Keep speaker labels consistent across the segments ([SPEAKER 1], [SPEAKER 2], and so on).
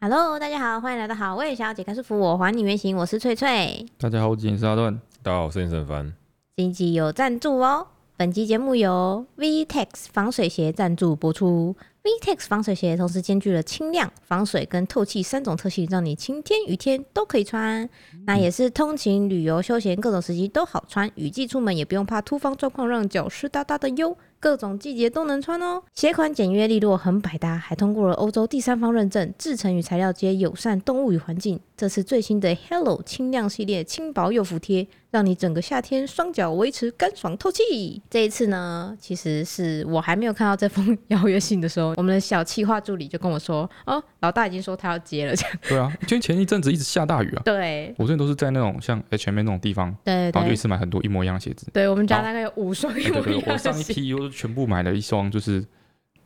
[SPEAKER 1] Hello，大家好，欢迎来到好味小姐开束缚，我还你原形，我是翠翠。
[SPEAKER 2] 大家好，我是阿段。
[SPEAKER 3] 大家好，我是林沈凡。
[SPEAKER 1] 这集有赞助哦，本期节目由 VTEX 防水鞋赞助播出。VTEX 防水鞋同时兼具了轻量、防水跟透气三种特性，让你晴天、雨天都可以穿。那也是通勤、旅游、休闲各种时期都好穿，雨季出门也不用怕突发状况让脚湿哒哒的哟。各种季节都能穿哦。鞋款简约利落，很百搭，还通过了欧洲第三方认证，制成与材料皆友善动物与环境。这是最新的 Hello 轻量系列，轻薄又服帖，让你整个夏天双脚维持干爽透气。这一次呢，其实是我还没有看到这封邀约信的时候，我们的小企划助理就跟我说：“哦，老大已经说他要接了。” 这样
[SPEAKER 2] 对啊，因为前一阵子一直下大雨啊，
[SPEAKER 1] 对
[SPEAKER 2] 我之前都是在那种像 H&M 那种地方，
[SPEAKER 1] 对
[SPEAKER 2] 然后就一
[SPEAKER 1] 对
[SPEAKER 2] 次买很多一模一样的鞋 子。
[SPEAKER 1] 对，我们家
[SPEAKER 2] 好
[SPEAKER 1] 大概有五双一
[SPEAKER 2] 哎
[SPEAKER 1] 模
[SPEAKER 2] 对
[SPEAKER 1] 一
[SPEAKER 2] 对，
[SPEAKER 1] 样
[SPEAKER 2] 我
[SPEAKER 1] 的
[SPEAKER 2] 上 一
[SPEAKER 1] 鞋，
[SPEAKER 2] 批又是全部买了一双，就是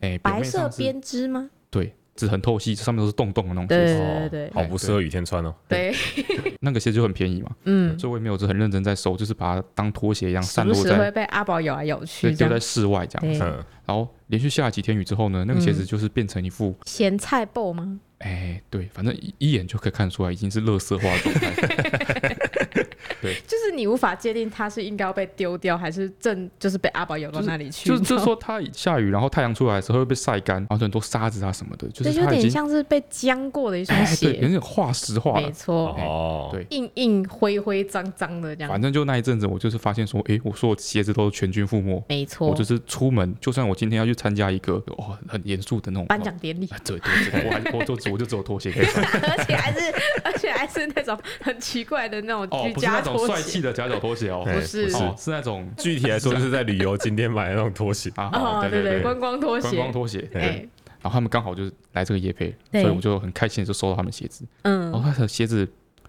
[SPEAKER 2] 哎表
[SPEAKER 1] 白
[SPEAKER 2] 面
[SPEAKER 1] 色
[SPEAKER 2] 上是
[SPEAKER 1] 编织吗？
[SPEAKER 2] 对，只很透气，上面都是洞洞的那种
[SPEAKER 1] 对
[SPEAKER 2] 鞋子。哦
[SPEAKER 1] 对对对
[SPEAKER 3] 好不适合雨天穿哦。
[SPEAKER 1] 对，
[SPEAKER 2] 那个鞋子就很便宜嘛，
[SPEAKER 1] 嗯，
[SPEAKER 2] 所以我也没有是很认真在收，就是把它当拖鞋一样
[SPEAKER 1] 时
[SPEAKER 2] 散
[SPEAKER 1] 不
[SPEAKER 2] 落
[SPEAKER 1] 时会
[SPEAKER 2] 在
[SPEAKER 1] 被阿宝咬来咬
[SPEAKER 2] 对
[SPEAKER 1] 去，这
[SPEAKER 2] 丢
[SPEAKER 1] 样
[SPEAKER 2] 在室外这
[SPEAKER 1] 对
[SPEAKER 2] 样。
[SPEAKER 1] 嗯
[SPEAKER 3] 嗯，
[SPEAKER 2] 然后连续下了几天雨之后呢，那个鞋子就是变成一副
[SPEAKER 1] 咸菜爆吗？
[SPEAKER 2] 哎，对，反正一一眼就可以看出来已经是垃圾化的状态。
[SPEAKER 1] 就是你无法界定它是应该要被丢掉，还是正就是被阿宝咬到那里去。
[SPEAKER 2] 就是
[SPEAKER 1] 你知
[SPEAKER 2] 就
[SPEAKER 1] 道吗
[SPEAKER 2] 是说，它下雨，然后太阳出来的时候会被晒干，然后很多沙子啊什么的，就
[SPEAKER 1] 这
[SPEAKER 2] 是
[SPEAKER 1] 有
[SPEAKER 2] 它已
[SPEAKER 1] 点
[SPEAKER 2] 经
[SPEAKER 1] 像是被浆过的一双
[SPEAKER 2] 哎，对，有
[SPEAKER 1] 鞋，
[SPEAKER 2] 点化石化
[SPEAKER 1] 没
[SPEAKER 2] 了。
[SPEAKER 1] 错，
[SPEAKER 3] 哦，
[SPEAKER 2] 对
[SPEAKER 1] 硬硬灰灰脏脏的这
[SPEAKER 2] 反
[SPEAKER 1] 样，
[SPEAKER 2] 正就那一阵子，我就是发现说，诶，我所有鞋子都是全军覆没。
[SPEAKER 1] 没错
[SPEAKER 2] 我就，是出门，就算我今天要去参加一个哦很严肃的那种
[SPEAKER 1] 颁奖典礼，
[SPEAKER 2] 啊，对对对，我还我就只我就只有拖鞋可以穿，
[SPEAKER 1] 而且还是而且还是那种很奇怪的那种
[SPEAKER 2] 哦，
[SPEAKER 1] 居
[SPEAKER 2] 不是那
[SPEAKER 1] 家
[SPEAKER 2] 种
[SPEAKER 1] 拖
[SPEAKER 2] 帅气
[SPEAKER 1] 鞋，
[SPEAKER 2] 的夹脚拖鞋哦，
[SPEAKER 3] 哎
[SPEAKER 1] 不是
[SPEAKER 2] 哦是那种。
[SPEAKER 3] 具体来说就是在旅游景点买的那种拖鞋
[SPEAKER 2] 啊，
[SPEAKER 1] 哦，
[SPEAKER 2] 对
[SPEAKER 1] 对
[SPEAKER 2] 对，
[SPEAKER 1] 观光拖
[SPEAKER 2] 观光
[SPEAKER 1] 鞋，
[SPEAKER 2] 拖鞋。
[SPEAKER 1] 哎，
[SPEAKER 2] 然后他们刚好就是来这个夜配，
[SPEAKER 1] 对
[SPEAKER 2] 所以我就很开心的就收到他们鞋子。然
[SPEAKER 1] 嗯，
[SPEAKER 2] 后它哦的鞋子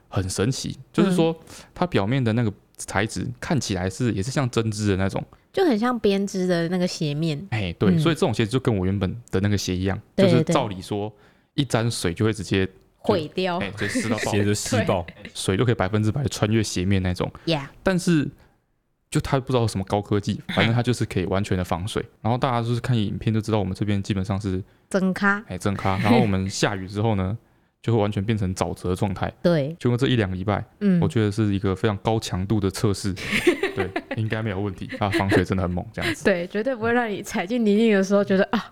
[SPEAKER 2] 很神奇，就是说它表面的那个材质看起来是也是像针织的那种，
[SPEAKER 1] 就很像编织的那个鞋面，
[SPEAKER 2] 哎，对，
[SPEAKER 1] 嗯
[SPEAKER 2] 所以这种鞋子就跟我原本的那个鞋一样，
[SPEAKER 1] 对
[SPEAKER 2] 就是
[SPEAKER 1] 对
[SPEAKER 2] 照理说一沾水就会直接
[SPEAKER 1] 毁掉
[SPEAKER 2] 哎，直接湿到爆，
[SPEAKER 3] 鞋子吸爆，
[SPEAKER 2] 水就可以百分之百穿越鞋面那种，
[SPEAKER 1] 呀，
[SPEAKER 2] 但是。就它不知道有什么高 科技，反正它就是可以完全的防水。然后大家就是看影片就知道，我们这边基本上是
[SPEAKER 1] 真咖，
[SPEAKER 2] 哎正咖。然后我们下雨之后呢，就会完全变成沼泽的状态。
[SPEAKER 1] 对，
[SPEAKER 2] 就用这一两个礼拜，
[SPEAKER 1] 嗯
[SPEAKER 2] 我，觉得是一个非常高强度的测试，对，应该没有问题。它防水真的很猛，这样子。
[SPEAKER 1] 对，绝对不会让你踩进泥泞的时候觉得啊，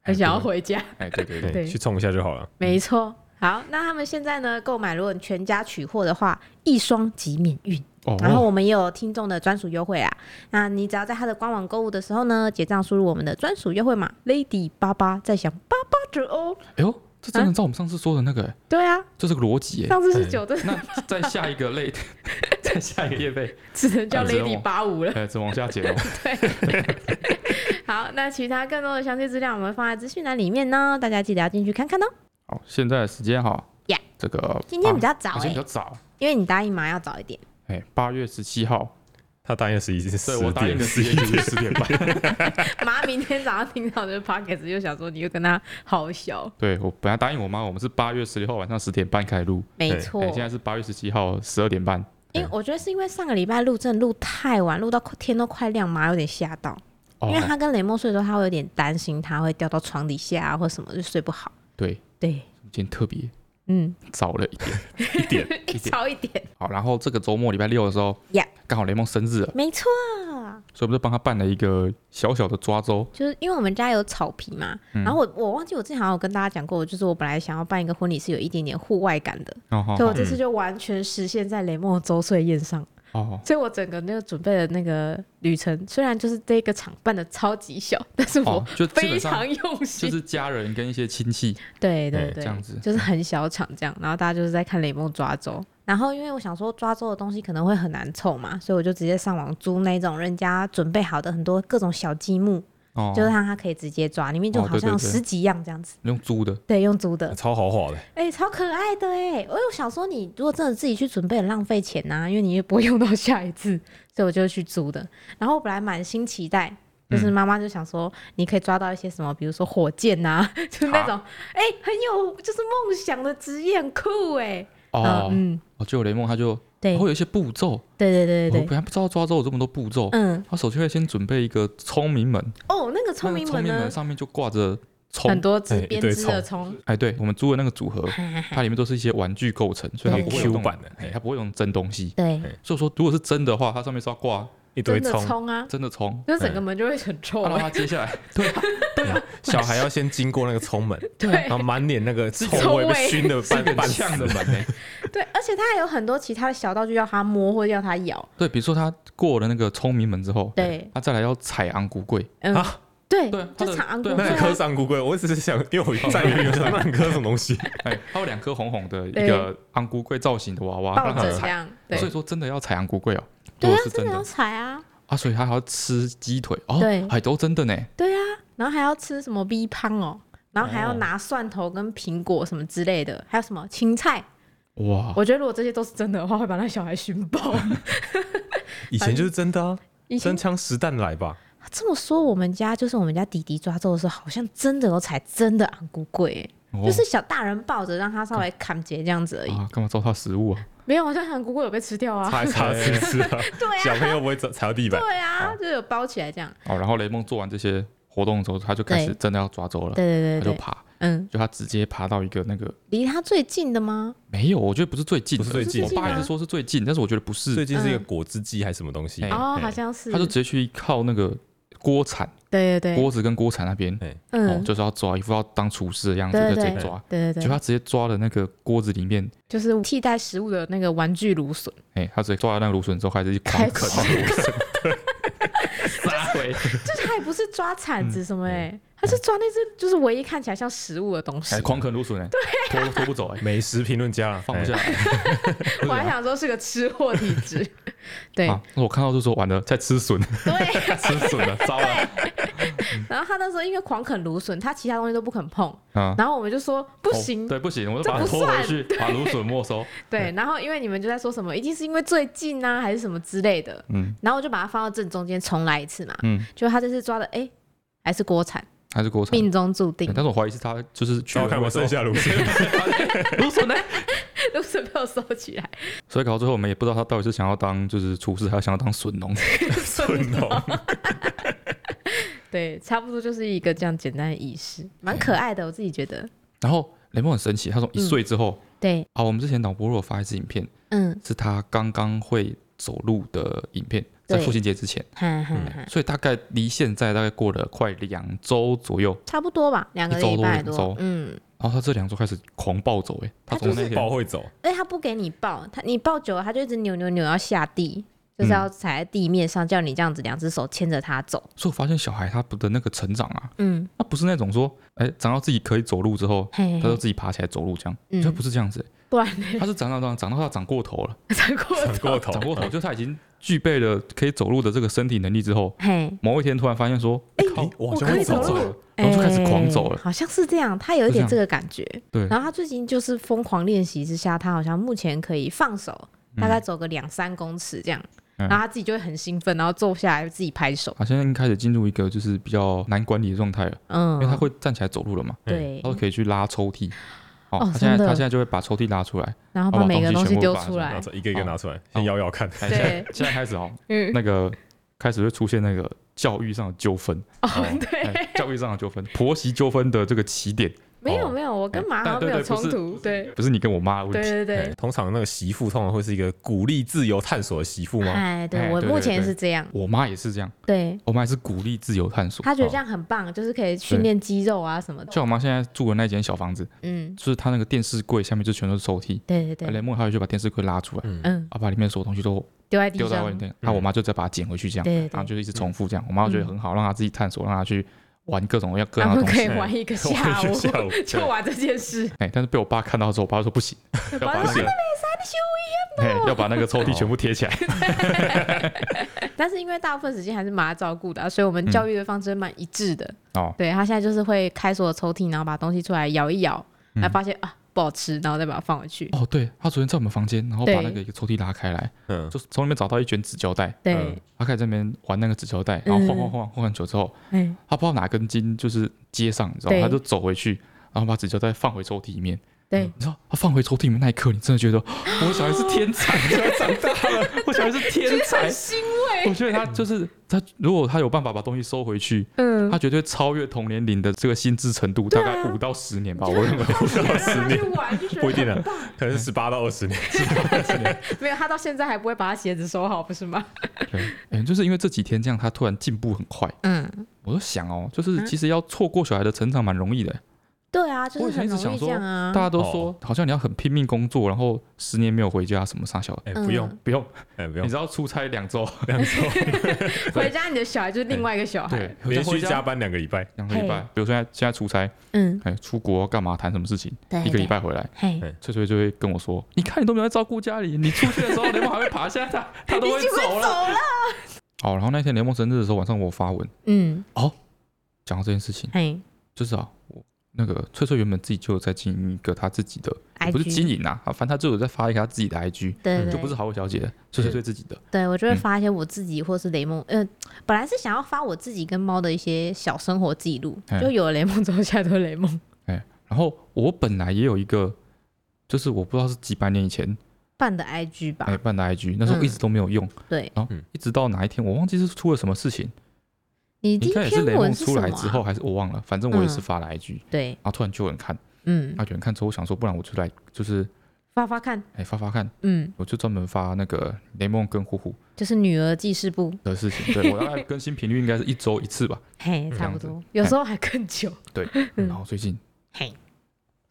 [SPEAKER 1] 很想要回家。
[SPEAKER 2] 哎，对对对，
[SPEAKER 1] 对
[SPEAKER 3] 对，去冲一下就好了。
[SPEAKER 1] 没错。好，那他们现在呢购买，如果你全家取货的话，一双即免运。
[SPEAKER 2] 哦，
[SPEAKER 1] 然后我们也有听众的专属优惠啊，那你只要在他的官网购物的时候呢，结账输入我们的专属优惠码 Lady 八八，再享八八折哦。
[SPEAKER 2] 哎呦，这真的照我们上次说的那个，哎
[SPEAKER 1] 对啊，
[SPEAKER 2] 这是个逻辑哎。
[SPEAKER 1] 上次是九的，
[SPEAKER 2] 那再下一个类， 再下一个业费，
[SPEAKER 1] 只能叫
[SPEAKER 2] 啊只能
[SPEAKER 1] Lady 八五了。
[SPEAKER 2] 呃，只往下减哦。
[SPEAKER 1] 好，那其他更多的详细资料我们放在资讯栏里面呢，大家记得要进去看看哦。
[SPEAKER 2] 好，现在的时间哈
[SPEAKER 1] 呀，
[SPEAKER 2] 这个
[SPEAKER 1] 今天
[SPEAKER 2] 八
[SPEAKER 1] 比较早
[SPEAKER 2] 啊今
[SPEAKER 1] 哎、
[SPEAKER 2] 天比较早，
[SPEAKER 1] 因为你答应嘛要早一点。
[SPEAKER 2] 哎，八月十七号，
[SPEAKER 3] 他答应十一
[SPEAKER 2] 对
[SPEAKER 3] 十
[SPEAKER 2] 我答应
[SPEAKER 3] 点
[SPEAKER 2] 的时间
[SPEAKER 3] 十一
[SPEAKER 2] 就
[SPEAKER 3] 点
[SPEAKER 2] 是十点半。哎
[SPEAKER 1] 妈明天早上听到这个 podcast 就想说你又跟他好笑，
[SPEAKER 2] 对我本来答应我妈，我们是八月十六号晚上十点半开始录，
[SPEAKER 1] 没
[SPEAKER 3] 对
[SPEAKER 1] 错。
[SPEAKER 2] 哎，现在是八月十七号十二点半。
[SPEAKER 1] 因为我觉得是因为上个礼拜录真的录太晚，录到快天都快亮，妈有点吓到。
[SPEAKER 2] 哦
[SPEAKER 1] 因为，他跟雷梦睡的时候，他会有点担心他会掉到床底下、啊、或什么，就睡不好。
[SPEAKER 2] 对，
[SPEAKER 1] 对，
[SPEAKER 2] 今天特别
[SPEAKER 1] 嗯，
[SPEAKER 2] 早了一点。
[SPEAKER 3] 一点，
[SPEAKER 1] 一早一点，
[SPEAKER 2] 好，然后这个周末礼拜六的时候
[SPEAKER 1] Yeah
[SPEAKER 2] 刚好雷蒙生日了，
[SPEAKER 1] 没错，啊
[SPEAKER 2] 所以我们就帮他办了一个小小的抓周。
[SPEAKER 1] 就是因为我们家有草皮嘛。
[SPEAKER 2] 嗯
[SPEAKER 1] 然后我我忘记我之前好像有跟大家讲过，就是我本来想要办一个婚礼是有一点点户外感的，
[SPEAKER 2] 哦好
[SPEAKER 1] 所以我
[SPEAKER 2] 好
[SPEAKER 1] 这次就完全实现在雷梦的周岁宴上。
[SPEAKER 2] 哦，
[SPEAKER 1] 所以我整个那个准备的那个旅程，虽然就是这个场办的超级小，但是我
[SPEAKER 2] 哦就基
[SPEAKER 1] 非
[SPEAKER 2] 本上
[SPEAKER 1] 常用心，
[SPEAKER 2] 就是家人跟一些亲戚，
[SPEAKER 1] 对对
[SPEAKER 3] 哎
[SPEAKER 1] 对，
[SPEAKER 2] 这样子
[SPEAKER 1] 就是很小场这样，然后大家就是在看雷梦抓周。然后因为我想说抓周的东西可能会很难凑嘛，所以我就直接上网租那种人家准备好的很多各种小积木，
[SPEAKER 2] 哦，
[SPEAKER 1] 就是让他可以直接抓，里面就
[SPEAKER 2] 哦
[SPEAKER 1] 好
[SPEAKER 2] 对
[SPEAKER 1] 像
[SPEAKER 2] 对
[SPEAKER 1] 有
[SPEAKER 2] 对
[SPEAKER 1] 十几样这样子。
[SPEAKER 2] 用租的，
[SPEAKER 1] 对，用租的，
[SPEAKER 3] 超豪华的，
[SPEAKER 1] 哎、超可爱的哎、我有想说，你如果真的自己去准备，很浪费钱呐、因为你也不会用到 下一次，所以我就去租的。然后我本来满心期待，就是
[SPEAKER 2] 嗯
[SPEAKER 1] 妈妈就想说，你可以抓到一些什么，比如说火箭呐、 就是那种哎、很有就是梦想的职业，很酷哎、
[SPEAKER 2] 哦，
[SPEAKER 1] 嗯，
[SPEAKER 2] 哦，就有雷蒙他就
[SPEAKER 4] 对
[SPEAKER 2] 然后有一些步骤，我
[SPEAKER 4] 对对对对对，
[SPEAKER 2] 本来不知道抓周有这么多步骤，
[SPEAKER 4] 嗯，
[SPEAKER 2] 他首先会先准备一个聪明门，
[SPEAKER 4] 哦，那个
[SPEAKER 2] 那
[SPEAKER 4] 聪
[SPEAKER 2] 个
[SPEAKER 4] 明
[SPEAKER 2] 聪
[SPEAKER 4] 门
[SPEAKER 2] 明门
[SPEAKER 4] 呢，
[SPEAKER 2] 上面就挂着
[SPEAKER 4] 很
[SPEAKER 2] 葱，
[SPEAKER 4] 多枝
[SPEAKER 3] 哎一
[SPEAKER 4] 编
[SPEAKER 3] 堆
[SPEAKER 4] 织的葱，
[SPEAKER 2] 哎，对我们租的那个组 合，它里面都是一些玩具构成，所以它
[SPEAKER 4] 对
[SPEAKER 2] 不会
[SPEAKER 3] Q
[SPEAKER 2] 有那种
[SPEAKER 3] 版的
[SPEAKER 2] 哎，它不会用真东西。
[SPEAKER 4] 对，
[SPEAKER 2] 所以说，如果是真的话，它上面是要挂
[SPEAKER 3] 一堆
[SPEAKER 4] 真的
[SPEAKER 3] 葱，
[SPEAKER 4] 葱啊，
[SPEAKER 2] 真的葱，
[SPEAKER 4] 那整个门就会很臭
[SPEAKER 2] 哎啊然后
[SPEAKER 4] 欸，
[SPEAKER 2] 它接下来， 对啊，
[SPEAKER 3] 小孩要先经过那个葱 门，
[SPEAKER 4] 对
[SPEAKER 3] 然后满脸那个
[SPEAKER 4] 葱
[SPEAKER 3] 葱味
[SPEAKER 4] 味
[SPEAKER 3] 被熏的半
[SPEAKER 2] 很
[SPEAKER 3] 半死
[SPEAKER 2] 呛的门哎，
[SPEAKER 4] 对，而且它还有很多其他的小道具要它摸或者要它咬，
[SPEAKER 2] 对，比如说他过了那个聪明门之后，
[SPEAKER 4] 对
[SPEAKER 2] 他再来要踩昂古柜，
[SPEAKER 4] 嗯，
[SPEAKER 3] 啊！
[SPEAKER 4] 对
[SPEAKER 2] 对，它
[SPEAKER 4] 就
[SPEAKER 2] 的
[SPEAKER 4] 长昂
[SPEAKER 2] 对啊
[SPEAKER 4] 贵
[SPEAKER 3] 那
[SPEAKER 4] 对
[SPEAKER 3] 很
[SPEAKER 4] 啊
[SPEAKER 3] 磕上古贵，我只是想，因为我在于有想那很磕什么东西，
[SPEAKER 2] 哎，它有两颗红红的一
[SPEAKER 4] 对
[SPEAKER 2] 个昂古柜造型的娃娃，
[SPEAKER 4] 抱
[SPEAKER 2] 让他
[SPEAKER 4] 着这
[SPEAKER 2] 踩。
[SPEAKER 4] 样，对
[SPEAKER 2] 所以说真的要踩昂古柜哦，如
[SPEAKER 4] 对啊
[SPEAKER 2] 果，是
[SPEAKER 4] 真
[SPEAKER 2] 真
[SPEAKER 4] 的
[SPEAKER 2] 的
[SPEAKER 4] 要踩啊，
[SPEAKER 2] 啊，所以他还要吃鸡腿哦
[SPEAKER 4] 对，
[SPEAKER 2] 还都真的呢，
[SPEAKER 4] 对啊，然后还要吃什么 V 胖哦，然后还要拿蒜头跟苹果什么之类的，还有什么青菜。
[SPEAKER 2] 哇，
[SPEAKER 4] 我觉得如果这些都是真的的话，会把那小孩熏爆。
[SPEAKER 3] 以前就是真的啊，
[SPEAKER 4] 以前
[SPEAKER 3] 真枪实弹来吧，
[SPEAKER 4] 这么说，我们家就是我们家弟弟抓周的时候，好像真的有踩真的昂咕贵欸、
[SPEAKER 2] 哦
[SPEAKER 4] 就是小大人抱着让他稍微砍截这样子而已。
[SPEAKER 2] 啊，干嘛糟蹋食物啊？
[SPEAKER 4] 没有，好像昂咕贵有被吃掉啊。
[SPEAKER 3] 擦一擦吃一吃 啊，
[SPEAKER 4] 对啊，
[SPEAKER 3] 小朋友不会踩踩到地板，
[SPEAKER 4] 对啊，就有包起来这样。
[SPEAKER 2] 哦，然后雷梦做完这些活动之后，他就开始
[SPEAKER 4] 对
[SPEAKER 2] 真的要抓周了，
[SPEAKER 4] 对对
[SPEAKER 2] 他
[SPEAKER 4] 对
[SPEAKER 2] 就
[SPEAKER 4] 对，
[SPEAKER 2] 爬，
[SPEAKER 4] 嗯，
[SPEAKER 2] 就他直接爬到一个那个
[SPEAKER 4] 离他最近的吗？
[SPEAKER 2] 没有，我觉得不是最近的，
[SPEAKER 3] 不是最近
[SPEAKER 2] 我爸
[SPEAKER 4] 不是最近吗啊
[SPEAKER 2] 也是说是最近，但是我觉得不是
[SPEAKER 3] 最，近是一个
[SPEAKER 4] 嗯
[SPEAKER 3] 果汁机还是什么东西
[SPEAKER 2] 哎，
[SPEAKER 4] 哦，
[SPEAKER 3] 啊哎
[SPEAKER 4] 好像是。
[SPEAKER 2] 他就直接去靠那个锅铲，
[SPEAKER 4] 对对对，
[SPEAKER 2] 锅子跟锅铲那边。哦，
[SPEAKER 4] 嗯，
[SPEAKER 2] 就是要抓一副要当厨师的样子，
[SPEAKER 4] 对
[SPEAKER 2] 在
[SPEAKER 4] 对
[SPEAKER 2] 这
[SPEAKER 4] 对
[SPEAKER 2] 里抓。
[SPEAKER 4] 对对
[SPEAKER 2] 就
[SPEAKER 4] 对，
[SPEAKER 2] 他直接抓了那个锅子里面，
[SPEAKER 4] 就是替代食物的那个玩具芦笋。
[SPEAKER 2] 哎、他直接抓了那个芦笋之后，开始一狂
[SPEAKER 4] 开
[SPEAKER 2] 啃
[SPEAKER 4] 始
[SPEAKER 2] 芦 笋，撒回，
[SPEAKER 4] 就是他也不是抓铲
[SPEAKER 2] 嗯
[SPEAKER 4] 子什么哎、他是抓那只就是唯一看起来像食物的东西
[SPEAKER 2] 哎，。狂啃芦笋，哎，拖拖不走，哎，
[SPEAKER 3] 美食评论家啊
[SPEAKER 2] 放不下。
[SPEAKER 3] 哎
[SPEAKER 2] 来。
[SPEAKER 4] 我还想说是个吃货体质，对、
[SPEAKER 2] 啊，那我看到就说完了，在吃笋，
[SPEAKER 4] 对。
[SPEAKER 2] 吃笋了，糟了。
[SPEAKER 4] 然后他那时候因为狂啃芦笋，他其他东西都不肯碰，
[SPEAKER 2] 啊，
[SPEAKER 4] 然后我们就说不行。
[SPEAKER 2] 哦对，不行，我就
[SPEAKER 4] 这
[SPEAKER 2] 把它
[SPEAKER 4] 不
[SPEAKER 2] 拖回
[SPEAKER 4] 算
[SPEAKER 2] 去，把芦笋没收。
[SPEAKER 4] 对，然后因为你们就在说什么，一定是因为最近啊，还是什么之类的，
[SPEAKER 2] 嗯
[SPEAKER 4] 然后我就把它放到正中间重来一次嘛。
[SPEAKER 2] 嗯，
[SPEAKER 4] 就他这次抓的，哎、还是锅铲，
[SPEAKER 2] 他就给我铲。
[SPEAKER 4] 命中注定
[SPEAKER 2] 哎。但是我怀疑是他就是去
[SPEAKER 3] 让我看我剩下 卤汁，
[SPEAKER 2] 芦笋呢，
[SPEAKER 4] 芦笋被我收起来，
[SPEAKER 2] 所以搞到最后我们也不知道他到底是想要当就是厨师，还是想要当笋农。
[SPEAKER 3] 顺哦，
[SPEAKER 4] 对，差不多就是一个这样简单的仪式，蛮可爱的，我自己觉得。
[SPEAKER 2] 然后雷蒙很神奇，他从一岁之后
[SPEAKER 4] 对，
[SPEAKER 2] 啊，我们之前导播如有发一支影片，
[SPEAKER 4] 嗯，
[SPEAKER 2] 是他刚刚会走路的影片，
[SPEAKER 4] 对
[SPEAKER 2] 在父亲节之前，
[SPEAKER 4] 哈哈哈，
[SPEAKER 2] 所以大概离现在大概过了快两周左右。
[SPEAKER 4] 差不多吧，两个礼拜
[SPEAKER 2] 一周多两周
[SPEAKER 4] 嗯，
[SPEAKER 2] 然后他这两周开始狂暴走、欸，他从那
[SPEAKER 3] 包
[SPEAKER 2] 天
[SPEAKER 3] 会走，
[SPEAKER 4] 而且哎他不给你抱，他你抱久了，他就一直扭扭扭要下
[SPEAKER 2] 嗯
[SPEAKER 4] 地，就是要踩在地面上，叫你这样子两只手牵着他走。
[SPEAKER 2] 所以我发现小孩他的那个成长啊，
[SPEAKER 4] 嗯，
[SPEAKER 2] 他不是那种说，哎、长到自己可以走路之后，
[SPEAKER 4] 嘿
[SPEAKER 2] 他就自己爬起来走路这样，
[SPEAKER 4] 嗯
[SPEAKER 2] 他不是这样子、欸
[SPEAKER 4] 不然呢？
[SPEAKER 2] 他是长到长长到他长过头了，
[SPEAKER 4] 转过
[SPEAKER 3] 转
[SPEAKER 4] 头，
[SPEAKER 3] 过头，
[SPEAKER 2] 长过头，就他已经具备了可以走路的这个身体能力之后，
[SPEAKER 4] 嘿，
[SPEAKER 2] 某一天突然发现说，哎、靠
[SPEAKER 3] 哎，，我好
[SPEAKER 4] 我
[SPEAKER 3] 像
[SPEAKER 4] 可以
[SPEAKER 3] 会
[SPEAKER 4] 走
[SPEAKER 3] 走
[SPEAKER 4] 路
[SPEAKER 3] 了，，
[SPEAKER 2] 然后就开始狂走了
[SPEAKER 4] 哎好像是这样，他有一点
[SPEAKER 2] 就
[SPEAKER 4] 这
[SPEAKER 2] 这
[SPEAKER 4] 个感觉。
[SPEAKER 2] 对
[SPEAKER 4] 然后他最近就是疯狂练习之下，他好像目前可以放手，大概走个两三公尺这样，
[SPEAKER 2] 嗯
[SPEAKER 4] 然后他自己就会很兴奋，然后坐下来自己拍手。
[SPEAKER 2] 他现在开始进入一个就是比较难管理的状态了，
[SPEAKER 4] 嗯，
[SPEAKER 2] 因为他哎会站起来走路了嘛，
[SPEAKER 4] 对
[SPEAKER 2] 他，都可以去拉抽屉。哦
[SPEAKER 4] 哦
[SPEAKER 2] 他现在
[SPEAKER 4] 真的
[SPEAKER 2] 他现在就会把抽屉拉出来。
[SPEAKER 4] 然后把
[SPEAKER 2] 把
[SPEAKER 4] 每
[SPEAKER 2] 东
[SPEAKER 4] 个
[SPEAKER 2] 西
[SPEAKER 4] 东西
[SPEAKER 2] 全部
[SPEAKER 4] 丢
[SPEAKER 2] 把它
[SPEAKER 4] 出
[SPEAKER 2] 拿
[SPEAKER 4] 来
[SPEAKER 3] 拿。走一个一个
[SPEAKER 2] 哦
[SPEAKER 3] 拿出来，先摇摇看，
[SPEAKER 2] 哎现
[SPEAKER 4] 对
[SPEAKER 2] 在现在开始哦，
[SPEAKER 4] 嗯，
[SPEAKER 2] 那个开始会出现那个教育上的纠纷，
[SPEAKER 4] 哦，对，
[SPEAKER 2] 哎教育上的纠纷，婆媳纠纷的这个起点，
[SPEAKER 4] 没有
[SPEAKER 2] 哦
[SPEAKER 4] 没有，我跟
[SPEAKER 2] 哎
[SPEAKER 4] 马
[SPEAKER 2] 但
[SPEAKER 4] 好像
[SPEAKER 2] 对
[SPEAKER 4] 没有
[SPEAKER 2] 对不
[SPEAKER 4] 冲
[SPEAKER 2] 是
[SPEAKER 4] 突，对
[SPEAKER 2] 不是你跟我妈的问
[SPEAKER 4] 对
[SPEAKER 2] 题。
[SPEAKER 4] 对
[SPEAKER 3] 哎
[SPEAKER 4] 对，
[SPEAKER 3] 通常那个媳妇通常会是一个鼓励自由探索的媳妇吗？
[SPEAKER 4] 哎，对
[SPEAKER 2] 哎
[SPEAKER 4] 我
[SPEAKER 2] 对
[SPEAKER 4] 目
[SPEAKER 2] 对
[SPEAKER 4] 前
[SPEAKER 2] 对
[SPEAKER 4] 是这样，
[SPEAKER 2] 我妈也是这样，
[SPEAKER 4] 对
[SPEAKER 2] 我妈也是鼓励自由探索。
[SPEAKER 4] 他觉得
[SPEAKER 2] 哦
[SPEAKER 4] 这样很棒，就是可以训练肌肉啊什么的，
[SPEAKER 2] 像我妈现在住的那间小房子，
[SPEAKER 4] 嗯，
[SPEAKER 2] 就是她那个电视柜下面就全都是抽屉，
[SPEAKER 4] 对对
[SPEAKER 2] 雷
[SPEAKER 4] 对，
[SPEAKER 2] 梦她就把电视柜拉出来，
[SPEAKER 4] 嗯，
[SPEAKER 2] 啊，把里面所有东西都
[SPEAKER 4] 丢在
[SPEAKER 2] 丢
[SPEAKER 4] 地
[SPEAKER 2] 在
[SPEAKER 4] 上
[SPEAKER 2] 外，面，那、啊、我妈就再把它捡回去这样，
[SPEAKER 4] 对对
[SPEAKER 2] 然后就一直重复这样。我妈觉得很好，让她自己探索，让她去玩各种要各
[SPEAKER 4] 他
[SPEAKER 2] 样的东
[SPEAKER 4] 们可
[SPEAKER 2] 西。
[SPEAKER 4] 以
[SPEAKER 3] 哎
[SPEAKER 4] 玩一个
[SPEAKER 3] 我
[SPEAKER 4] 下
[SPEAKER 3] 一个下
[SPEAKER 4] 午，
[SPEAKER 3] 午
[SPEAKER 4] 就玩这件事，
[SPEAKER 2] 哎、但是被我爸看到之后，我爸就说不 行，要
[SPEAKER 4] 爸
[SPEAKER 2] 把
[SPEAKER 4] 就
[SPEAKER 2] 那 个，哎，要把那个抽屉全部贴 起来。
[SPEAKER 4] 但是因为大部分时间还是妈照顾的啊，所以我
[SPEAKER 2] 嗯
[SPEAKER 4] 们教育的方针蛮一致的。
[SPEAKER 2] 哦，
[SPEAKER 4] 对他现在就是会开所有抽屉，然后把东西出来摇一摇，
[SPEAKER 2] 嗯
[SPEAKER 4] 然后发现啊不好吃，然后再把它放回去。
[SPEAKER 2] 哦，对，他昨天在我们房间，然后把
[SPEAKER 4] 对
[SPEAKER 2] 那个一个抽屉拉开来，
[SPEAKER 3] 嗯，
[SPEAKER 2] 就从里面找到一卷纸胶带，
[SPEAKER 4] 对
[SPEAKER 3] 嗯，
[SPEAKER 2] 他开始在那边玩那个纸胶带，然后晃晃晃晃很久之后，
[SPEAKER 4] 嗯哎，
[SPEAKER 2] 他不知道哪根筋就是接上，你知道
[SPEAKER 4] 对
[SPEAKER 2] 吗？他就走回去，然后把纸胶带放回抽屉里面，
[SPEAKER 4] 对，
[SPEAKER 2] 你知道他放回抽屉里面那一刻，你真的觉得 我的小孩是天才，我小孩长大了，我小孩是天 才。
[SPEAKER 4] 欣
[SPEAKER 2] 我觉得他就是他，如果他有办法把东西收回去，
[SPEAKER 4] 嗯
[SPEAKER 2] 他，绝对超越同年龄的这个心智程度，
[SPEAKER 4] 对
[SPEAKER 2] 大
[SPEAKER 4] 啊
[SPEAKER 2] 概五到十年吧，我认 为。
[SPEAKER 3] 到十年，
[SPEAKER 4] 玩就觉
[SPEAKER 3] 不一定啊，可能是十八到二 十年。
[SPEAKER 4] 没有，他到现在还不会把他鞋子收好，不是吗？
[SPEAKER 2] 对，嗯，就是因为这几天这样，他突然进步很快。
[SPEAKER 4] 嗯，
[SPEAKER 2] 我就想哦，就是
[SPEAKER 4] 嗯
[SPEAKER 2] 其实要错过小孩的成长蛮容易的。
[SPEAKER 4] 对啊，就
[SPEAKER 2] 我以
[SPEAKER 4] 是
[SPEAKER 2] 前
[SPEAKER 4] 很
[SPEAKER 2] 一直
[SPEAKER 4] 容易
[SPEAKER 2] 想
[SPEAKER 4] 这
[SPEAKER 2] 说，
[SPEAKER 4] 样啊
[SPEAKER 2] 大。家
[SPEAKER 3] 哦
[SPEAKER 2] 都说好像你要很拼命工作，然后十年没有回家什么啥小的，
[SPEAKER 3] 哎，不用
[SPEAKER 4] 嗯，
[SPEAKER 2] 不用，
[SPEAKER 3] 哎，不
[SPEAKER 2] 你
[SPEAKER 3] 用
[SPEAKER 2] 知，道出差两周，
[SPEAKER 3] 两周
[SPEAKER 4] 回家你的小孩就是另外一个小孩，
[SPEAKER 2] 对，
[SPEAKER 3] 连
[SPEAKER 2] 回
[SPEAKER 3] 续
[SPEAKER 2] 家
[SPEAKER 3] 加班两个礼拜，
[SPEAKER 2] 哎两个礼拜。比如说现在现在出差，
[SPEAKER 4] 嗯，
[SPEAKER 2] 哎，出国干嘛谈什么事情，
[SPEAKER 4] 对
[SPEAKER 2] 一个礼，拜回来，
[SPEAKER 4] 对嘿
[SPEAKER 3] 对，
[SPEAKER 2] 翠翠就会跟我说：“你看你都没有在照顾家里，你出去的时候雷蒙还会爬下他，他 都
[SPEAKER 4] 已
[SPEAKER 2] 会
[SPEAKER 4] 经会
[SPEAKER 2] 走
[SPEAKER 4] 走
[SPEAKER 2] 了。
[SPEAKER 4] 了，”
[SPEAKER 2] 好，然后那天雷蒙生日的时候晚上我发文
[SPEAKER 4] 嗯，
[SPEAKER 2] 讲到这件事情，
[SPEAKER 4] 嘿
[SPEAKER 2] 就是啊，我那个翠翠原本自己就有在经营一个她自己的，
[SPEAKER 4] ，IG，
[SPEAKER 2] 不是经营啊，啊反正她就有在发一个她自己的 IG，
[SPEAKER 4] 对
[SPEAKER 3] 嗯
[SPEAKER 4] 对，
[SPEAKER 2] 就不是好味小姐，翠翠对自己的。
[SPEAKER 4] 对，我就会
[SPEAKER 2] 嗯
[SPEAKER 4] 发一些我自己或是雷梦，呃，本来是想要发我自己跟猫的一些小生活记录，
[SPEAKER 2] 嗯
[SPEAKER 4] 就有了雷梦之后，现在都是雷梦，
[SPEAKER 2] 然后我本来也有一个，就是我不知道是几百年以前
[SPEAKER 4] 办的 IG 吧
[SPEAKER 2] 哎，办的 IG，那时候一直都没有用，
[SPEAKER 4] 啊嗯对
[SPEAKER 2] 然后
[SPEAKER 3] 嗯
[SPEAKER 2] 一直到哪一天我忘记是出了什么事情，
[SPEAKER 4] 你第
[SPEAKER 2] 应
[SPEAKER 4] 一
[SPEAKER 2] 该也是
[SPEAKER 4] 篇
[SPEAKER 2] 雷
[SPEAKER 4] 文
[SPEAKER 2] 蒙
[SPEAKER 4] 是
[SPEAKER 2] 出
[SPEAKER 4] 什么
[SPEAKER 2] 来
[SPEAKER 4] 啊？
[SPEAKER 2] 之后还是我忘了，反正我也是
[SPEAKER 4] 嗯
[SPEAKER 2] 发了 IG，
[SPEAKER 4] 对，
[SPEAKER 2] 然后突然就有人看。
[SPEAKER 4] 嗯，
[SPEAKER 2] 他卷看之后，我想说，不然我就来，就是
[SPEAKER 4] 发发看，
[SPEAKER 2] 哎、发发看，
[SPEAKER 4] 嗯，
[SPEAKER 2] 我就专门发那个雷梦跟呼呼
[SPEAKER 4] 就是女儿记事簿，
[SPEAKER 2] 的事 情。对我大概更新频率应该是一周一次吧。
[SPEAKER 4] 嘿，
[SPEAKER 3] 嗯
[SPEAKER 4] 差不
[SPEAKER 2] 这样
[SPEAKER 4] 多，有时候还更久。嗯
[SPEAKER 2] 然后最近
[SPEAKER 4] 嘿，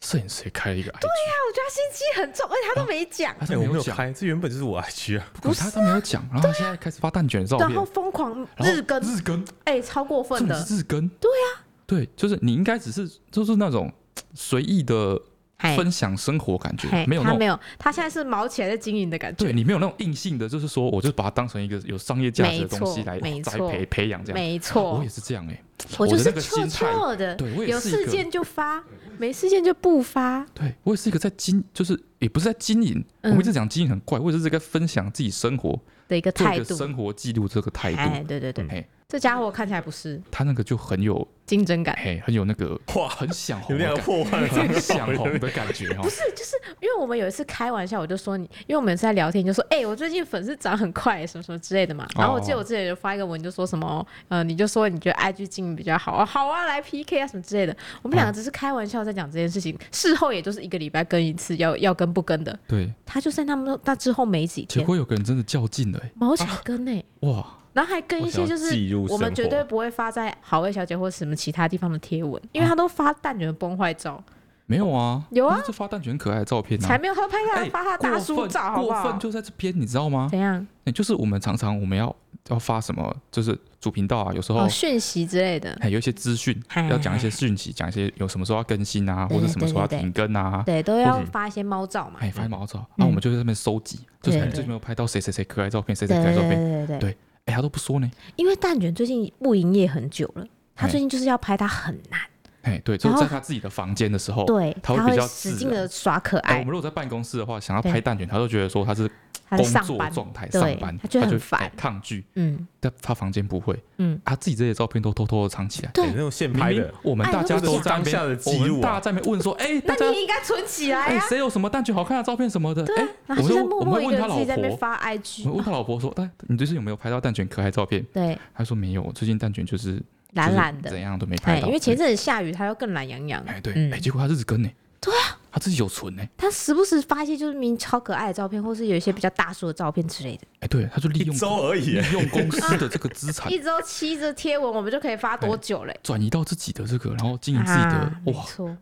[SPEAKER 2] 摄影师也开了一个 IG，
[SPEAKER 4] 啊，我觉得他心机很重，而且他都没讲，
[SPEAKER 2] 他
[SPEAKER 3] 哎
[SPEAKER 2] 都
[SPEAKER 3] 我
[SPEAKER 2] 没
[SPEAKER 3] 没有
[SPEAKER 2] 讲，
[SPEAKER 3] 开，这原本就是我 IG 啊，
[SPEAKER 2] 不是他都没有讲，然后
[SPEAKER 4] 啊
[SPEAKER 2] 他现在开始发蛋卷的照
[SPEAKER 4] 然
[SPEAKER 2] 片
[SPEAKER 4] 后，疯狂
[SPEAKER 2] 然哦后
[SPEAKER 4] 日更，
[SPEAKER 2] 日更，
[SPEAKER 4] 哎，超过
[SPEAKER 2] 重
[SPEAKER 4] 分
[SPEAKER 2] 点
[SPEAKER 4] 的，
[SPEAKER 2] 是日更，
[SPEAKER 4] 对啊
[SPEAKER 2] 呀、对，就是你应该只是就是那种随意的
[SPEAKER 4] 嘿，
[SPEAKER 2] 分享生活感觉
[SPEAKER 4] 嘿，
[SPEAKER 2] 没有那
[SPEAKER 4] 他
[SPEAKER 2] 种
[SPEAKER 4] 没。有，他现在是毛起来在经营的感觉
[SPEAKER 2] 对，你没有那种硬性的，就是说，我就把它当成一个有商业价值的东西
[SPEAKER 4] 没错
[SPEAKER 2] 来
[SPEAKER 4] 没
[SPEAKER 2] 栽
[SPEAKER 4] 错
[SPEAKER 2] 培培养这样。
[SPEAKER 4] 没错，
[SPEAKER 2] 我也是这样哎、
[SPEAKER 4] 我就
[SPEAKER 2] 的
[SPEAKER 4] 是
[SPEAKER 2] 那个
[SPEAKER 4] 悄
[SPEAKER 2] 心态
[SPEAKER 4] 悄的，
[SPEAKER 2] 对我也
[SPEAKER 4] 有
[SPEAKER 2] 是一个
[SPEAKER 4] 事件就发，没事件就不发。
[SPEAKER 2] 对我也是一个在经，就是也不是在经营，
[SPEAKER 4] 嗯
[SPEAKER 2] 我们一直讲经营很怪，我也是在分享自己生活
[SPEAKER 4] 的一个
[SPEAKER 2] 做
[SPEAKER 4] 态
[SPEAKER 2] 一个
[SPEAKER 4] 度，
[SPEAKER 2] 生活记录这个态
[SPEAKER 4] 哎，
[SPEAKER 2] 度。
[SPEAKER 4] 对对对，
[SPEAKER 2] 哎，
[SPEAKER 4] 这家伙看起来不是
[SPEAKER 2] 他那个就很有，
[SPEAKER 4] 竞争感，
[SPEAKER 2] 嘿，很有那个
[SPEAKER 3] 哇
[SPEAKER 2] 很想红
[SPEAKER 3] 有
[SPEAKER 2] 的
[SPEAKER 3] 两个
[SPEAKER 2] 感，
[SPEAKER 3] 破万了，
[SPEAKER 2] 很想红的感觉哦哈
[SPEAKER 4] 不。是就是因为我们有一次开玩笑，我就说你，因为我们有一次在聊天，你就说，哎、我最近粉丝涨很快，什么什么之类的嘛。
[SPEAKER 2] 哦
[SPEAKER 4] 然后我记得我之前就发一个文，就说什么，呃，你就说你觉得 IG 经营比较好啊，好啊，来 PK 啊什么之类的。我们两个只是开玩笑在讲这件事情，事后也就是一个礼拜更一次，要要跟不跟的。
[SPEAKER 2] 对，
[SPEAKER 4] 他就在那么那之后没几
[SPEAKER 2] 结
[SPEAKER 4] 天，
[SPEAKER 2] 果有个人真的较劲了、欸，
[SPEAKER 4] 毛起来跟呢、
[SPEAKER 2] 哇！
[SPEAKER 4] 然后还跟一些就
[SPEAKER 2] 哦
[SPEAKER 3] 我想要记
[SPEAKER 4] 是
[SPEAKER 3] 录
[SPEAKER 4] 我们
[SPEAKER 3] 生活
[SPEAKER 4] 绝对不会发在好味小姐或什么其他地方的贴文，因为他都发蛋卷的崩坏照，
[SPEAKER 2] 没有啊，
[SPEAKER 4] 有啊
[SPEAKER 2] 他就发蛋卷可爱的照片
[SPEAKER 4] 才
[SPEAKER 2] 啊。
[SPEAKER 4] 没有他拍他
[SPEAKER 2] 哎
[SPEAKER 4] 发他大叔照，好不
[SPEAKER 2] 过分过
[SPEAKER 4] 好
[SPEAKER 2] 分？就在这边，你知道吗？
[SPEAKER 4] 怎样？
[SPEAKER 2] 哎就是我们常常我们要要发什么，就是主频道啊，有时候
[SPEAKER 4] 哦，讯息之类的，
[SPEAKER 2] 哎，有一些资讯
[SPEAKER 4] 嗨
[SPEAKER 2] 要讲一些讯息，讲一些有什么时候要更新啊，
[SPEAKER 4] 对
[SPEAKER 2] 或者什么时候要
[SPEAKER 4] 对对对
[SPEAKER 2] 停更啊。
[SPEAKER 4] 对，都要发一些猫照嘛。
[SPEAKER 2] 哎，发毛照，然后我们就在那边收集，就是
[SPEAKER 4] 对
[SPEAKER 2] 哎
[SPEAKER 4] 对
[SPEAKER 2] 最近有拍到谁谁谁可爱照片，谁
[SPEAKER 4] 对
[SPEAKER 2] 谁可爱
[SPEAKER 4] 对
[SPEAKER 2] 照
[SPEAKER 4] 对
[SPEAKER 2] 片，
[SPEAKER 4] 对对对
[SPEAKER 2] 对，哎，他都不说呢。
[SPEAKER 4] 因为蛋卷最近不营业很久了，他最近就是要拍他很难，
[SPEAKER 2] 哎，对，就
[SPEAKER 4] 然
[SPEAKER 2] 是
[SPEAKER 4] 后
[SPEAKER 2] 在他自己的房间的时候，
[SPEAKER 4] 对，
[SPEAKER 2] 他
[SPEAKER 4] 他
[SPEAKER 2] 会比较
[SPEAKER 4] 使
[SPEAKER 2] 自
[SPEAKER 4] 劲
[SPEAKER 2] 然
[SPEAKER 4] 的耍可
[SPEAKER 2] 哎，我
[SPEAKER 4] 爱
[SPEAKER 2] 们，如果在办公室的话，想要
[SPEAKER 4] 对
[SPEAKER 2] 拍蛋卷，他都觉得说他是
[SPEAKER 4] 他在
[SPEAKER 2] 工
[SPEAKER 4] 上
[SPEAKER 2] 作
[SPEAKER 4] 班。
[SPEAKER 2] 状态
[SPEAKER 4] 对
[SPEAKER 2] 上班，
[SPEAKER 4] 他觉得很烦
[SPEAKER 2] 哎抗拒。
[SPEAKER 4] 嗯
[SPEAKER 2] 但他房间不会，
[SPEAKER 4] 嗯，
[SPEAKER 2] 他自己这些照片都偷偷的藏起来。
[SPEAKER 4] 对
[SPEAKER 3] 哎那种现
[SPEAKER 2] 明
[SPEAKER 3] 拍
[SPEAKER 2] 明
[SPEAKER 3] 的，
[SPEAKER 2] 我们
[SPEAKER 4] 哎
[SPEAKER 2] 大
[SPEAKER 4] 都
[SPEAKER 2] 家
[SPEAKER 4] 不
[SPEAKER 2] 都
[SPEAKER 4] 讲
[SPEAKER 2] 在那边
[SPEAKER 3] 当下的记
[SPEAKER 2] 我
[SPEAKER 3] 录
[SPEAKER 2] 们
[SPEAKER 3] 啊
[SPEAKER 2] 大家在那边问说，哎，大
[SPEAKER 4] 那
[SPEAKER 2] 家
[SPEAKER 4] 你应该存起来
[SPEAKER 2] 哎，
[SPEAKER 4] 啊。
[SPEAKER 2] 谁有什么蛋卷好看的照片什么的？哎、
[SPEAKER 4] 然
[SPEAKER 2] 我
[SPEAKER 4] 后
[SPEAKER 2] 们
[SPEAKER 4] 就在
[SPEAKER 2] 问
[SPEAKER 4] 默
[SPEAKER 2] 我
[SPEAKER 4] 默
[SPEAKER 2] 们
[SPEAKER 4] 一
[SPEAKER 2] 问
[SPEAKER 4] 个
[SPEAKER 2] 他
[SPEAKER 4] 人自
[SPEAKER 2] 老
[SPEAKER 4] 己在那边
[SPEAKER 2] 婆，
[SPEAKER 4] 发
[SPEAKER 2] 我们
[SPEAKER 4] IG，
[SPEAKER 2] 问他老婆说：“哎，你最近有没有拍到蛋卷可爱照片
[SPEAKER 4] 对，？”
[SPEAKER 2] 他说：“没有，我最近蛋卷就是
[SPEAKER 4] 懒懒
[SPEAKER 2] 就是
[SPEAKER 4] 的
[SPEAKER 2] 怎，样都没
[SPEAKER 4] 哎，
[SPEAKER 2] 拍到。”
[SPEAKER 4] 因为前阵子下雨，他又更懒洋洋。
[SPEAKER 2] 哎对，哎、
[SPEAKER 4] 嗯
[SPEAKER 2] 结果他日子更呢、对啊，他自己有存呢、
[SPEAKER 4] 他时不时发一些就是明明超可爱的照片，或是有一些比较大叔的照片之类的。
[SPEAKER 2] 哎、对，他就利
[SPEAKER 3] 一
[SPEAKER 2] 用
[SPEAKER 3] 周而已，
[SPEAKER 2] 利用公司的这个资产
[SPEAKER 4] 一周七则贴文，我们就可以发多久嘞？
[SPEAKER 2] 转移到自己的这个，然后经营自己的、
[SPEAKER 4] 啊没
[SPEAKER 2] 哇，
[SPEAKER 4] 错，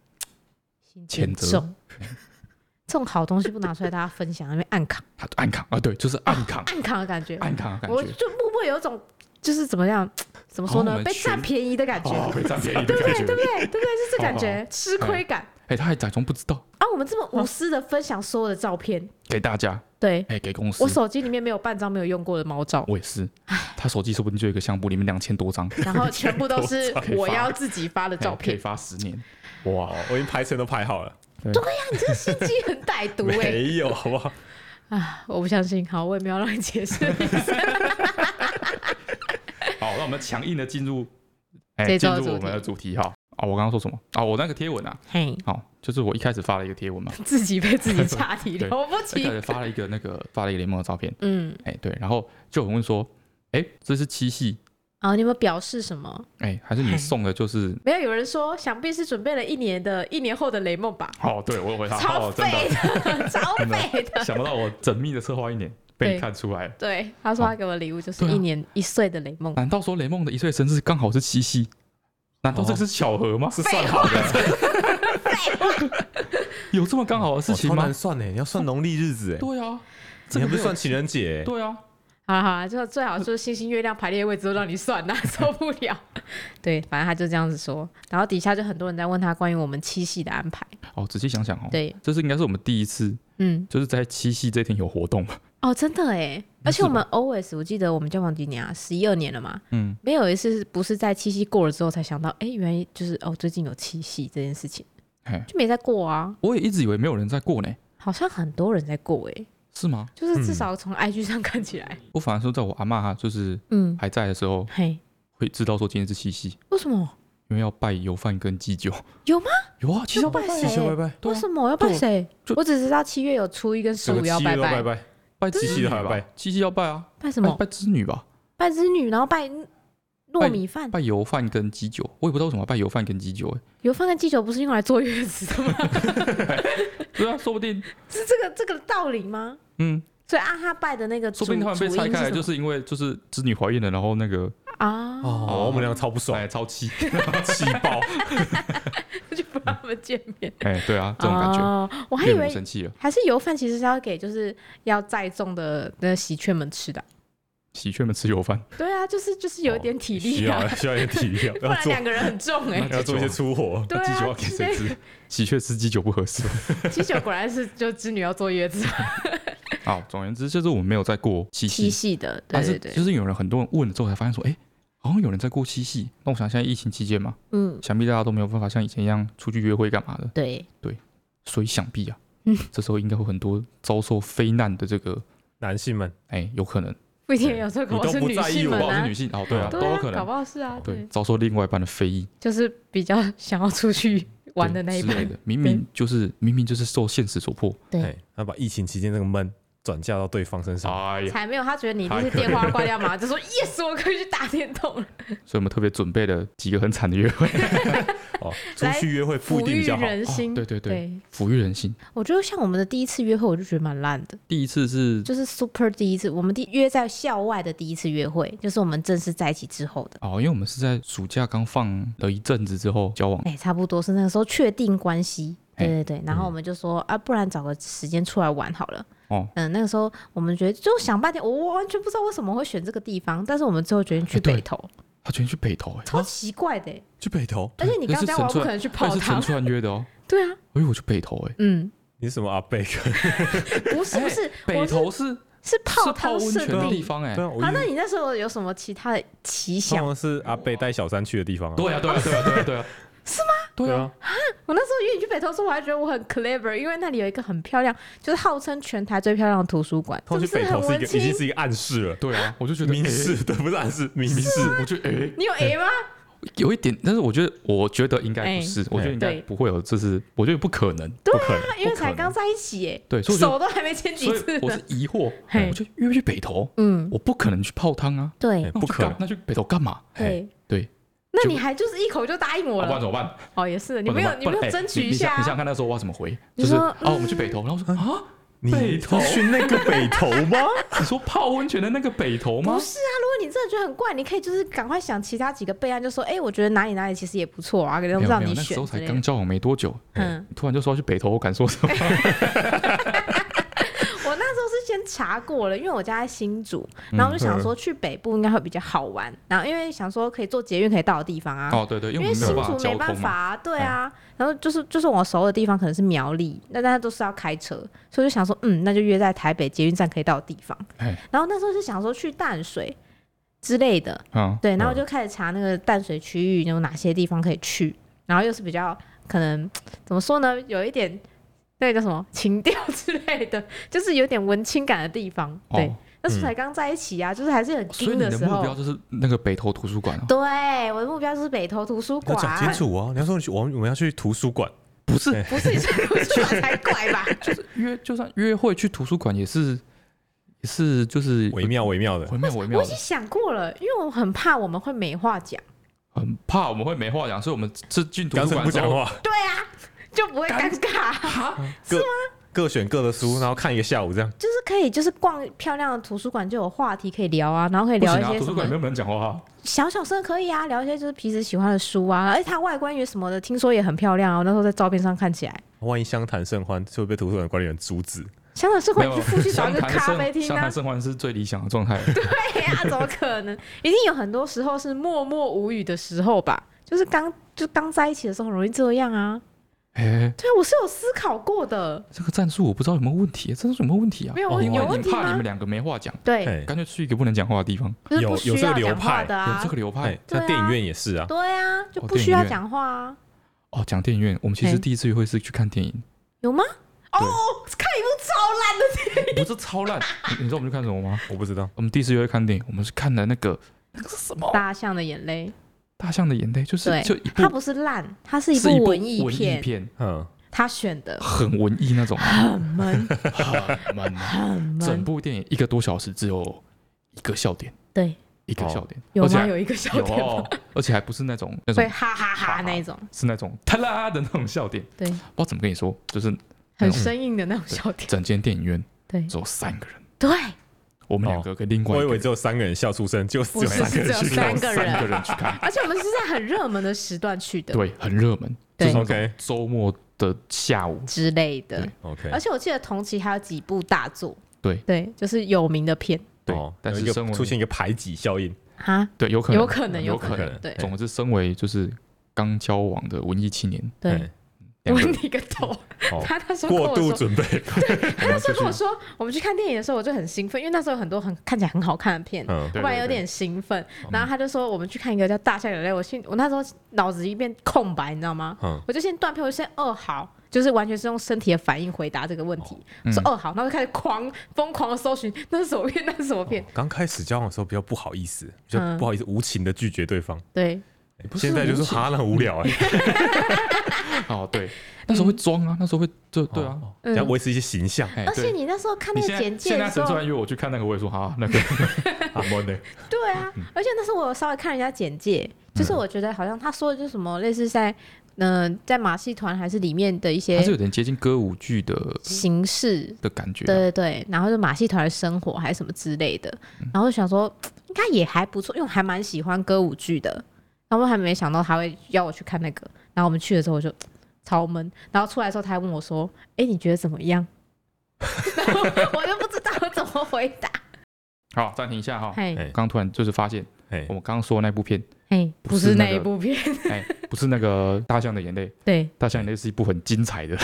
[SPEAKER 4] 心机
[SPEAKER 2] 谴责
[SPEAKER 4] 重，这种好东西不拿出来大家分享，因为暗扛
[SPEAKER 2] 他暗扛啊，对，就是暗 扛、
[SPEAKER 4] 暗扛的感觉，
[SPEAKER 2] 暗扛的感
[SPEAKER 4] 我
[SPEAKER 2] 觉，
[SPEAKER 4] 就默默有一种就是怎么样，怎么说
[SPEAKER 2] 好我
[SPEAKER 4] 呢？
[SPEAKER 2] 们
[SPEAKER 4] 被
[SPEAKER 2] 全
[SPEAKER 4] 占便宜的感觉，
[SPEAKER 2] 哦，被占便宜的
[SPEAKER 4] 对不
[SPEAKER 2] 感
[SPEAKER 4] 对？
[SPEAKER 2] 觉
[SPEAKER 4] 对不。对？对不对？就是这感
[SPEAKER 2] 好
[SPEAKER 4] 觉，吃亏感
[SPEAKER 2] 哎、他还假装不知道，
[SPEAKER 4] 啊！我们这么
[SPEAKER 2] 哦
[SPEAKER 4] 无私的分享所有的照片，
[SPEAKER 2] 给大家，
[SPEAKER 4] 对
[SPEAKER 2] 哎、给公司
[SPEAKER 4] 我。手机里面没有半张没有用过的猫照，
[SPEAKER 2] 我也是，他手机说不定就有一个相簿，里面两千多张，
[SPEAKER 4] 然后全部都是
[SPEAKER 2] 可以发
[SPEAKER 4] 我要自己发的照
[SPEAKER 2] 哎可以
[SPEAKER 4] 片，
[SPEAKER 2] 发十年。
[SPEAKER 3] 哇，哦我已经排成都排好了，
[SPEAKER 4] 这 心机很歹毒哎、
[SPEAKER 3] 没有，好不好？
[SPEAKER 4] 啊，我不相信，好，我也没有让你解释
[SPEAKER 2] 好，那我们强硬的进入，
[SPEAKER 4] 这
[SPEAKER 2] 哎，
[SPEAKER 4] 周
[SPEAKER 2] 进入
[SPEAKER 4] 的主
[SPEAKER 2] 我们的主题哈。啊，我刚刚说什么啊？我那个贴文啊，
[SPEAKER 4] 嘿，
[SPEAKER 2] 好、就是我一开始发了一个贴文 嘛，
[SPEAKER 4] 自己被自己岔题，
[SPEAKER 2] 对
[SPEAKER 4] 了不
[SPEAKER 2] 一
[SPEAKER 4] 起
[SPEAKER 2] 开。始发了一个那个发了一个联盟的照片，
[SPEAKER 4] 嗯，
[SPEAKER 2] 哎、对，然后就有人问说，哎、这是七系，
[SPEAKER 4] 哦，你有没有表示什么？
[SPEAKER 2] 哎、还是你送的就是？
[SPEAKER 4] 没有，有人说，想必是准备了一年的一年后的雷梦吧，
[SPEAKER 2] 哦，对，我有回他，
[SPEAKER 4] 超
[SPEAKER 2] 哦，真
[SPEAKER 4] 废
[SPEAKER 2] 的，
[SPEAKER 4] 的，超
[SPEAKER 2] 真的
[SPEAKER 4] 废的。
[SPEAKER 2] 想不到我缜密的策划一 年被你看出来了。
[SPEAKER 4] 对，他说他给我礼物就是
[SPEAKER 2] 对啊
[SPEAKER 4] 一年一岁的雷梦，
[SPEAKER 2] 难道说雷梦的一岁生日刚好是七夕？难道这是巧合吗？
[SPEAKER 3] 是算好的，
[SPEAKER 2] 有这么刚好的事情
[SPEAKER 3] 哦哇超
[SPEAKER 2] 吗
[SPEAKER 3] 难？算呢，欸你要算农历日子哎，
[SPEAKER 2] 对啊，
[SPEAKER 3] 你
[SPEAKER 2] 这
[SPEAKER 3] 还
[SPEAKER 2] 个
[SPEAKER 3] 不
[SPEAKER 2] 没
[SPEAKER 3] 是
[SPEAKER 2] 有
[SPEAKER 3] 算情人节？欸
[SPEAKER 2] 对啊，
[SPEAKER 4] 好了好了，就最好就是星星月亮排列位置都让你算 啦，受不了。对，反正他就这样子说，然后底下就很多人在问他关于我们七夕的安排。
[SPEAKER 2] 哦，仔细想想哦，
[SPEAKER 4] 对，
[SPEAKER 2] 这是应该是我们第一次，
[SPEAKER 4] 嗯，
[SPEAKER 2] 就是在七夕这天有活动吧？
[SPEAKER 4] 哦，真的哎，而
[SPEAKER 2] 那
[SPEAKER 4] 且
[SPEAKER 2] 是
[SPEAKER 4] 我们 always 我记得我们交往几年啊，十一二年了嘛，
[SPEAKER 2] 嗯，
[SPEAKER 4] 没有一次不是在七夕过了之后才想到，哎，原来就是哦，最近有七夕这件事情，
[SPEAKER 2] 嘿，
[SPEAKER 4] 就没在过啊，
[SPEAKER 2] 哎我也一直以为没有人在过呢，
[SPEAKER 4] 好像很多人在过哎，
[SPEAKER 2] 是吗？
[SPEAKER 4] 就是
[SPEAKER 3] 嗯
[SPEAKER 4] 至少从 IG 上看起来，
[SPEAKER 2] 我反而说在我阿妈就是
[SPEAKER 4] 嗯，
[SPEAKER 2] 还在的时候，
[SPEAKER 4] 嘿，
[SPEAKER 2] 会知道说今天是七夕，
[SPEAKER 4] 为什么？
[SPEAKER 2] 因为要拜油饭跟祭酒。
[SPEAKER 4] 有吗？
[SPEAKER 2] 有啊，其实
[SPEAKER 4] 要
[SPEAKER 2] 要拜
[SPEAKER 4] 拜
[SPEAKER 3] 谢谢拜拜，
[SPEAKER 2] 对啊
[SPEAKER 4] 为什么要拜
[SPEAKER 2] 对我
[SPEAKER 4] 谁
[SPEAKER 2] 就？
[SPEAKER 4] 我只知道七月有初一跟十
[SPEAKER 3] 整
[SPEAKER 4] 五
[SPEAKER 3] 个
[SPEAKER 4] 要
[SPEAKER 3] 七
[SPEAKER 4] 拜
[SPEAKER 3] 月都
[SPEAKER 4] 拜
[SPEAKER 3] 拜，
[SPEAKER 4] 哦
[SPEAKER 3] 拜，
[SPEAKER 2] 拜织
[SPEAKER 3] 七夕
[SPEAKER 2] 女
[SPEAKER 3] 的还要
[SPEAKER 2] 吧
[SPEAKER 3] 拜，
[SPEAKER 2] 七夕要拜啊，
[SPEAKER 4] 拜什
[SPEAKER 2] 拜
[SPEAKER 4] 么？
[SPEAKER 2] 拜织女吧，
[SPEAKER 4] 拜织女，然后拜糯米饭。
[SPEAKER 2] 拜油饭跟鸡酒，我也不知道为什么要拜油饭跟鸡酒、欸，
[SPEAKER 4] 油饭跟鸡酒不是用来坐月子的吗？
[SPEAKER 2] 对啊，说不定，
[SPEAKER 4] 是这个这个道理吗？
[SPEAKER 2] 嗯，
[SPEAKER 4] 所以阿哈拜的那个主
[SPEAKER 2] 说不定他们被
[SPEAKER 4] 主
[SPEAKER 2] 拆
[SPEAKER 4] 因
[SPEAKER 2] 开来，
[SPEAKER 4] 什
[SPEAKER 2] 就是因为就是织女怀孕了，然后那个
[SPEAKER 4] 么啊，
[SPEAKER 3] 哦，我们两个超不爽
[SPEAKER 2] 哎，超气，
[SPEAKER 3] 气爆，
[SPEAKER 4] 就不让他们见面
[SPEAKER 2] 哎、对啊，这种感觉，
[SPEAKER 4] 哦、我还以
[SPEAKER 2] 岳母
[SPEAKER 4] 为
[SPEAKER 2] 生气了，
[SPEAKER 4] 还是油饭其实是要给就是要载重的的喜鹊们吃的。
[SPEAKER 2] 喜鹊们吃油饭，
[SPEAKER 4] 对啊，就是就是 有一点体
[SPEAKER 2] 哦
[SPEAKER 3] 需
[SPEAKER 4] 力啊，
[SPEAKER 3] 要需要一点体力啊，
[SPEAKER 4] 不
[SPEAKER 3] 要
[SPEAKER 4] 然
[SPEAKER 3] 做
[SPEAKER 4] 两个人很重 哎、
[SPEAKER 2] 那
[SPEAKER 3] 要做一些粗活，
[SPEAKER 4] 对
[SPEAKER 2] 鸡酒
[SPEAKER 4] 啊
[SPEAKER 2] 要，给谁吃？喜鹊吃鸡酒不合 适。
[SPEAKER 4] 鸡酒果然是就织女要坐 月子，
[SPEAKER 2] 好，总而言之，就是我们没有在过七
[SPEAKER 4] 七
[SPEAKER 2] 夕，
[SPEAKER 4] 夕的，对
[SPEAKER 2] 但
[SPEAKER 4] 对
[SPEAKER 2] 是
[SPEAKER 4] 对，
[SPEAKER 2] 就是有人很多人问了之后才发现说，哎、好像有人在过七夕。那我想现在疫情期间嘛，
[SPEAKER 4] 嗯，
[SPEAKER 2] 想必大家都没有办法像以前一样出去约会干嘛的，
[SPEAKER 4] 对，
[SPEAKER 2] 所以想必啊
[SPEAKER 4] 嗯，
[SPEAKER 2] 这时候应该会很多遭受非难的这个，
[SPEAKER 3] 男性们
[SPEAKER 2] 哎、有可能，
[SPEAKER 4] 不一定有这个，
[SPEAKER 3] 你
[SPEAKER 4] 我
[SPEAKER 3] 都
[SPEAKER 4] 是
[SPEAKER 3] 不
[SPEAKER 4] 女
[SPEAKER 3] 在意我
[SPEAKER 4] 性们
[SPEAKER 2] 不
[SPEAKER 3] 本
[SPEAKER 2] 好是
[SPEAKER 4] 啊
[SPEAKER 2] 女，性， 哦，对啊，
[SPEAKER 4] 对
[SPEAKER 2] 都有可
[SPEAKER 4] 啊，搞
[SPEAKER 2] 能
[SPEAKER 4] 不，好是啊，
[SPEAKER 2] 对
[SPEAKER 4] 对，，
[SPEAKER 2] 遭受另外一半的非议
[SPEAKER 4] 就是比较想要出去玩的那
[SPEAKER 2] 对
[SPEAKER 4] 一
[SPEAKER 2] 之类
[SPEAKER 4] 班，
[SPEAKER 2] 的，明明就是明明就是受现实所迫，
[SPEAKER 4] 对
[SPEAKER 3] 哎，，他把疫情期间那个闷转嫁到对方身上，
[SPEAKER 2] 哎呀，
[SPEAKER 4] 才没有，他觉得你一定是电话挂掉 嘛，就说 yes，我可以去打电动了，
[SPEAKER 2] 所以我们特别准备了几个很惨的约会，
[SPEAKER 3] 哦，出去约会不一
[SPEAKER 4] 抚
[SPEAKER 3] 定
[SPEAKER 4] 育
[SPEAKER 3] 比较好，
[SPEAKER 4] 人心，
[SPEAKER 2] 哦对对对
[SPEAKER 4] 对，
[SPEAKER 2] 抚育人心。
[SPEAKER 4] 我觉得像我们的第一次约会，我就觉得蛮烂的，
[SPEAKER 2] 第一次是
[SPEAKER 4] 就是 super 第一次，我们第约在校外的第一次约会，就是我们正式在一起之后的。
[SPEAKER 2] 哦，因为我们是在暑假刚放了一阵子之后交往，
[SPEAKER 4] 哎、差不多是那个时候确定关系，对
[SPEAKER 2] 嘿
[SPEAKER 4] 对对。然后我们就说、啊，不然找个时间出来玩好了。
[SPEAKER 2] 哦
[SPEAKER 4] 嗯，那个时候我们觉得就想半天，我完全不知道为什么会选这个地方，但是我们最后决定去
[SPEAKER 2] 哎对
[SPEAKER 4] 北投，
[SPEAKER 2] 他全去北投、哎，
[SPEAKER 4] 超奇怪的欸、
[SPEAKER 3] 去北投，
[SPEAKER 4] 而且你
[SPEAKER 2] 那
[SPEAKER 4] 刚
[SPEAKER 2] 是
[SPEAKER 4] 交
[SPEAKER 2] 陈
[SPEAKER 4] 往不
[SPEAKER 2] 川
[SPEAKER 4] 可能去
[SPEAKER 2] 但
[SPEAKER 4] 泡
[SPEAKER 2] 是陈
[SPEAKER 4] 汤，
[SPEAKER 2] 川约的哦，
[SPEAKER 4] 对 啊，
[SPEAKER 2] 哎，我去北投、哎，
[SPEAKER 4] 嗯，
[SPEAKER 3] 你是什么阿贝克？
[SPEAKER 4] 不是不是，
[SPEAKER 2] 北
[SPEAKER 4] 我是
[SPEAKER 2] 投是
[SPEAKER 4] 是泡
[SPEAKER 2] 是泡
[SPEAKER 4] 汤
[SPEAKER 2] 温
[SPEAKER 4] 圣
[SPEAKER 2] 泉的地
[SPEAKER 4] 地。
[SPEAKER 2] 方、哎
[SPEAKER 3] 对，啊，我
[SPEAKER 4] 啊，那
[SPEAKER 3] 以为
[SPEAKER 4] 你那时候有什么其他的奇
[SPEAKER 3] 通
[SPEAKER 4] 想？
[SPEAKER 3] 常是阿贝带小三去的地方啊，
[SPEAKER 2] 对啊，对啊，对啊，对啊， 对啊，是吗？对
[SPEAKER 3] 对
[SPEAKER 2] 啊，
[SPEAKER 3] 啊，
[SPEAKER 4] 我那时候约你去北投的时候，我还觉得我很 clever，因为那里有一个很漂亮，就是号称全台最漂亮的图书馆，
[SPEAKER 3] 通常
[SPEAKER 4] 不
[SPEAKER 3] 去北
[SPEAKER 4] 是
[SPEAKER 3] 投是
[SPEAKER 4] 很
[SPEAKER 3] 一
[SPEAKER 4] 文
[SPEAKER 3] 个已经
[SPEAKER 4] 青？
[SPEAKER 3] 是一个暗示了，
[SPEAKER 2] 对啊，我就觉得
[SPEAKER 3] 明示，对，不是暗示，明示，
[SPEAKER 2] 哎我就哎、
[SPEAKER 4] 你有 A 吗？
[SPEAKER 2] 有一点，但是我觉得，我觉得应该不是，我觉得应该
[SPEAKER 4] 对
[SPEAKER 2] 不会有，这是我觉得不可能，
[SPEAKER 3] 不可能，
[SPEAKER 4] 啊因
[SPEAKER 2] 哎
[SPEAKER 4] 为才
[SPEAKER 2] 不可能
[SPEAKER 4] 刚在一起耶，
[SPEAKER 2] 对，所以我
[SPEAKER 4] 手都还没牵几
[SPEAKER 2] 就所
[SPEAKER 4] 次
[SPEAKER 2] 以我是
[SPEAKER 4] 呢。
[SPEAKER 2] 疑惑，
[SPEAKER 4] 嘿
[SPEAKER 2] 我就约不去北投，
[SPEAKER 4] 嗯，
[SPEAKER 2] 我不可能去泡汤啊，
[SPEAKER 4] 对
[SPEAKER 3] 哎
[SPEAKER 2] 那我
[SPEAKER 3] 不
[SPEAKER 2] 去
[SPEAKER 3] 可
[SPEAKER 2] 干
[SPEAKER 3] 能哎
[SPEAKER 2] 那去北投干嘛？
[SPEAKER 4] 对
[SPEAKER 2] 对，
[SPEAKER 4] 那你还就是一口就答应我
[SPEAKER 2] 啊不然
[SPEAKER 4] 了？
[SPEAKER 2] 怎么办？
[SPEAKER 4] 哦，也是，你
[SPEAKER 2] 不
[SPEAKER 4] 没
[SPEAKER 2] 然
[SPEAKER 4] 有
[SPEAKER 2] 怎么办
[SPEAKER 4] 你没
[SPEAKER 2] 不
[SPEAKER 4] 有
[SPEAKER 2] 然哎
[SPEAKER 4] 争取一
[SPEAKER 2] 你
[SPEAKER 4] 下
[SPEAKER 2] 你想你想
[SPEAKER 4] 啊？
[SPEAKER 2] 看那时候我要怎么回？
[SPEAKER 4] 你
[SPEAKER 2] 就是
[SPEAKER 4] 说
[SPEAKER 2] 啊，我们去北投，然后说啊，
[SPEAKER 3] 你
[SPEAKER 2] 北投
[SPEAKER 3] 你去那个北投吗？
[SPEAKER 2] 你说泡温泉的那个北投吗
[SPEAKER 4] 不？是啊，如果你真的觉得很怪，你可以就是赶快想其他几个备案，就说哎，我觉得哪里哪里其实也不错啊，
[SPEAKER 2] 没
[SPEAKER 4] 让
[SPEAKER 2] 有
[SPEAKER 4] 让
[SPEAKER 2] 没有，
[SPEAKER 4] 你
[SPEAKER 2] 那时
[SPEAKER 4] 选
[SPEAKER 2] 候
[SPEAKER 4] 之
[SPEAKER 2] 才
[SPEAKER 4] 类
[SPEAKER 2] 刚
[SPEAKER 4] 的。
[SPEAKER 2] 交往没多久，哎
[SPEAKER 4] 嗯，
[SPEAKER 2] 突然就说要去北投，我敢说什 么？
[SPEAKER 4] 我那时候是先查过了，因为我家在新竹，然
[SPEAKER 2] 嗯
[SPEAKER 4] 后我就想说去北部应该会比较好玩，然后因为想说可以坐捷运可以到的地方啊，
[SPEAKER 2] 哦，对对，因
[SPEAKER 4] 因
[SPEAKER 2] 为
[SPEAKER 4] 为
[SPEAKER 2] 我们没
[SPEAKER 4] 新
[SPEAKER 2] 有办法交
[SPEAKER 4] 竹没办
[SPEAKER 2] 通
[SPEAKER 4] 法、
[SPEAKER 2] 嘛，哎
[SPEAKER 4] 啊，对啊。然后就是就是我熟的地方可能是苗栗，那大家都是要开车，所以我就想说，嗯，那就约在台北捷运站可以到的地方。
[SPEAKER 2] 哎，
[SPEAKER 4] 然后那时候是想说去淡水之类的，
[SPEAKER 2] 嗯，
[SPEAKER 4] 对。然后我就开始查那个淡水区域有哪些地方可以去，然后又是比较可能怎么说呢，有一 点那个叫什么情调之类的，就是有点文青感的地方，对。
[SPEAKER 2] 哦，
[SPEAKER 4] 那时候才刚在一起啊，就是还是很
[SPEAKER 2] 所以
[SPEAKER 4] 精
[SPEAKER 2] 你的
[SPEAKER 4] 时
[SPEAKER 2] 目
[SPEAKER 4] 候
[SPEAKER 2] 标。就是那个北投图书馆、啊，
[SPEAKER 4] 对，我的目标就是北投图书
[SPEAKER 3] 要
[SPEAKER 4] 馆。
[SPEAKER 3] 讲清楚哦，你要说你去我们我们要去图书馆，
[SPEAKER 2] 不是
[SPEAKER 4] 不是你去图书馆才怪 吧？
[SPEAKER 2] 约，就算约会去图书馆也是也是就是
[SPEAKER 3] 微妙微妙的，
[SPEAKER 2] 微妙微妙
[SPEAKER 4] 我已
[SPEAKER 2] 的
[SPEAKER 4] 经，想过了，因为我很怕我们会没话讲，
[SPEAKER 2] 很怕我们会没话讲，所以我们是进图
[SPEAKER 3] 干
[SPEAKER 2] 书
[SPEAKER 3] 脆
[SPEAKER 2] 馆
[SPEAKER 3] 不
[SPEAKER 2] 之
[SPEAKER 3] 讲
[SPEAKER 2] 后，
[SPEAKER 3] 话，
[SPEAKER 4] 就不会尴尬，
[SPEAKER 3] 各选各的书，然后看一个下午这样。
[SPEAKER 4] 就是可以就是逛漂亮的图书馆就有话题可以聊啊，然后可以
[SPEAKER 2] 不
[SPEAKER 4] 聊一
[SPEAKER 2] 行啊，
[SPEAKER 4] 些
[SPEAKER 2] 图
[SPEAKER 4] 什
[SPEAKER 2] 书
[SPEAKER 4] 么
[SPEAKER 2] 馆里面不能讲话、啊，
[SPEAKER 4] 小小声可以啊，聊一些就是平时喜欢的书啊，而且它外观也什么的，听说也很漂亮啊。我那时候在照片上看起来，
[SPEAKER 3] 万一相谈甚欢，就会被图书馆管理员阻止。
[SPEAKER 4] 想想是
[SPEAKER 2] 没
[SPEAKER 4] 会
[SPEAKER 2] 有啊
[SPEAKER 4] 去附去找
[SPEAKER 2] 相
[SPEAKER 4] 一个
[SPEAKER 2] 谈
[SPEAKER 4] 咖啡
[SPEAKER 2] 甚
[SPEAKER 4] 厅
[SPEAKER 2] 相
[SPEAKER 4] 啊
[SPEAKER 2] 谈，甚欢是最理想的状态。
[SPEAKER 4] 对呀、怎么可能？一定有很多时候是默默无语的时候吧，就是刚就刚在一起的时候很容易这样啊。
[SPEAKER 2] 哎、
[SPEAKER 4] 对，我是有思考过的，
[SPEAKER 2] 这个战术我不知道有没有问题，战术有没有问题啊？
[SPEAKER 4] 没有
[SPEAKER 2] 哦
[SPEAKER 4] 有
[SPEAKER 2] 你
[SPEAKER 4] 问题
[SPEAKER 2] 怕你
[SPEAKER 4] 吗
[SPEAKER 2] 们？两个没话讲，
[SPEAKER 4] 对，
[SPEAKER 3] 哎，
[SPEAKER 2] 干脆去一个不能讲话的地方，
[SPEAKER 4] 就是
[SPEAKER 3] 有
[SPEAKER 4] 不
[SPEAKER 3] 有
[SPEAKER 4] 需
[SPEAKER 3] 这个
[SPEAKER 4] 要
[SPEAKER 3] 流
[SPEAKER 4] 讲话
[SPEAKER 3] 派
[SPEAKER 4] 的
[SPEAKER 2] 有
[SPEAKER 4] 啊
[SPEAKER 2] 这。个流派
[SPEAKER 3] 哎。像
[SPEAKER 4] 对啊
[SPEAKER 3] 电影院也是啊，
[SPEAKER 4] 对啊，就
[SPEAKER 2] 哦
[SPEAKER 4] 不
[SPEAKER 2] 电
[SPEAKER 4] 需
[SPEAKER 2] 影
[SPEAKER 4] 要
[SPEAKER 2] 院
[SPEAKER 4] 讲话啊，
[SPEAKER 2] 哦，讲电影院，我们其
[SPEAKER 4] 哎
[SPEAKER 2] 实第一次约会是去看电影，
[SPEAKER 4] 有吗？哦
[SPEAKER 2] 对，
[SPEAKER 4] 看一部超烂
[SPEAKER 2] 不
[SPEAKER 4] 的
[SPEAKER 2] 是超烂。你你知道我们去看什么吗？
[SPEAKER 3] 我不知道，
[SPEAKER 2] 我们第一次约会看电影，我们是看的那个那个是什么
[SPEAKER 4] 《
[SPEAKER 2] 《
[SPEAKER 4] 大象的眼泪
[SPEAKER 2] 大象的眼泪》，就是
[SPEAKER 4] 对
[SPEAKER 2] 就一》，
[SPEAKER 4] 它
[SPEAKER 2] 部
[SPEAKER 4] 不是烂，它是一
[SPEAKER 2] 是一
[SPEAKER 4] 部
[SPEAKER 2] 部
[SPEAKER 4] 文艺
[SPEAKER 2] 文
[SPEAKER 4] 片，
[SPEAKER 2] 片，
[SPEAKER 3] 嗯，
[SPEAKER 4] 他选的
[SPEAKER 2] 很文艺那种，
[SPEAKER 4] 很闷，
[SPEAKER 2] 很闷。
[SPEAKER 4] 很
[SPEAKER 2] 整
[SPEAKER 4] 闷。
[SPEAKER 2] 部电影一个多小时，只有一个笑点，
[SPEAKER 4] 对，
[SPEAKER 2] 一个
[SPEAKER 3] 哦
[SPEAKER 2] 笑点，
[SPEAKER 4] 有
[SPEAKER 2] 而且
[SPEAKER 4] 吗？
[SPEAKER 2] 还
[SPEAKER 4] 有哦一个笑点吗
[SPEAKER 2] 有，啊而且还不是那种那
[SPEAKER 4] 会
[SPEAKER 2] 种
[SPEAKER 4] 哈哈哈那一种，
[SPEAKER 2] 是那种他啦的那种笑点，
[SPEAKER 4] 对，
[SPEAKER 2] 不知道怎么跟你说，就是
[SPEAKER 4] 很生硬的那种笑点，
[SPEAKER 2] 整间电影院
[SPEAKER 4] 对
[SPEAKER 2] 只有三个人，
[SPEAKER 4] 对，
[SPEAKER 2] 我们两个跟另外
[SPEAKER 3] 哦我以
[SPEAKER 2] 一个
[SPEAKER 3] 为只有三个人笑出声，就只
[SPEAKER 4] 不
[SPEAKER 3] 有
[SPEAKER 4] 是
[SPEAKER 3] 三个
[SPEAKER 4] 是只
[SPEAKER 3] 人
[SPEAKER 4] 有
[SPEAKER 3] 去看
[SPEAKER 4] 三
[SPEAKER 2] 三
[SPEAKER 4] 个
[SPEAKER 2] 个
[SPEAKER 4] 人，
[SPEAKER 2] 人去看，
[SPEAKER 4] 而且我们是在很热门的时段去的，
[SPEAKER 2] 对，很热门，就
[SPEAKER 4] 对
[SPEAKER 2] 是那种
[SPEAKER 3] OK
[SPEAKER 2] 周末的下午，
[SPEAKER 4] 之类的
[SPEAKER 2] 对。
[SPEAKER 3] OK，
[SPEAKER 4] 而且我记得同期还有几部大作，
[SPEAKER 2] 对
[SPEAKER 4] 对，就是有名的片
[SPEAKER 2] 对
[SPEAKER 3] 哦，
[SPEAKER 2] 但
[SPEAKER 3] 有
[SPEAKER 2] 是
[SPEAKER 3] 一个
[SPEAKER 2] 身为
[SPEAKER 3] 出现一个排挤效应，
[SPEAKER 4] 哈，
[SPEAKER 2] 对，有可能，
[SPEAKER 4] 有可能，
[SPEAKER 2] 有
[SPEAKER 4] 可
[SPEAKER 3] 可
[SPEAKER 4] 能，
[SPEAKER 3] 能
[SPEAKER 4] 对
[SPEAKER 2] 总之，身为就是刚交往的文艺青 年，
[SPEAKER 4] 对。
[SPEAKER 2] 两个
[SPEAKER 4] 我
[SPEAKER 2] 人
[SPEAKER 4] 你个头！
[SPEAKER 3] 哦
[SPEAKER 4] 他那时候跟
[SPEAKER 3] 哎过
[SPEAKER 4] 我
[SPEAKER 3] 度
[SPEAKER 4] 说，
[SPEAKER 3] 准备，
[SPEAKER 4] 他那时候跟我说，我们去看电影的时候，我就很兴奋，因为那时候有很多很看起来很好看的片，
[SPEAKER 3] 嗯，
[SPEAKER 2] 对
[SPEAKER 4] 突然
[SPEAKER 2] 对
[SPEAKER 4] 有
[SPEAKER 2] 对嗯
[SPEAKER 4] 点兴奋，然后他就说我们去看一个叫《大象眼泪》，我心我那时候脑子一片空白，你知道吗？
[SPEAKER 3] 嗯
[SPEAKER 4] 我就先断片，我就先哦好，就是完全是用身体的反应回答这个问题，
[SPEAKER 2] 嗯
[SPEAKER 4] 说哦好，然后就开始狂疯狂的搜寻那是什么片，那是什么 片，
[SPEAKER 3] 刚开始交往的时候比较不好意思，比较
[SPEAKER 4] 嗯
[SPEAKER 3] 不好意思无情的拒绝对方，
[SPEAKER 4] 对，
[SPEAKER 2] 哎不是
[SPEAKER 3] 现在就
[SPEAKER 2] 无
[SPEAKER 3] 是
[SPEAKER 2] 情
[SPEAKER 3] 哈那很无聊哎，
[SPEAKER 2] 哦，对，那时候会装啊，那时候会就对啊，
[SPEAKER 3] 哦，
[SPEAKER 4] 嗯
[SPEAKER 3] 要维持一些形象，
[SPEAKER 2] 哎
[SPEAKER 4] 而且
[SPEAKER 2] 对
[SPEAKER 4] 哦你那时候看
[SPEAKER 2] 你
[SPEAKER 4] 那个
[SPEAKER 2] 现在
[SPEAKER 4] 简介
[SPEAKER 2] 现
[SPEAKER 4] 的
[SPEAKER 2] 在
[SPEAKER 4] 时
[SPEAKER 2] 陈
[SPEAKER 4] 候
[SPEAKER 2] 川，约我去看那个，我也说啊，那个
[SPEAKER 3] 阿莫呢，
[SPEAKER 4] 对啊，而且那时候我有稍微看人家简介，就是我觉得好像他说的就是什么类似在嗯、在马戏团还是里面的一
[SPEAKER 2] 嗯还是
[SPEAKER 4] 些
[SPEAKER 2] 有点接近歌舞剧的
[SPEAKER 4] 形式
[SPEAKER 2] 的感觉啊，
[SPEAKER 4] 对对对，然后就马戏团的生活还是什么之类的，
[SPEAKER 2] 嗯
[SPEAKER 4] 然后我想说应该也还不错，因为我还蛮喜欢歌舞剧的，然后我还没想到他会要我去看那个，然后我们去的时候我就超闷，然后出来的时候他还问我说：“哎，你觉得怎么样？” 然后我就不知道我怎么回答。
[SPEAKER 2] 好，暂停一下哈，
[SPEAKER 4] 嘿
[SPEAKER 3] 哎
[SPEAKER 2] 刚刚突然就是发现，
[SPEAKER 3] 哎
[SPEAKER 2] 我，们刚刚说的那部片，
[SPEAKER 4] 嘿，
[SPEAKER 2] 不
[SPEAKER 4] 不
[SPEAKER 2] 是
[SPEAKER 4] 是
[SPEAKER 2] 那
[SPEAKER 4] 那一
[SPEAKER 2] 个
[SPEAKER 4] 部片，
[SPEAKER 2] 哎，不是那个《大象的眼泪》，《
[SPEAKER 4] 对，
[SPEAKER 2] 大象的眼泪》是一部很精彩的，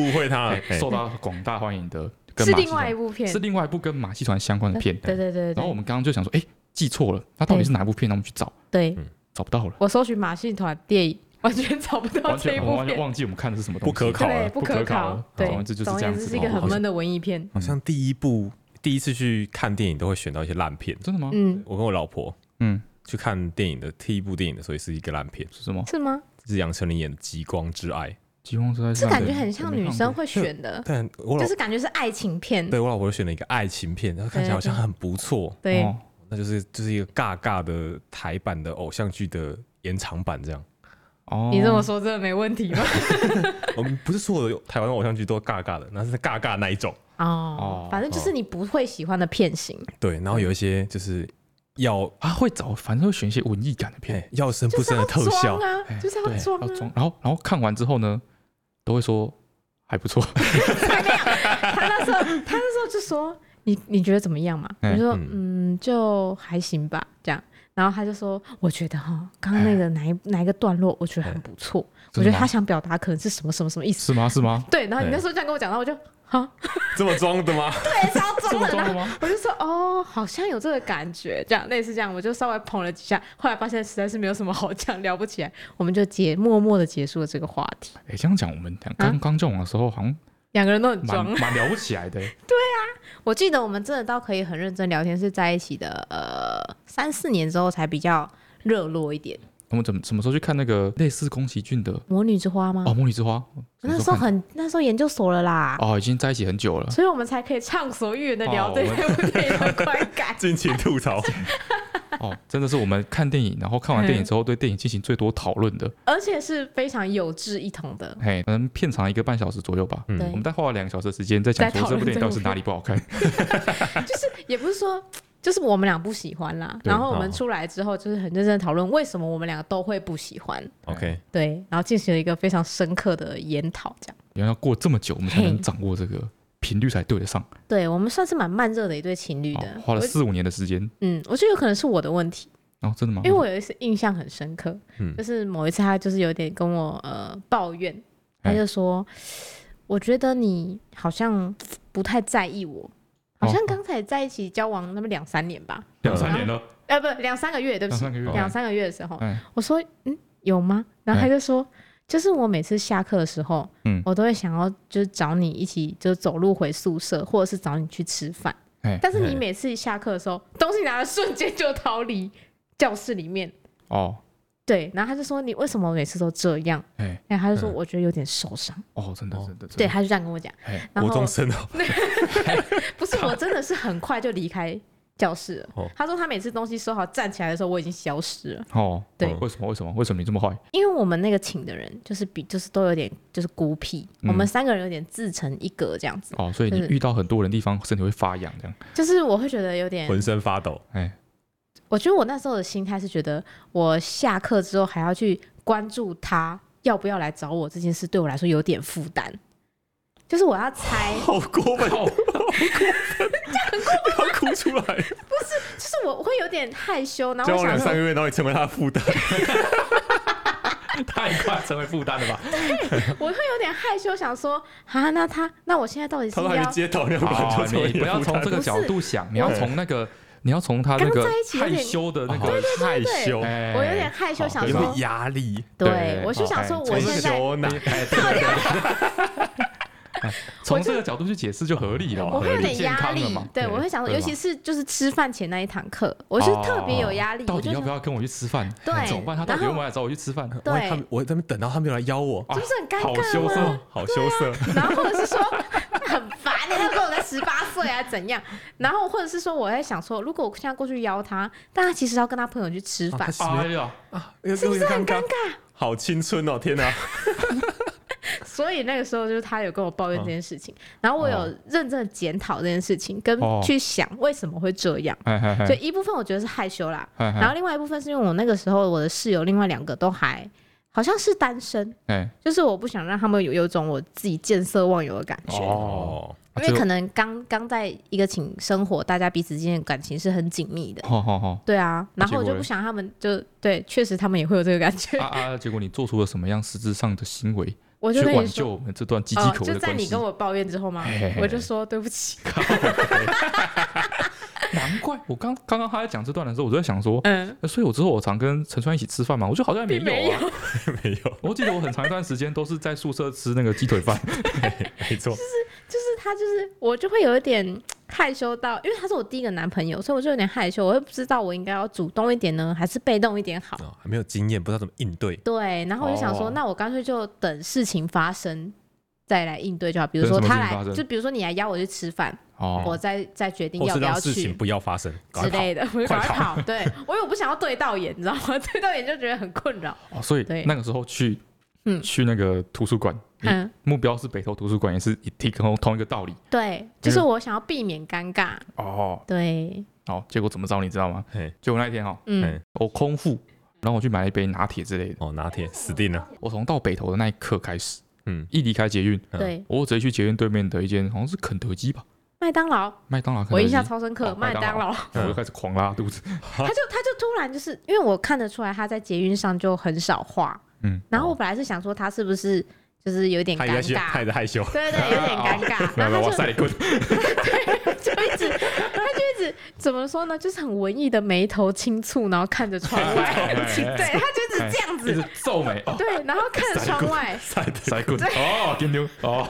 [SPEAKER 3] 误会他了
[SPEAKER 2] 哎，受到广大欢迎的，跟
[SPEAKER 4] 是
[SPEAKER 2] 马戏
[SPEAKER 4] 另外一
[SPEAKER 2] 团
[SPEAKER 4] 部片
[SPEAKER 2] 是，另外一部跟马戏团相关的片，
[SPEAKER 4] 对对对
[SPEAKER 2] 然后我
[SPEAKER 4] 对
[SPEAKER 2] 们刚刚就想说，哎，记错了，那到底是哪部片？那我们去找，
[SPEAKER 4] 对，
[SPEAKER 2] 找不到了，
[SPEAKER 4] 我搜寻马戏团电影，完全找不到
[SPEAKER 2] 完
[SPEAKER 4] 这一
[SPEAKER 2] 全我
[SPEAKER 4] 部
[SPEAKER 2] 哦完全
[SPEAKER 4] 片，
[SPEAKER 2] 忘记我们看的是什么东
[SPEAKER 3] 不
[SPEAKER 2] 西，
[SPEAKER 3] 可考
[SPEAKER 4] 对，
[SPEAKER 3] 了，
[SPEAKER 4] 不
[SPEAKER 2] 不可
[SPEAKER 4] 可
[SPEAKER 2] 考
[SPEAKER 4] 考
[SPEAKER 2] 了，
[SPEAKER 4] 对，
[SPEAKER 2] 总而言之就是
[SPEAKER 4] 总而
[SPEAKER 2] 这样
[SPEAKER 4] 言之
[SPEAKER 2] 子
[SPEAKER 4] 是一个
[SPEAKER 2] 哦
[SPEAKER 4] 很
[SPEAKER 2] 好像
[SPEAKER 4] 闷的文艺片。
[SPEAKER 3] 好像第一部第一次去看电影都会选到一些烂片，
[SPEAKER 2] 真的吗？
[SPEAKER 4] 嗯，
[SPEAKER 3] 我跟我老婆
[SPEAKER 2] 嗯，
[SPEAKER 3] 去看电影的第一部电影的时候也是一个烂片，
[SPEAKER 2] 是什么？
[SPEAKER 4] 是吗？
[SPEAKER 3] 是杨丞琳演的《极光之爱》，
[SPEAKER 2] 极光之爱
[SPEAKER 4] 这
[SPEAKER 2] 上
[SPEAKER 4] 感觉
[SPEAKER 2] 的
[SPEAKER 4] 很像女生，会选的，
[SPEAKER 3] 但我老
[SPEAKER 4] 就是感觉是爱情片。
[SPEAKER 3] 对我老婆选了一个爱情片，然后看起来好像很不错，
[SPEAKER 2] 我没看
[SPEAKER 4] 对
[SPEAKER 2] 过哦
[SPEAKER 3] 那就是就是一个尬尬的台版的偶像剧的延长版这样。
[SPEAKER 2] 哦，
[SPEAKER 4] 你这么说真的没问题吗？
[SPEAKER 3] 我们不是所有的台湾偶像剧都尬尬的，那是尬尬那一种。
[SPEAKER 4] 哦
[SPEAKER 2] 哦，
[SPEAKER 4] 反正就是你不会喜欢的片型，
[SPEAKER 3] 对，然后有一些就是要
[SPEAKER 2] 啊，会找，反正会选一些文艺感的片，
[SPEAKER 3] 哎要深
[SPEAKER 4] 就
[SPEAKER 3] 不
[SPEAKER 4] 是
[SPEAKER 3] 深
[SPEAKER 4] 要
[SPEAKER 3] 的特效
[SPEAKER 4] 装，啊，
[SPEAKER 2] 哎
[SPEAKER 4] 就是要
[SPEAKER 2] 对
[SPEAKER 4] 装
[SPEAKER 2] 要
[SPEAKER 4] 啊。
[SPEAKER 2] 装。然后，然后看完之后呢，都会说还不错，
[SPEAKER 4] 他那时候，他那时候就说：“你你觉得怎么样嘛？”我
[SPEAKER 2] 嗯
[SPEAKER 4] 就说：“嗯，就还行吧。”这样，然后他就说：“我觉得哈，刚刚那个哪一哪一个段落，我觉得很不错。我
[SPEAKER 2] 真
[SPEAKER 4] 觉
[SPEAKER 2] 哎的吗
[SPEAKER 4] 得他想表达可能是什么什么什么意思。
[SPEAKER 2] 是吗？是吗”？
[SPEAKER 4] 对，然后你那时候这样跟我讲，然后我就哈，
[SPEAKER 3] 这么装的吗？。
[SPEAKER 4] 对，是要
[SPEAKER 2] 这
[SPEAKER 4] 装
[SPEAKER 2] 么
[SPEAKER 4] 的，
[SPEAKER 2] 装
[SPEAKER 4] 然
[SPEAKER 2] 的
[SPEAKER 4] 后
[SPEAKER 2] 吗？
[SPEAKER 4] 我就说哦，好像有这个感觉，这样类似这样，我就稍微捧了几下，后来发现实在是没有什么好讲，聊不起来，我们就结默默的结束了这个话题。啊
[SPEAKER 2] 哎，这样讲，我们俩刚刚交往的时候，好像
[SPEAKER 4] 两个人都很
[SPEAKER 2] 蛮
[SPEAKER 4] 装。
[SPEAKER 2] 蛮聊不起来的、欸。
[SPEAKER 4] 我记得我们真的到可以很认真聊天是在一起的，呃，三四年之后才比较热络一点。
[SPEAKER 2] 我们怎么什么时候去看那个类似宫崎骏的《
[SPEAKER 4] 魔女之花吗？
[SPEAKER 2] 哦魔女之花》什么
[SPEAKER 4] 嗯那
[SPEAKER 2] 看的？
[SPEAKER 4] 时候很那时候研究所了啦，
[SPEAKER 2] 哦，已经在一起很久 了。
[SPEAKER 4] 所以我们才可以畅所欲言的聊
[SPEAKER 2] 哦
[SPEAKER 4] 对
[SPEAKER 2] 我
[SPEAKER 4] 这部电影的观感
[SPEAKER 3] 尽情吐槽，
[SPEAKER 2] 哦，真的是我们看电影，然后看完电影之后对电影进行最多讨论的。
[SPEAKER 4] 而且是非常有志一同的。
[SPEAKER 2] 嘿，可能片长一个半小时左右吧。
[SPEAKER 3] 嗯
[SPEAKER 4] 对
[SPEAKER 2] 我们大概花了两个小时的时间在讲
[SPEAKER 4] 在
[SPEAKER 2] 说
[SPEAKER 4] 讨
[SPEAKER 2] 这
[SPEAKER 4] 论
[SPEAKER 2] 部电影到底是
[SPEAKER 4] 这部
[SPEAKER 2] 哪里不好看。
[SPEAKER 4] 也不是说，就是我们俩不喜欢啦。
[SPEAKER 2] 对
[SPEAKER 4] 然后我们
[SPEAKER 3] 哦
[SPEAKER 4] 出来之后，就是很认真的讨论为什么我们两个都会不喜欢，
[SPEAKER 3] OK，
[SPEAKER 4] 对，然后进行了一个非常深刻的研讨，这样。
[SPEAKER 2] 原来要过这么久，我们才
[SPEAKER 4] 嘿
[SPEAKER 2] 能掌握这个频率才对得上。
[SPEAKER 4] 对我们算是蛮慢热的一对情侣的
[SPEAKER 2] 哦，花了
[SPEAKER 4] 我
[SPEAKER 2] 四五年的时间。
[SPEAKER 4] 嗯，我觉得有可能是我的问题，
[SPEAKER 2] 哦，真的吗？
[SPEAKER 4] 因为我有一次印象很深刻，
[SPEAKER 3] 嗯
[SPEAKER 4] 就是某一次他就是有点跟我呃抱怨，他
[SPEAKER 2] 哎
[SPEAKER 4] 就说，我觉得你好像不太在意我，好像
[SPEAKER 2] 哦
[SPEAKER 4] 刚才在一起交往那么两三年吧，
[SPEAKER 2] 两三年了，
[SPEAKER 4] 呃不两三个月，对不
[SPEAKER 2] 两
[SPEAKER 4] 起，
[SPEAKER 2] 三个月。
[SPEAKER 4] 两三个月的时候，
[SPEAKER 2] 哎，
[SPEAKER 4] 我说嗯有吗？然后他
[SPEAKER 2] 哎
[SPEAKER 4] 就说，就是我每次下课的时候，
[SPEAKER 2] 嗯
[SPEAKER 4] 我都会想要就是找你一起就走路回宿舍，或者是找你去吃饭。
[SPEAKER 2] 哎
[SPEAKER 4] 但是你
[SPEAKER 3] 哎
[SPEAKER 4] 每次下课的时候，东西拿了瞬间就逃离教室里面。
[SPEAKER 2] 哦，
[SPEAKER 4] 对，然后他就说你为什么每次都这样？
[SPEAKER 2] 哎，
[SPEAKER 4] 然后他就说
[SPEAKER 3] 嗯
[SPEAKER 4] 我觉得有点受伤。
[SPEAKER 2] 哦，真的，
[SPEAKER 3] 哦
[SPEAKER 2] 真的，
[SPEAKER 4] 对，
[SPEAKER 2] 真的，
[SPEAKER 4] 他就这样跟我讲。
[SPEAKER 2] 哎，
[SPEAKER 4] 然
[SPEAKER 3] 国
[SPEAKER 4] 后
[SPEAKER 3] 中生哦，
[SPEAKER 4] 不是我真的是很快就离开教室了。
[SPEAKER 3] 哦
[SPEAKER 4] 他说他每次东西收好站起来的时候，我已经消失了。
[SPEAKER 2] 哦，
[SPEAKER 4] 对
[SPEAKER 2] 哦为什么？为什么？为什么你这么坏？
[SPEAKER 4] 因为我们那个寝的人就是比就是都有点就是孤僻，
[SPEAKER 2] 嗯
[SPEAKER 4] 我们三个人有点自成一格这样子，
[SPEAKER 2] 哦，所以你
[SPEAKER 4] 就是
[SPEAKER 2] 遇到很多人的地方，身体会发痒，这样。
[SPEAKER 4] 就是我会觉得有点，
[SPEAKER 3] 浑身发抖，
[SPEAKER 2] 哎，
[SPEAKER 4] 我觉得我那时候的心态是觉得我下课之后还要去关注他要不要来找我这件事，对我来说有点负担，就是我要猜，
[SPEAKER 3] 好过分，好过分，要哭出来。
[SPEAKER 4] 就是我会有点害羞，然
[SPEAKER 3] 交
[SPEAKER 4] 后我
[SPEAKER 3] 往两
[SPEAKER 4] 想
[SPEAKER 3] 三个
[SPEAKER 4] 说，
[SPEAKER 3] 月，然后你成为他的负担，
[SPEAKER 2] 太快成为负担 了吧？
[SPEAKER 4] 我会有点害羞，想说啊，那他那我现在到底是
[SPEAKER 3] 他都还
[SPEAKER 4] 要
[SPEAKER 3] 没接到，你要不然
[SPEAKER 2] 好，
[SPEAKER 3] 就成为
[SPEAKER 2] 哦你
[SPEAKER 3] 啊你
[SPEAKER 2] 不要
[SPEAKER 3] 的负
[SPEAKER 2] 从
[SPEAKER 3] 担
[SPEAKER 2] 这。个
[SPEAKER 4] 不是
[SPEAKER 2] 角度想，你要从那个，你要从他那
[SPEAKER 4] 刚
[SPEAKER 2] 个
[SPEAKER 4] 在一起有
[SPEAKER 2] 害
[SPEAKER 4] 点
[SPEAKER 2] 羞的那
[SPEAKER 3] 哦
[SPEAKER 2] 个，
[SPEAKER 3] 害
[SPEAKER 4] 对
[SPEAKER 3] 羞，
[SPEAKER 2] 哎
[SPEAKER 4] 我有点害羞，
[SPEAKER 2] 好
[SPEAKER 4] 想
[SPEAKER 2] 对
[SPEAKER 3] 有
[SPEAKER 2] 吧
[SPEAKER 4] 说
[SPEAKER 3] 点，压力，
[SPEAKER 4] 对我就想说，
[SPEAKER 2] 对
[SPEAKER 4] 我
[SPEAKER 3] 成
[SPEAKER 4] 现在
[SPEAKER 3] 羞呢。
[SPEAKER 2] 哎，对对对对从这个角度去解释就合理了嘛，
[SPEAKER 4] 我会有点压
[SPEAKER 2] 合理健康了
[SPEAKER 4] 力
[SPEAKER 2] 嘛，
[SPEAKER 4] 对
[SPEAKER 2] 对
[SPEAKER 4] 我会想说，
[SPEAKER 2] 对
[SPEAKER 4] 尤
[SPEAKER 2] 嘛哦
[SPEAKER 4] 其是就是吃饭前那一堂课，我是特别有压力，
[SPEAKER 2] 到
[SPEAKER 4] 我
[SPEAKER 2] 底
[SPEAKER 4] 就
[SPEAKER 2] 要不
[SPEAKER 4] 想
[SPEAKER 2] 要跟我去吃饭？
[SPEAKER 4] 对
[SPEAKER 2] 怎么办？他到底有没有来找我去吃饭？
[SPEAKER 4] 对
[SPEAKER 3] 我他们我在那边等到他没有来邀我，
[SPEAKER 4] 就是很尴
[SPEAKER 2] 好羞
[SPEAKER 4] 尬
[SPEAKER 2] 涩
[SPEAKER 4] 吗？
[SPEAKER 3] 哦，好羞涩。
[SPEAKER 4] 然后或者是说很烦你，他说我才十八岁啊怎样？然后或者是说我在想说，如果我现在过去邀他，但他其实要跟他朋友去吃
[SPEAKER 3] 啊
[SPEAKER 4] 饭
[SPEAKER 3] 他，是不是
[SPEAKER 2] 呀，
[SPEAKER 4] 是不是很尴
[SPEAKER 3] 刚？
[SPEAKER 4] 尬？
[SPEAKER 3] 好青春哦，天哪！
[SPEAKER 4] 所以那个时候就是他有跟我抱怨这件事情，然后我有
[SPEAKER 2] 嗯哦
[SPEAKER 4] 认真的检讨这件事情，跟
[SPEAKER 2] 哦
[SPEAKER 4] 去想为什么会这样。
[SPEAKER 2] 嘿哎嘿嘿
[SPEAKER 4] 所以一部分我觉得是害羞啦，
[SPEAKER 2] 嘿嘿
[SPEAKER 4] 然后另外一部分是因为我那个时候我的室友另外两个都还好像是单身，
[SPEAKER 2] 哎，
[SPEAKER 4] 就是我不想让他们有有一种我自己见色忘友的感觉，
[SPEAKER 2] 哦，
[SPEAKER 4] 因
[SPEAKER 2] 啊
[SPEAKER 4] 为
[SPEAKER 2] 就
[SPEAKER 4] 可能刚刚在一个寝生活，大家彼此之间的感情是很紧密的。
[SPEAKER 2] 好好好。
[SPEAKER 4] 对啊，然后我
[SPEAKER 2] 结果
[SPEAKER 4] 就
[SPEAKER 2] 嘞
[SPEAKER 4] 不想他们就对，确实他们也会有这个感觉，
[SPEAKER 2] 啊啊！结果你做出了什么样实质上的行为，
[SPEAKER 4] 我就
[SPEAKER 2] 去
[SPEAKER 4] 跟
[SPEAKER 2] 挽
[SPEAKER 4] 你说
[SPEAKER 2] 救。 我们这段岌
[SPEAKER 4] 哦
[SPEAKER 2] 岌，可危
[SPEAKER 4] 就
[SPEAKER 2] 的
[SPEAKER 4] 在
[SPEAKER 2] 关
[SPEAKER 4] 你
[SPEAKER 2] 系
[SPEAKER 4] 跟？我抱怨之后吗
[SPEAKER 2] 嘿嘿？嘿啊
[SPEAKER 4] 我就说对 不起，
[SPEAKER 2] 难怪我刚刚刚他在讲这段的时候，我就在想说，
[SPEAKER 4] 嗯，
[SPEAKER 2] 呃所以我之后我常跟陈川一起吃饭嘛，我就好像也
[SPEAKER 4] 并
[SPEAKER 2] 没
[SPEAKER 4] 没
[SPEAKER 2] 有
[SPEAKER 4] 有
[SPEAKER 2] 啊。，
[SPEAKER 3] 没有，
[SPEAKER 2] 我记得我很长一段时间都是在宿舍吃那个鸡腿 饭，
[SPEAKER 3] 没错，
[SPEAKER 4] 就是他就是我就会有一点害羞到，因为他是我第一个男朋友，所以我就有点害羞，我会不知道我应该要主动一点呢，还是被动一点好。
[SPEAKER 3] 哦还没有经验，不知道怎么应对。
[SPEAKER 4] 对，然后我就想说，
[SPEAKER 2] 哦
[SPEAKER 4] 那我干脆就等事情发生再来应对就好。比如
[SPEAKER 2] 等
[SPEAKER 4] 说
[SPEAKER 2] 什么
[SPEAKER 4] 他
[SPEAKER 2] 事情发
[SPEAKER 4] 来，
[SPEAKER 2] 生
[SPEAKER 4] 就比如说你来邀我去吃饭，我
[SPEAKER 2] 哦，
[SPEAKER 4] 再再决定
[SPEAKER 3] 或
[SPEAKER 4] 要
[SPEAKER 3] 是
[SPEAKER 4] 不
[SPEAKER 3] 让
[SPEAKER 4] 要
[SPEAKER 3] 事情
[SPEAKER 4] 去
[SPEAKER 3] 不要发生，
[SPEAKER 4] 之
[SPEAKER 3] 赶快
[SPEAKER 4] 类的，我就赶
[SPEAKER 3] 快
[SPEAKER 4] 快跑。对，我又不想要对到眼，你知道吗？ 对到眼就觉得很困扰。
[SPEAKER 2] 哦所以
[SPEAKER 4] 对
[SPEAKER 2] 那个时候去，
[SPEAKER 4] 嗯
[SPEAKER 2] 去那个图书馆，你
[SPEAKER 4] 嗯，
[SPEAKER 2] 目标是北投图书馆，也是提供同一个道理
[SPEAKER 4] 对，就是我想要避免尴尬。
[SPEAKER 2] 哦。
[SPEAKER 4] 对，
[SPEAKER 2] 好，结果怎么着你知道吗？
[SPEAKER 3] 跑。嘿，
[SPEAKER 2] 结果那一天哦，
[SPEAKER 4] 嗯
[SPEAKER 3] 哎，
[SPEAKER 2] 我空腹，然后我去买了一杯拿铁之类的。
[SPEAKER 3] 哦，拿铁死定了。
[SPEAKER 2] 我从到北投的那一刻开始，
[SPEAKER 3] 嗯，
[SPEAKER 2] 一离开捷运，
[SPEAKER 3] 嗯
[SPEAKER 4] 对，
[SPEAKER 2] 我直接去捷运对面的一间好像是肯德基吧，
[SPEAKER 4] 麦当劳，
[SPEAKER 2] 麦当劳肯
[SPEAKER 4] 我
[SPEAKER 2] 德
[SPEAKER 4] 印
[SPEAKER 2] 基，
[SPEAKER 4] 象超深刻，
[SPEAKER 2] 哦
[SPEAKER 4] 麦
[SPEAKER 2] 麦
[SPEAKER 4] 当
[SPEAKER 2] 当
[SPEAKER 4] 劳。
[SPEAKER 2] 我就开始狂拉肚 子。
[SPEAKER 4] 他就他就突然就是因为我看得出来他在捷运上就很少画，
[SPEAKER 2] 嗯，
[SPEAKER 4] 然后我本来是想说他是不是就是有点
[SPEAKER 3] 他
[SPEAKER 4] 尴
[SPEAKER 3] 也在羞，他
[SPEAKER 4] 尬
[SPEAKER 3] 也，在害羞。
[SPEAKER 4] 对对，有点尴 尬，
[SPEAKER 2] 来
[SPEAKER 4] 然
[SPEAKER 2] 来，
[SPEAKER 4] 后
[SPEAKER 2] 哇
[SPEAKER 4] 他
[SPEAKER 2] 塞，滚！
[SPEAKER 4] 就就一直他就一直怎么说呢，就是很文艺的眉头轻蹙，然后看着窗外，
[SPEAKER 2] 哎哎哎
[SPEAKER 4] 对，他就一直这样
[SPEAKER 2] 一直
[SPEAKER 4] 子，
[SPEAKER 2] 皱眉哦，
[SPEAKER 4] 对，然后看着窗外，
[SPEAKER 3] 塞的
[SPEAKER 2] 塞棍哦，丢丢哦，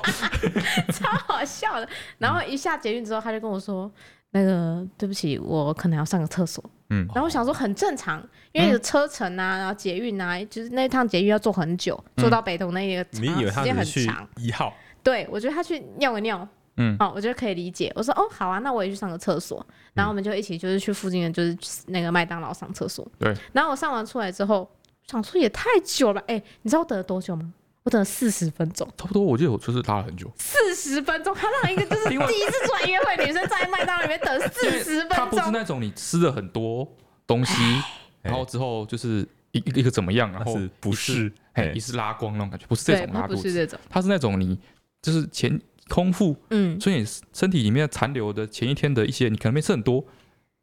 [SPEAKER 4] 好笑的。然后一下捷运之后，他就跟我说：“那个，对不起，我可能要上个厕所。”
[SPEAKER 5] 嗯
[SPEAKER 4] 然后我想说很正常，因为有车程啊，然后捷运啊，就是那一趟捷运要坐很久，坐到北投那一个
[SPEAKER 3] 嗯你以为
[SPEAKER 4] 时
[SPEAKER 3] 他
[SPEAKER 4] 间
[SPEAKER 3] 只
[SPEAKER 4] 很
[SPEAKER 3] 是去
[SPEAKER 4] 长。
[SPEAKER 3] 一号？
[SPEAKER 4] 对，我觉得他去尿个尿，
[SPEAKER 5] 嗯
[SPEAKER 4] 哦，我觉得可以理解。我说哦，好啊，那我也去上个厕所。
[SPEAKER 3] 嗯
[SPEAKER 4] 然后我们就一起就是去附近的，就是那个麦当劳上厕所。
[SPEAKER 2] 对。
[SPEAKER 4] 然后我上完出来之后，想说也太久了吧，哎，你知道我等了多久吗？我等了四十分钟，
[SPEAKER 2] 差不多我记得我就是拉了很久，
[SPEAKER 4] 四十分钟，他让一个就是第一次出来约会的女生在麦当劳里面等四十
[SPEAKER 2] 他
[SPEAKER 4] 分
[SPEAKER 2] 不是
[SPEAKER 4] 钟，哎
[SPEAKER 2] 那种你吃了很多东西，然后之后就是一一个怎么样，然后
[SPEAKER 3] 那是不
[SPEAKER 2] 一次
[SPEAKER 3] 是
[SPEAKER 2] 嘿
[SPEAKER 3] 哎
[SPEAKER 2] 一次拉光那种感觉，不是这
[SPEAKER 4] 对，
[SPEAKER 2] 种
[SPEAKER 4] 他
[SPEAKER 2] 拉
[SPEAKER 4] 不
[SPEAKER 2] 肚
[SPEAKER 4] 是
[SPEAKER 2] 子，
[SPEAKER 4] 这种，
[SPEAKER 2] 它是那种你就是前空腹，
[SPEAKER 4] 嗯，
[SPEAKER 2] 所以你身体里面残留的前一天的一些，你可能没吃很多，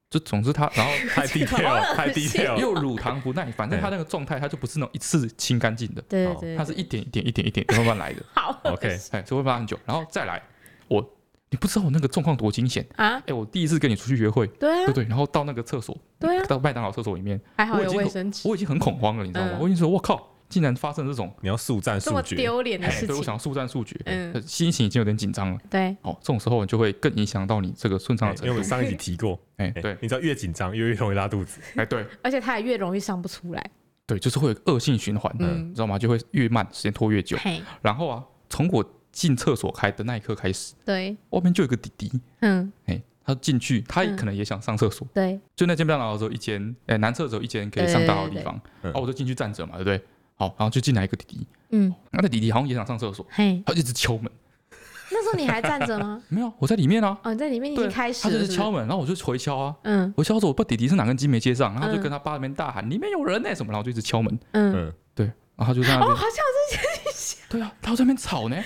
[SPEAKER 2] 就总之它，然 后
[SPEAKER 3] 太 detail，太
[SPEAKER 4] 心
[SPEAKER 3] detail，
[SPEAKER 2] 又乳糖不耐，反正它那个状态它就不是那种一次清干净的，
[SPEAKER 4] 对对
[SPEAKER 3] 好
[SPEAKER 4] 对，
[SPEAKER 2] 它是一点一点一点一点慢慢来 的，
[SPEAKER 4] 好
[SPEAKER 3] OK
[SPEAKER 2] 哎，所以会拉很久，然后再来我。你不知道我那个状况多惊险！
[SPEAKER 4] 啊，
[SPEAKER 2] 哎、我第一次跟你出去约会，
[SPEAKER 4] 对
[SPEAKER 2] 对不
[SPEAKER 4] 啊，
[SPEAKER 2] 对？然后到那个厕所，
[SPEAKER 4] 对啊，
[SPEAKER 2] 到麦当劳厕所里面，
[SPEAKER 4] 还好
[SPEAKER 2] 我已
[SPEAKER 4] 有
[SPEAKER 2] 经
[SPEAKER 4] 卫
[SPEAKER 2] 恐
[SPEAKER 4] 生纸，
[SPEAKER 2] 我已经很恐慌了，你知道吗？
[SPEAKER 4] 嗯
[SPEAKER 2] 我已经说，我靠，竟然发生这种，
[SPEAKER 3] 你要速战
[SPEAKER 4] 这么
[SPEAKER 3] 速决。
[SPEAKER 4] 丢脸的
[SPEAKER 2] 哎
[SPEAKER 4] 事
[SPEAKER 2] 对我
[SPEAKER 4] 情，
[SPEAKER 2] 想速战速决，
[SPEAKER 4] 嗯
[SPEAKER 2] 呃心情已经有点紧张了。
[SPEAKER 4] 对，
[SPEAKER 2] 哦，这种时候你就会更影响到你这个顺畅
[SPEAKER 3] 哎
[SPEAKER 2] 的
[SPEAKER 3] 因为我
[SPEAKER 2] 程
[SPEAKER 3] 们
[SPEAKER 2] 度。
[SPEAKER 3] 上一集提过，
[SPEAKER 2] 哎，
[SPEAKER 3] 哎
[SPEAKER 2] 对，
[SPEAKER 3] 你知道越紧张越越容易拉肚子，
[SPEAKER 2] 哎，对，
[SPEAKER 4] 而且他也越容易上不出来，
[SPEAKER 2] 对，就是会有恶性循环，
[SPEAKER 4] 嗯
[SPEAKER 2] 嗯，知道吗？就会越慢，时间拖越久。
[SPEAKER 4] 嘿，
[SPEAKER 2] 然后啊，从我进厕所开的那一刻开始，
[SPEAKER 4] 对，
[SPEAKER 2] 外面就有一个弟弟，
[SPEAKER 4] 嗯，
[SPEAKER 2] 哎，他进去，他也
[SPEAKER 4] 嗯
[SPEAKER 2] 可能也想上厕所，
[SPEAKER 4] 对，
[SPEAKER 2] 就那间麦当劳只有一间，哎，男厕只有一间可以上大号的地方，
[SPEAKER 3] 对对对对
[SPEAKER 2] 哦，我就进去站着嘛，对不对？好，然后就进来一个弟弟，哦
[SPEAKER 4] 嗯，
[SPEAKER 2] 那个弟弟好像也想上厕所，
[SPEAKER 4] 嘿，
[SPEAKER 2] 他就一直敲门，
[SPEAKER 4] 那时候你还站着 吗？
[SPEAKER 2] 没有，我在里面啊。
[SPEAKER 4] 哦，你在里面已
[SPEAKER 2] 对，
[SPEAKER 4] 经开始
[SPEAKER 2] 他
[SPEAKER 4] 了，
[SPEAKER 2] 就是
[SPEAKER 4] 不
[SPEAKER 2] 敲门，然后我就回敲啊，
[SPEAKER 4] 嗯
[SPEAKER 2] 我敲着我不知道弟弟是哪根筋没接上，然后他就
[SPEAKER 4] 嗯
[SPEAKER 2] 跟他爸那边大喊、里面有人呢、什么，然后我就一直敲门，
[SPEAKER 4] 嗯，
[SPEAKER 3] 嗯，
[SPEAKER 2] 对，然后他就在那
[SPEAKER 4] 哦，
[SPEAKER 2] 边，
[SPEAKER 4] 好像
[SPEAKER 2] 对啊，他在那边吵呢，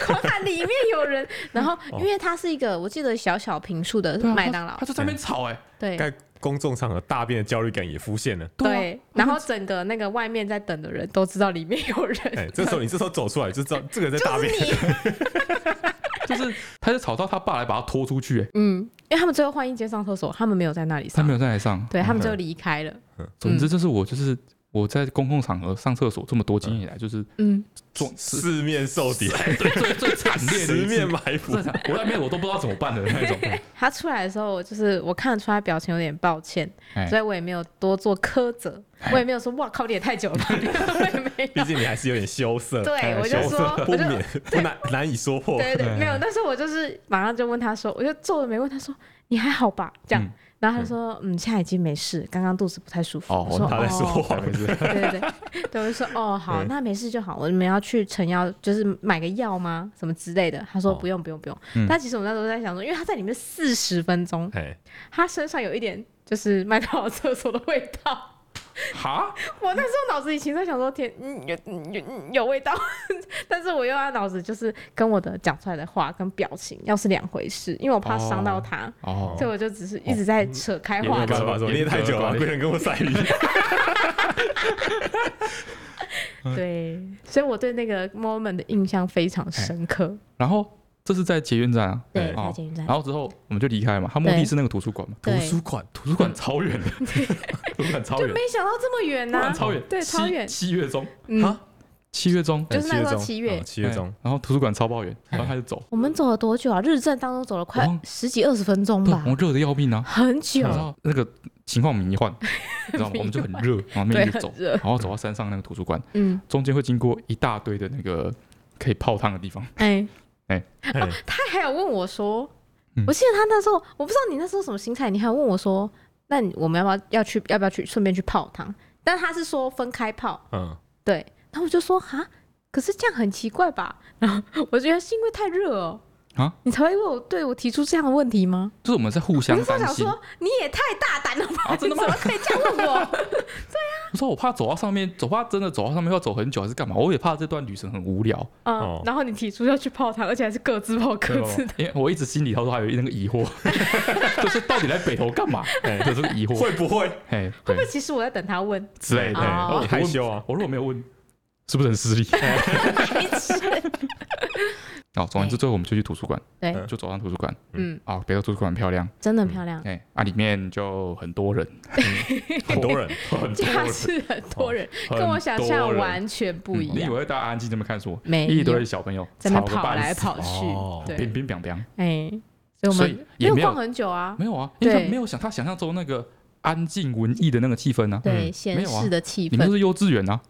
[SPEAKER 4] 口喊里面有人， 然后因为它是一个我记得小小平数的
[SPEAKER 2] 哦对啊，
[SPEAKER 4] 麦当劳嗯
[SPEAKER 2] 他，他就在那边吵哎、
[SPEAKER 4] 对
[SPEAKER 3] 在公众场合大便的焦虑感也浮现了。
[SPEAKER 2] 啊
[SPEAKER 4] 对，然后整个那个外面在等的人都知道里面有人，
[SPEAKER 3] 哎，这 时候你这时候走出来就知道这个人在大便，
[SPEAKER 2] 就是他就吵到他爸来把他拖出去、哎，
[SPEAKER 4] 嗯，因为他们最后换一间上厕所，他们没有在那里
[SPEAKER 2] 他
[SPEAKER 4] 上
[SPEAKER 2] 没，有再来上，
[SPEAKER 4] 对他们就
[SPEAKER 3] 对
[SPEAKER 4] 离开了，
[SPEAKER 2] 总之这是我就是我在公共场合上厕所这么多经验以来， 就是
[SPEAKER 4] 嗯，
[SPEAKER 2] 撞是
[SPEAKER 3] 四面受敌，
[SPEAKER 2] 最最最惨 烈的
[SPEAKER 3] 十
[SPEAKER 2] 一次
[SPEAKER 3] 面。埋伏
[SPEAKER 2] 这。惨我在面我都不知道怎么办的那 种，
[SPEAKER 4] 他出来的时候，我就是我看得出他表情有点抱歉，
[SPEAKER 2] 哎
[SPEAKER 4] 所以我也没有多做苛责，
[SPEAKER 2] 哎
[SPEAKER 4] 我也没有说哇靠，你也太久了吧，我也没
[SPEAKER 3] 毕
[SPEAKER 4] 有。
[SPEAKER 3] 竟你还是有点羞涩，
[SPEAKER 4] 对
[SPEAKER 3] 哎
[SPEAKER 4] 我就
[SPEAKER 3] 羞涩
[SPEAKER 4] 说
[SPEAKER 3] 不
[SPEAKER 4] 我就
[SPEAKER 3] 免不难难以说破。
[SPEAKER 4] 对对对，没有。但是我就是马上就问他说，我就皱着眉问他说：“你还好吧？”这样，
[SPEAKER 2] 嗯
[SPEAKER 4] 然后他说：“嗯，现在已经没事，刚刚肚子不太舒服。
[SPEAKER 2] 哦
[SPEAKER 4] 我说：“
[SPEAKER 3] 他在说
[SPEAKER 4] 哦
[SPEAKER 3] 谎，
[SPEAKER 4] 对对对，对，我就说哦好，那没事就好。我们要去成药，就是买个药吗？什么之类的。他说
[SPEAKER 3] 哦
[SPEAKER 4] 不用不用不用。
[SPEAKER 2] 嗯
[SPEAKER 4] 但其实我那时候在想说，因为他在里面四十分钟，
[SPEAKER 3] 哎，
[SPEAKER 4] 他身上有一点就是麦当劳厕所的味道。
[SPEAKER 2] 哈，
[SPEAKER 4] 我那时候脑子里其实在想说，天，嗯有嗯有嗯有味道， 但是我又要脑子就是跟我的讲出来的话跟表情要是两回事，因为我怕伤到他。
[SPEAKER 2] 哦，
[SPEAKER 4] 所以我就只是一直在扯开
[SPEAKER 3] 也没
[SPEAKER 4] 话
[SPEAKER 3] 有
[SPEAKER 4] 题，
[SPEAKER 3] 办法说，你也太久了，贵人跟我赛鱼。
[SPEAKER 4] 对，所以我对那个 moment 的印象非常深刻。
[SPEAKER 2] 然后这是在捷运站啊，
[SPEAKER 4] 对，
[SPEAKER 2] 哦
[SPEAKER 4] 在捷运站
[SPEAKER 2] 然。后之后我们就离开嘛，他目的是那个图书馆嘛，
[SPEAKER 4] 对 图书
[SPEAKER 2] 馆图书馆超远的， 图书馆超
[SPEAKER 4] 就
[SPEAKER 2] 远，
[SPEAKER 4] 没想到这么远
[SPEAKER 2] 突
[SPEAKER 4] 啊呐、
[SPEAKER 2] 然啊超远，
[SPEAKER 4] 对，
[SPEAKER 2] 七
[SPEAKER 4] 超远，
[SPEAKER 2] 七月中，
[SPEAKER 4] 嗯，
[SPEAKER 2] 七月中，
[SPEAKER 4] 就是那时候
[SPEAKER 3] 哎
[SPEAKER 4] 七月
[SPEAKER 3] 哦七月中
[SPEAKER 2] 哎，然后图书馆超爆远，然后他就走，
[SPEAKER 4] 我们走了多久啊？日正当中走了快
[SPEAKER 2] 我忘
[SPEAKER 4] 十几二十分钟
[SPEAKER 2] 哦对，
[SPEAKER 4] 吧
[SPEAKER 2] 我，热的要命啊，
[SPEAKER 4] 很
[SPEAKER 2] 你
[SPEAKER 4] 久
[SPEAKER 2] 知。道那个情况迷 幻，你知道吗？我们就很热，然后
[SPEAKER 4] 对
[SPEAKER 2] 面就走
[SPEAKER 4] 很，热
[SPEAKER 2] 然后走到山上那个图书馆，
[SPEAKER 4] 嗯，
[SPEAKER 2] 中间会经过一大堆的那个可以泡汤的地 方，
[SPEAKER 4] 哎、
[SPEAKER 3] 哎
[SPEAKER 4] 他还有问我说，
[SPEAKER 2] 嗯
[SPEAKER 4] 我记得他那时候，我不知道你那时候什么心态，你还有问我说，那你我们要不要要去要不要去顺便去泡汤？但他是说分开泡，
[SPEAKER 3] 嗯，
[SPEAKER 4] 对，然后我就说哈，可是这样很奇怪吧？然后我觉得是因为太热哦。
[SPEAKER 2] 啊，
[SPEAKER 4] 你才会为我对我提出这样的问题吗？
[SPEAKER 2] 就是我们在互
[SPEAKER 4] 我
[SPEAKER 2] 相
[SPEAKER 4] 那时候
[SPEAKER 2] 担
[SPEAKER 4] 想
[SPEAKER 2] 心。
[SPEAKER 4] 说，你也太大胆了吧？
[SPEAKER 2] 啊真的吗
[SPEAKER 4] 你怎么可以这样 问我？
[SPEAKER 2] 我说我怕走到上面，走怕真的走到上面要走很久还是干嘛？我也怕这段旅程很无 聊，
[SPEAKER 4] 嗯
[SPEAKER 3] 哦，
[SPEAKER 4] 然后你提出要去泡汤，而且还是各自泡各自的。
[SPEAKER 2] 因为我一直心里头都还有那个疑 惑，就是到底来北投干嘛？
[SPEAKER 3] 哎
[SPEAKER 2] 有这个疑惑，
[SPEAKER 3] 会不会？哎
[SPEAKER 2] 哎，
[SPEAKER 4] 会不
[SPEAKER 2] 对
[SPEAKER 4] 会其实我在等他问？
[SPEAKER 2] 之类的。
[SPEAKER 4] 哦
[SPEAKER 2] 然后我
[SPEAKER 3] 害羞啊
[SPEAKER 2] 我如果没有问，是不是很失 礼？
[SPEAKER 4] 是
[SPEAKER 2] 哦，总而言之，最后我们就去图书馆，
[SPEAKER 4] 对，
[SPEAKER 3] 嗯
[SPEAKER 2] 就走上图书馆
[SPEAKER 4] 嗯，
[SPEAKER 2] 啊，北投图书馆很漂亮，
[SPEAKER 4] 真的很漂亮，
[SPEAKER 2] 哎、啊，里面就很多人，
[SPEAKER 3] 很多人，
[SPEAKER 2] 很多
[SPEAKER 4] 家
[SPEAKER 2] 人，
[SPEAKER 4] 是很多人，
[SPEAKER 2] 很
[SPEAKER 4] 跟我想象
[SPEAKER 2] 多人
[SPEAKER 4] 完全不一
[SPEAKER 2] 嗯你以
[SPEAKER 4] 样，
[SPEAKER 2] 为大家安静这么看书？
[SPEAKER 4] 没
[SPEAKER 2] 一
[SPEAKER 4] 有
[SPEAKER 2] 堆小朋友
[SPEAKER 4] 在那
[SPEAKER 2] 吵个
[SPEAKER 4] 跑
[SPEAKER 2] 半
[SPEAKER 4] 来
[SPEAKER 2] 死，
[SPEAKER 4] 跑
[SPEAKER 3] 哦
[SPEAKER 4] 去，
[SPEAKER 2] 乒
[SPEAKER 4] 对，
[SPEAKER 2] 乒乓乓，
[SPEAKER 4] 哎，所以我
[SPEAKER 2] 所
[SPEAKER 4] 们
[SPEAKER 2] 以也没
[SPEAKER 4] 有
[SPEAKER 2] 有
[SPEAKER 4] 逛很久啊，
[SPEAKER 2] 没有啊，因为
[SPEAKER 4] 对
[SPEAKER 2] 他没有想他想象中那个安静文艺的那个气氛啊，
[SPEAKER 4] 对，
[SPEAKER 3] 嗯
[SPEAKER 2] 没
[SPEAKER 4] 闲
[SPEAKER 2] 有啊
[SPEAKER 4] 适的气
[SPEAKER 2] 你们
[SPEAKER 4] 氛
[SPEAKER 2] 都，是幼稚园 啊。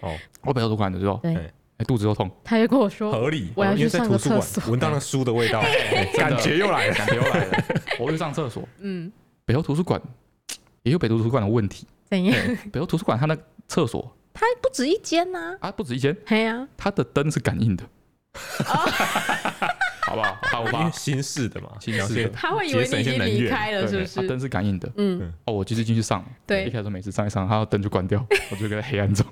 [SPEAKER 3] 哦，
[SPEAKER 2] 我北投图书馆的时候，
[SPEAKER 4] 对
[SPEAKER 2] 哎，肚子又痛，
[SPEAKER 4] 他就跟我说，
[SPEAKER 3] 合理。
[SPEAKER 4] 我要
[SPEAKER 3] 哦因为
[SPEAKER 4] 去
[SPEAKER 3] 在
[SPEAKER 4] 上
[SPEAKER 3] 图
[SPEAKER 4] 个
[SPEAKER 3] 书
[SPEAKER 4] 厕
[SPEAKER 3] 馆
[SPEAKER 4] 所哎
[SPEAKER 3] 闻到那书的味道，哎
[SPEAKER 2] 真的
[SPEAKER 3] 感觉又 来了。
[SPEAKER 2] 感觉又来了，我去上厕所。
[SPEAKER 4] 嗯，
[SPEAKER 2] 北投图书馆也有北投图书馆的问题，
[SPEAKER 4] 怎样？
[SPEAKER 2] 北投图书馆它那个厕所
[SPEAKER 4] 他不止一间呐，
[SPEAKER 2] 啊，不止一间，
[SPEAKER 4] 嘿呀，
[SPEAKER 2] 它的灯是感应的，
[SPEAKER 4] 哦
[SPEAKER 2] 好不好？好
[SPEAKER 3] 因为
[SPEAKER 2] 吧，
[SPEAKER 3] 新式的嘛，
[SPEAKER 2] 新式的
[SPEAKER 3] 了解
[SPEAKER 4] 他会以为你已经离开了，是不
[SPEAKER 2] 它
[SPEAKER 4] 是？
[SPEAKER 2] 灯是感应的。
[SPEAKER 4] 嗯，
[SPEAKER 2] 哦，我就是进去上，
[SPEAKER 4] 对
[SPEAKER 2] 一开始每次上一上，它的灯就关掉，我就跟在黑暗中。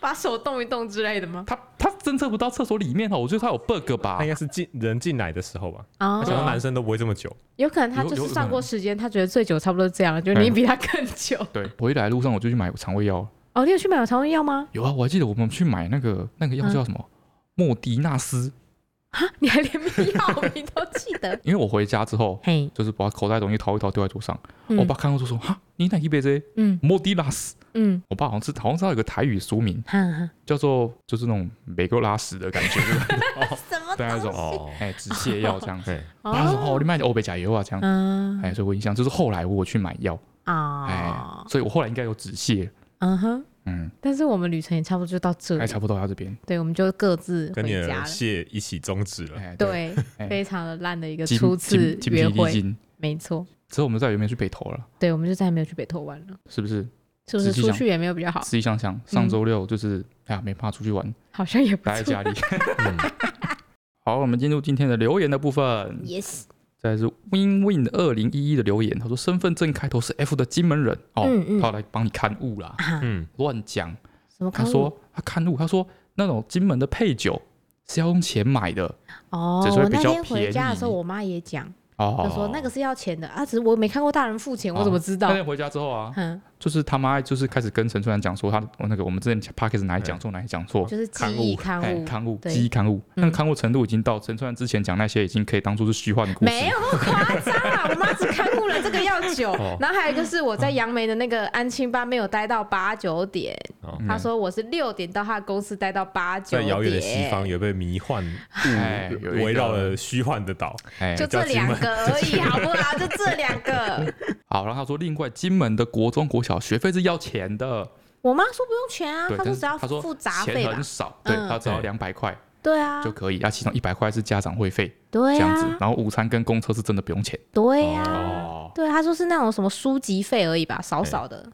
[SPEAKER 4] 把手动一动之类的吗？
[SPEAKER 2] 它它侦测不到厕所里面哦，我觉得它有 bug 吧
[SPEAKER 3] 那应？该是进人进来的时候吧，
[SPEAKER 4] 啊
[SPEAKER 3] 而且男生都不会这么久，
[SPEAKER 4] 有可能他就是上过时间，他觉得最久差不多这样，就你比他更久。
[SPEAKER 2] 对，回来路上我就去买肠胃药，
[SPEAKER 4] 哦，你有去买肠胃药吗？
[SPEAKER 2] 有啊，我还记得我们去买那个那个药叫什么莫迪纳斯，
[SPEAKER 4] 啊，你还连药名都记得？
[SPEAKER 2] 因为我回家之后
[SPEAKER 4] 嘿，
[SPEAKER 2] 就是把口袋东西掏一掏丢在桌上，
[SPEAKER 4] 嗯
[SPEAKER 2] 我爸看到就说哈，你那一杯这
[SPEAKER 4] 嗯
[SPEAKER 2] 莫迪纳斯，
[SPEAKER 4] 嗯，
[SPEAKER 2] 我爸好像是好像知道有个台语俗名
[SPEAKER 4] 哈哈，
[SPEAKER 2] 叫做就是那种美国拉屎的感 觉，就是
[SPEAKER 4] 什么
[SPEAKER 2] 大概这种
[SPEAKER 3] 哦
[SPEAKER 2] 哎止泻药这样子。
[SPEAKER 3] 对，
[SPEAKER 2] 然后他说哦，你买欧北甲油啊这样，
[SPEAKER 4] 嗯
[SPEAKER 2] 哎，所以我印象就是后来我去买药，哎
[SPEAKER 4] 啊，，
[SPEAKER 2] 所以我后来应该有止泻，
[SPEAKER 4] 嗯哼。
[SPEAKER 2] 嗯，
[SPEAKER 4] 但是我们旅程也差不多就到这
[SPEAKER 2] 还
[SPEAKER 4] 里，
[SPEAKER 2] 差不多到这边，
[SPEAKER 4] 对，我们就各自
[SPEAKER 3] 跟
[SPEAKER 4] 回
[SPEAKER 3] 你的
[SPEAKER 4] 家了。
[SPEAKER 3] 蟹一起终止 了。
[SPEAKER 2] 哎，，
[SPEAKER 4] 对，
[SPEAKER 2] 哎
[SPEAKER 4] 非常的烂的一个
[SPEAKER 2] 筋
[SPEAKER 4] 初次
[SPEAKER 2] 筋筋疲
[SPEAKER 4] 约
[SPEAKER 2] 力
[SPEAKER 4] 会，
[SPEAKER 2] 尽。
[SPEAKER 4] 没错。
[SPEAKER 2] 之后我们再也没有去北投了，
[SPEAKER 4] 对，我们就再也没有去北投玩了，
[SPEAKER 2] 是不是？
[SPEAKER 4] 是不是
[SPEAKER 2] 实际
[SPEAKER 4] 出
[SPEAKER 2] 上
[SPEAKER 4] 去也没有比较好？
[SPEAKER 2] 实际想想，
[SPEAKER 4] 嗯
[SPEAKER 2] 上周六就是、哎呀，没办法出去玩，
[SPEAKER 4] 好像也不
[SPEAKER 2] 待在
[SPEAKER 4] 错。
[SPEAKER 2] 家 里。
[SPEAKER 3] 嗯，
[SPEAKER 4] 啊
[SPEAKER 2] 好，我们进入今天的留言的部分。
[SPEAKER 4] Yes，
[SPEAKER 2] 再来是 Win Win 二零一一的留言，他说身份证开头是 F 的金门人哦，
[SPEAKER 4] 嗯嗯
[SPEAKER 2] 他来帮你看物 啦，
[SPEAKER 4] 啊，
[SPEAKER 3] 嗯，
[SPEAKER 2] 乱讲。
[SPEAKER 4] 什么
[SPEAKER 2] 他
[SPEAKER 4] 刊物？
[SPEAKER 2] 说他看物，他说那种金门的配酒是要用钱买的
[SPEAKER 4] 哦，
[SPEAKER 2] 只是会
[SPEAKER 4] 我那
[SPEAKER 2] 比较
[SPEAKER 4] 天回
[SPEAKER 2] 便
[SPEAKER 4] 家的时候，
[SPEAKER 2] 宜
[SPEAKER 4] 我妈也讲，
[SPEAKER 2] 哦。
[SPEAKER 4] 她说那个是要钱的啊，只是我没看过大人付钱，我怎么知道
[SPEAKER 2] 那？天回家之后啊，
[SPEAKER 4] 嗯，
[SPEAKER 2] 就是他妈就是开始跟陈春兰讲说他那个我们之前 p a c k e s 哪里讲错哪里讲错，
[SPEAKER 4] 就是记忆刊
[SPEAKER 2] 哎
[SPEAKER 4] 物，
[SPEAKER 2] 刊物
[SPEAKER 4] 对
[SPEAKER 2] 记忆刊物，那个
[SPEAKER 4] 嗯
[SPEAKER 2] 刊物程度已经到陈春兰之前讲那些已经可以当做是虚幻的故事，
[SPEAKER 4] 没有那么夸张 啊！我妈只看过了这个要久
[SPEAKER 3] 哦，
[SPEAKER 4] 然后还有一个是我在杨梅的那个安亲班没有待到八九点，
[SPEAKER 3] 哦
[SPEAKER 2] 嗯
[SPEAKER 4] 她说我是六点到她的公司待到八
[SPEAKER 3] 在
[SPEAKER 4] 九点，
[SPEAKER 3] 遥远的西方有被迷幻
[SPEAKER 2] 哎有一个
[SPEAKER 3] 围绕了虚幻的岛，
[SPEAKER 2] 哎
[SPEAKER 4] 就这两个而已，好不好？就这两 个。
[SPEAKER 2] 好，然后他说，另外金门的国中、国小学费是要钱的，
[SPEAKER 4] 我妈说不用钱啊，
[SPEAKER 2] 对，
[SPEAKER 4] 她
[SPEAKER 2] 但
[SPEAKER 4] 啊说
[SPEAKER 2] 是
[SPEAKER 4] 只要
[SPEAKER 2] 他说
[SPEAKER 4] 付杂费
[SPEAKER 2] 钱
[SPEAKER 4] 吧
[SPEAKER 2] 很。少，对
[SPEAKER 4] 嗯
[SPEAKER 2] 他只要
[SPEAKER 3] 对
[SPEAKER 2] 两百块
[SPEAKER 4] 对啊
[SPEAKER 2] 就，可以，啊，其中一百块是家长会费这
[SPEAKER 4] 对
[SPEAKER 2] 样子，
[SPEAKER 4] 啊，
[SPEAKER 2] 然后午餐跟公车是真的不用钱
[SPEAKER 4] 对啊，
[SPEAKER 2] 哦。
[SPEAKER 4] 对，她说是那种什么书籍费而已吧，
[SPEAKER 2] 哎
[SPEAKER 4] 少少的。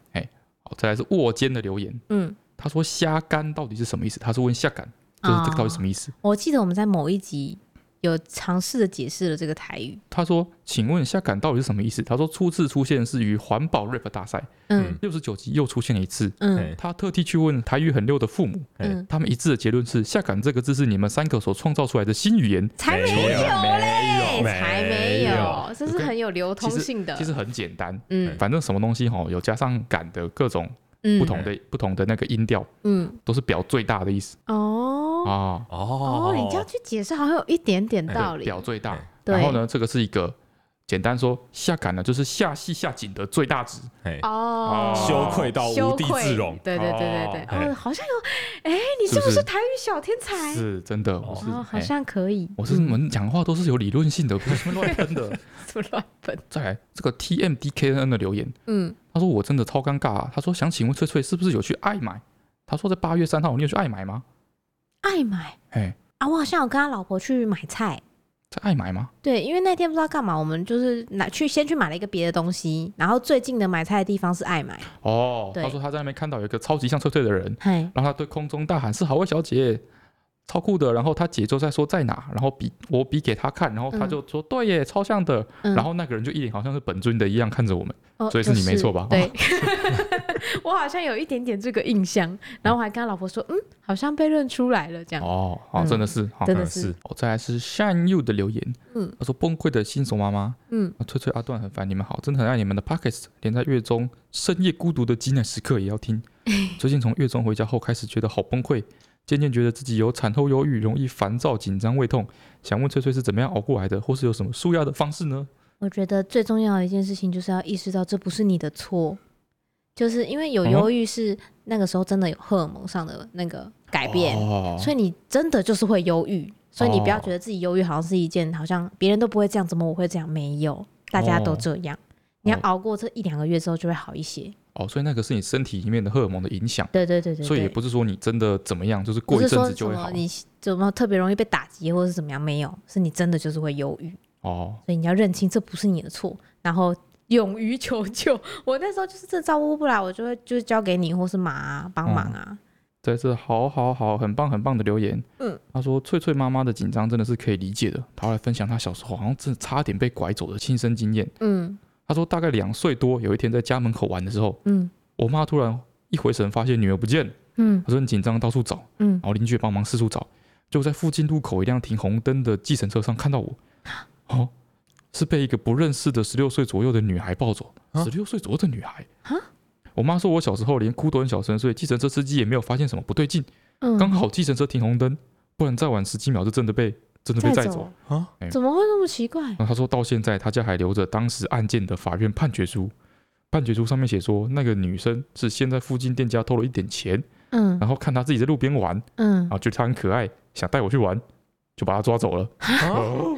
[SPEAKER 2] 好，再来是握肩的留言，
[SPEAKER 4] 嗯，哦
[SPEAKER 2] 他说虾干到底是什么意思？他是问下干，就是这个到底什么意思？
[SPEAKER 4] 我记得我们在某一集有尝试的解释了这个台语。
[SPEAKER 2] 他说，请问下干到底是什么意思？他说初次出现是于环保 rap 大赛
[SPEAKER 4] 嗯
[SPEAKER 2] 六十九集又出现了一次，
[SPEAKER 4] 嗯
[SPEAKER 3] 哎
[SPEAKER 2] 他特地去问台语很溜的父母，
[SPEAKER 4] 嗯，
[SPEAKER 2] 他们一致的结论是下干这个字是你们三个所创造出来的新语言。
[SPEAKER 4] 才没
[SPEAKER 3] 没有没有
[SPEAKER 4] 嘞，才没
[SPEAKER 3] 没
[SPEAKER 4] 有
[SPEAKER 3] 有，
[SPEAKER 4] 这是很有流通性的
[SPEAKER 2] 其。实很简单，哎
[SPEAKER 4] 嗯
[SPEAKER 2] 反正什么东西哈、有加上感的各种
[SPEAKER 4] 嗯
[SPEAKER 2] 不同的、不同的那个音调，
[SPEAKER 4] 嗯
[SPEAKER 2] 都是表最大的意思
[SPEAKER 4] 哦
[SPEAKER 2] 啊，
[SPEAKER 4] 哦
[SPEAKER 3] 哦，，
[SPEAKER 4] 你这样去解释好像有一点点哦道理。
[SPEAKER 2] 表最大
[SPEAKER 3] 哎。
[SPEAKER 4] 对
[SPEAKER 2] 然后呢，这个是一个简单说下感呢，就是下细下紧的最大值。
[SPEAKER 3] 哎
[SPEAKER 4] 哦，
[SPEAKER 3] 羞愧到
[SPEAKER 4] 羞
[SPEAKER 3] 无地
[SPEAKER 4] 愧
[SPEAKER 3] 自容，
[SPEAKER 4] 对对对对
[SPEAKER 3] 哦
[SPEAKER 4] 对，哦，
[SPEAKER 3] 哎
[SPEAKER 4] 好像有，哎，你是不
[SPEAKER 2] 是不
[SPEAKER 4] 是
[SPEAKER 2] 是
[SPEAKER 4] 台语小天才？
[SPEAKER 2] 是真的，我是
[SPEAKER 4] 哦，嗯好
[SPEAKER 2] 哎
[SPEAKER 4] 像可以。
[SPEAKER 2] 我是我们讲话都是有理论性的，不是 乱喷的。
[SPEAKER 4] 不乱喷。
[SPEAKER 2] 再来这个 T M D K N 的留言，
[SPEAKER 4] 嗯，
[SPEAKER 2] 他说我真的超尴尬、啊，他说想请问翠翠是不是有去爱买？他说在八月三号你有去爱买吗？
[SPEAKER 4] 爱买
[SPEAKER 2] 哎，
[SPEAKER 4] 啊，我好像有跟他老婆去买菜。
[SPEAKER 2] 在爱买吗？
[SPEAKER 4] 对，因为那天不知道干嘛，我们就是拿去先去买了一个别的东西，然后最近的买菜的地方是爱买，
[SPEAKER 2] 哦，
[SPEAKER 4] 对
[SPEAKER 2] 他说他在那边看到有一个超级像翠翠的人，
[SPEAKER 4] 嘿，
[SPEAKER 2] 然后他对空中大喊是好味小姐，超酷的。然后他姐就在说在哪，然后比我比给他看，然后他就说、对耶，超像的。
[SPEAKER 4] 嗯
[SPEAKER 2] 然后那个人就一脸好像是本尊的一样看着我们，
[SPEAKER 4] 哦
[SPEAKER 2] 所以是你没错吧
[SPEAKER 4] 就是对，我好像有一点点这个印象，然后我还跟他老婆说，嗯，好像被认出来了这样，
[SPEAKER 2] 哦，好、
[SPEAKER 4] 嗯
[SPEAKER 2] 真的是好。
[SPEAKER 4] 真
[SPEAKER 2] 哦
[SPEAKER 4] 的
[SPEAKER 3] 嗯
[SPEAKER 4] 是
[SPEAKER 3] 是，
[SPEAKER 2] 再来是善佑的留言，
[SPEAKER 4] 嗯，
[SPEAKER 2] 他说崩溃的新手妈妈，
[SPEAKER 4] 嗯，
[SPEAKER 2] 啊翠翠 阿段很烦你们好，真的很爱你们的 pockets，连在月中深夜孤独的挤奶时刻也要听，最近从月中回家后开始觉得好崩溃，渐渐觉得自己有产后忧郁，容易烦躁、紧张、胃痛。想问翠翠是怎么样熬过来的，或是有什么舒压的方式呢？
[SPEAKER 1] 我觉得最重要的一件事情就是要意识到这不是你的错，就是因为有
[SPEAKER 2] 哦
[SPEAKER 1] 忧郁是那个时候真的有荷尔蒙上的那个改变，
[SPEAKER 2] 哦
[SPEAKER 1] 所以你真的就是会忧郁，所以你不要
[SPEAKER 2] 哦
[SPEAKER 1] 觉得自己忧郁好像是一件好像别人都不会这样，怎么我会这样？没有，大家都
[SPEAKER 2] 哦
[SPEAKER 1] 这样。你要
[SPEAKER 2] 哦
[SPEAKER 1] 熬过这一两个月之后就会好一些。
[SPEAKER 2] 哦，所以那个是你身体里面的荷尔蒙的影响，
[SPEAKER 1] 对对对对对。
[SPEAKER 2] 所以也不是说你真的怎么样，就是
[SPEAKER 1] 不
[SPEAKER 2] 过一
[SPEAKER 1] 是
[SPEAKER 2] 阵
[SPEAKER 1] 说
[SPEAKER 2] 子
[SPEAKER 1] 什
[SPEAKER 2] 就会好
[SPEAKER 1] 么。你怎么特别容易被打击或者是怎么样？没有，是你真的就是会忧郁，
[SPEAKER 2] 哦，
[SPEAKER 1] 所以你要认清这不是你的错，然后勇于求 救。我那时候就是这照顾不来，我就会就是交给你或是妈啊帮忙啊。
[SPEAKER 2] 这次好好好，很棒很棒的留言。
[SPEAKER 1] 嗯，
[SPEAKER 2] 他说翠翠妈妈的紧张真的是可以理解的。他后来分享他小时候好像真的差点被拐走的亲身经验。
[SPEAKER 1] 嗯
[SPEAKER 2] 他说大概两岁多，有一天在家门口玩的时候，
[SPEAKER 1] 嗯
[SPEAKER 2] 我妈突然一回神，发现女儿不见了，
[SPEAKER 1] 嗯
[SPEAKER 2] 她说很紧张，到处找，
[SPEAKER 1] 嗯
[SPEAKER 2] 然，后邻居也帮忙四处找，就在附近路口一辆停红灯的计程车上看到我，
[SPEAKER 1] 啊
[SPEAKER 2] 哦，是被一个不认识的十六岁左右的女孩抱走，
[SPEAKER 3] 啊
[SPEAKER 2] 十六岁左右的女孩
[SPEAKER 1] 啊。
[SPEAKER 2] 我妈说我小时候连哭都很小声，所以计程车司机也没有发现什么不对劲。
[SPEAKER 1] 嗯
[SPEAKER 2] 刚好计程车停红灯，不然再晚十几秒就真的被真的被载走。
[SPEAKER 3] 啊，
[SPEAKER 2] 哎
[SPEAKER 1] 嗯怎么会那么奇怪？
[SPEAKER 2] 然后他说到现在他家还留着当时案件的法院判决书，判决书上面写说那个女生是先在附近店家偷了一点钱，
[SPEAKER 1] 嗯
[SPEAKER 2] 然后看她自己在路边玩，
[SPEAKER 1] 嗯
[SPEAKER 2] 然，后觉得她很可爱，想带我去玩，就把她抓走了。
[SPEAKER 3] 啊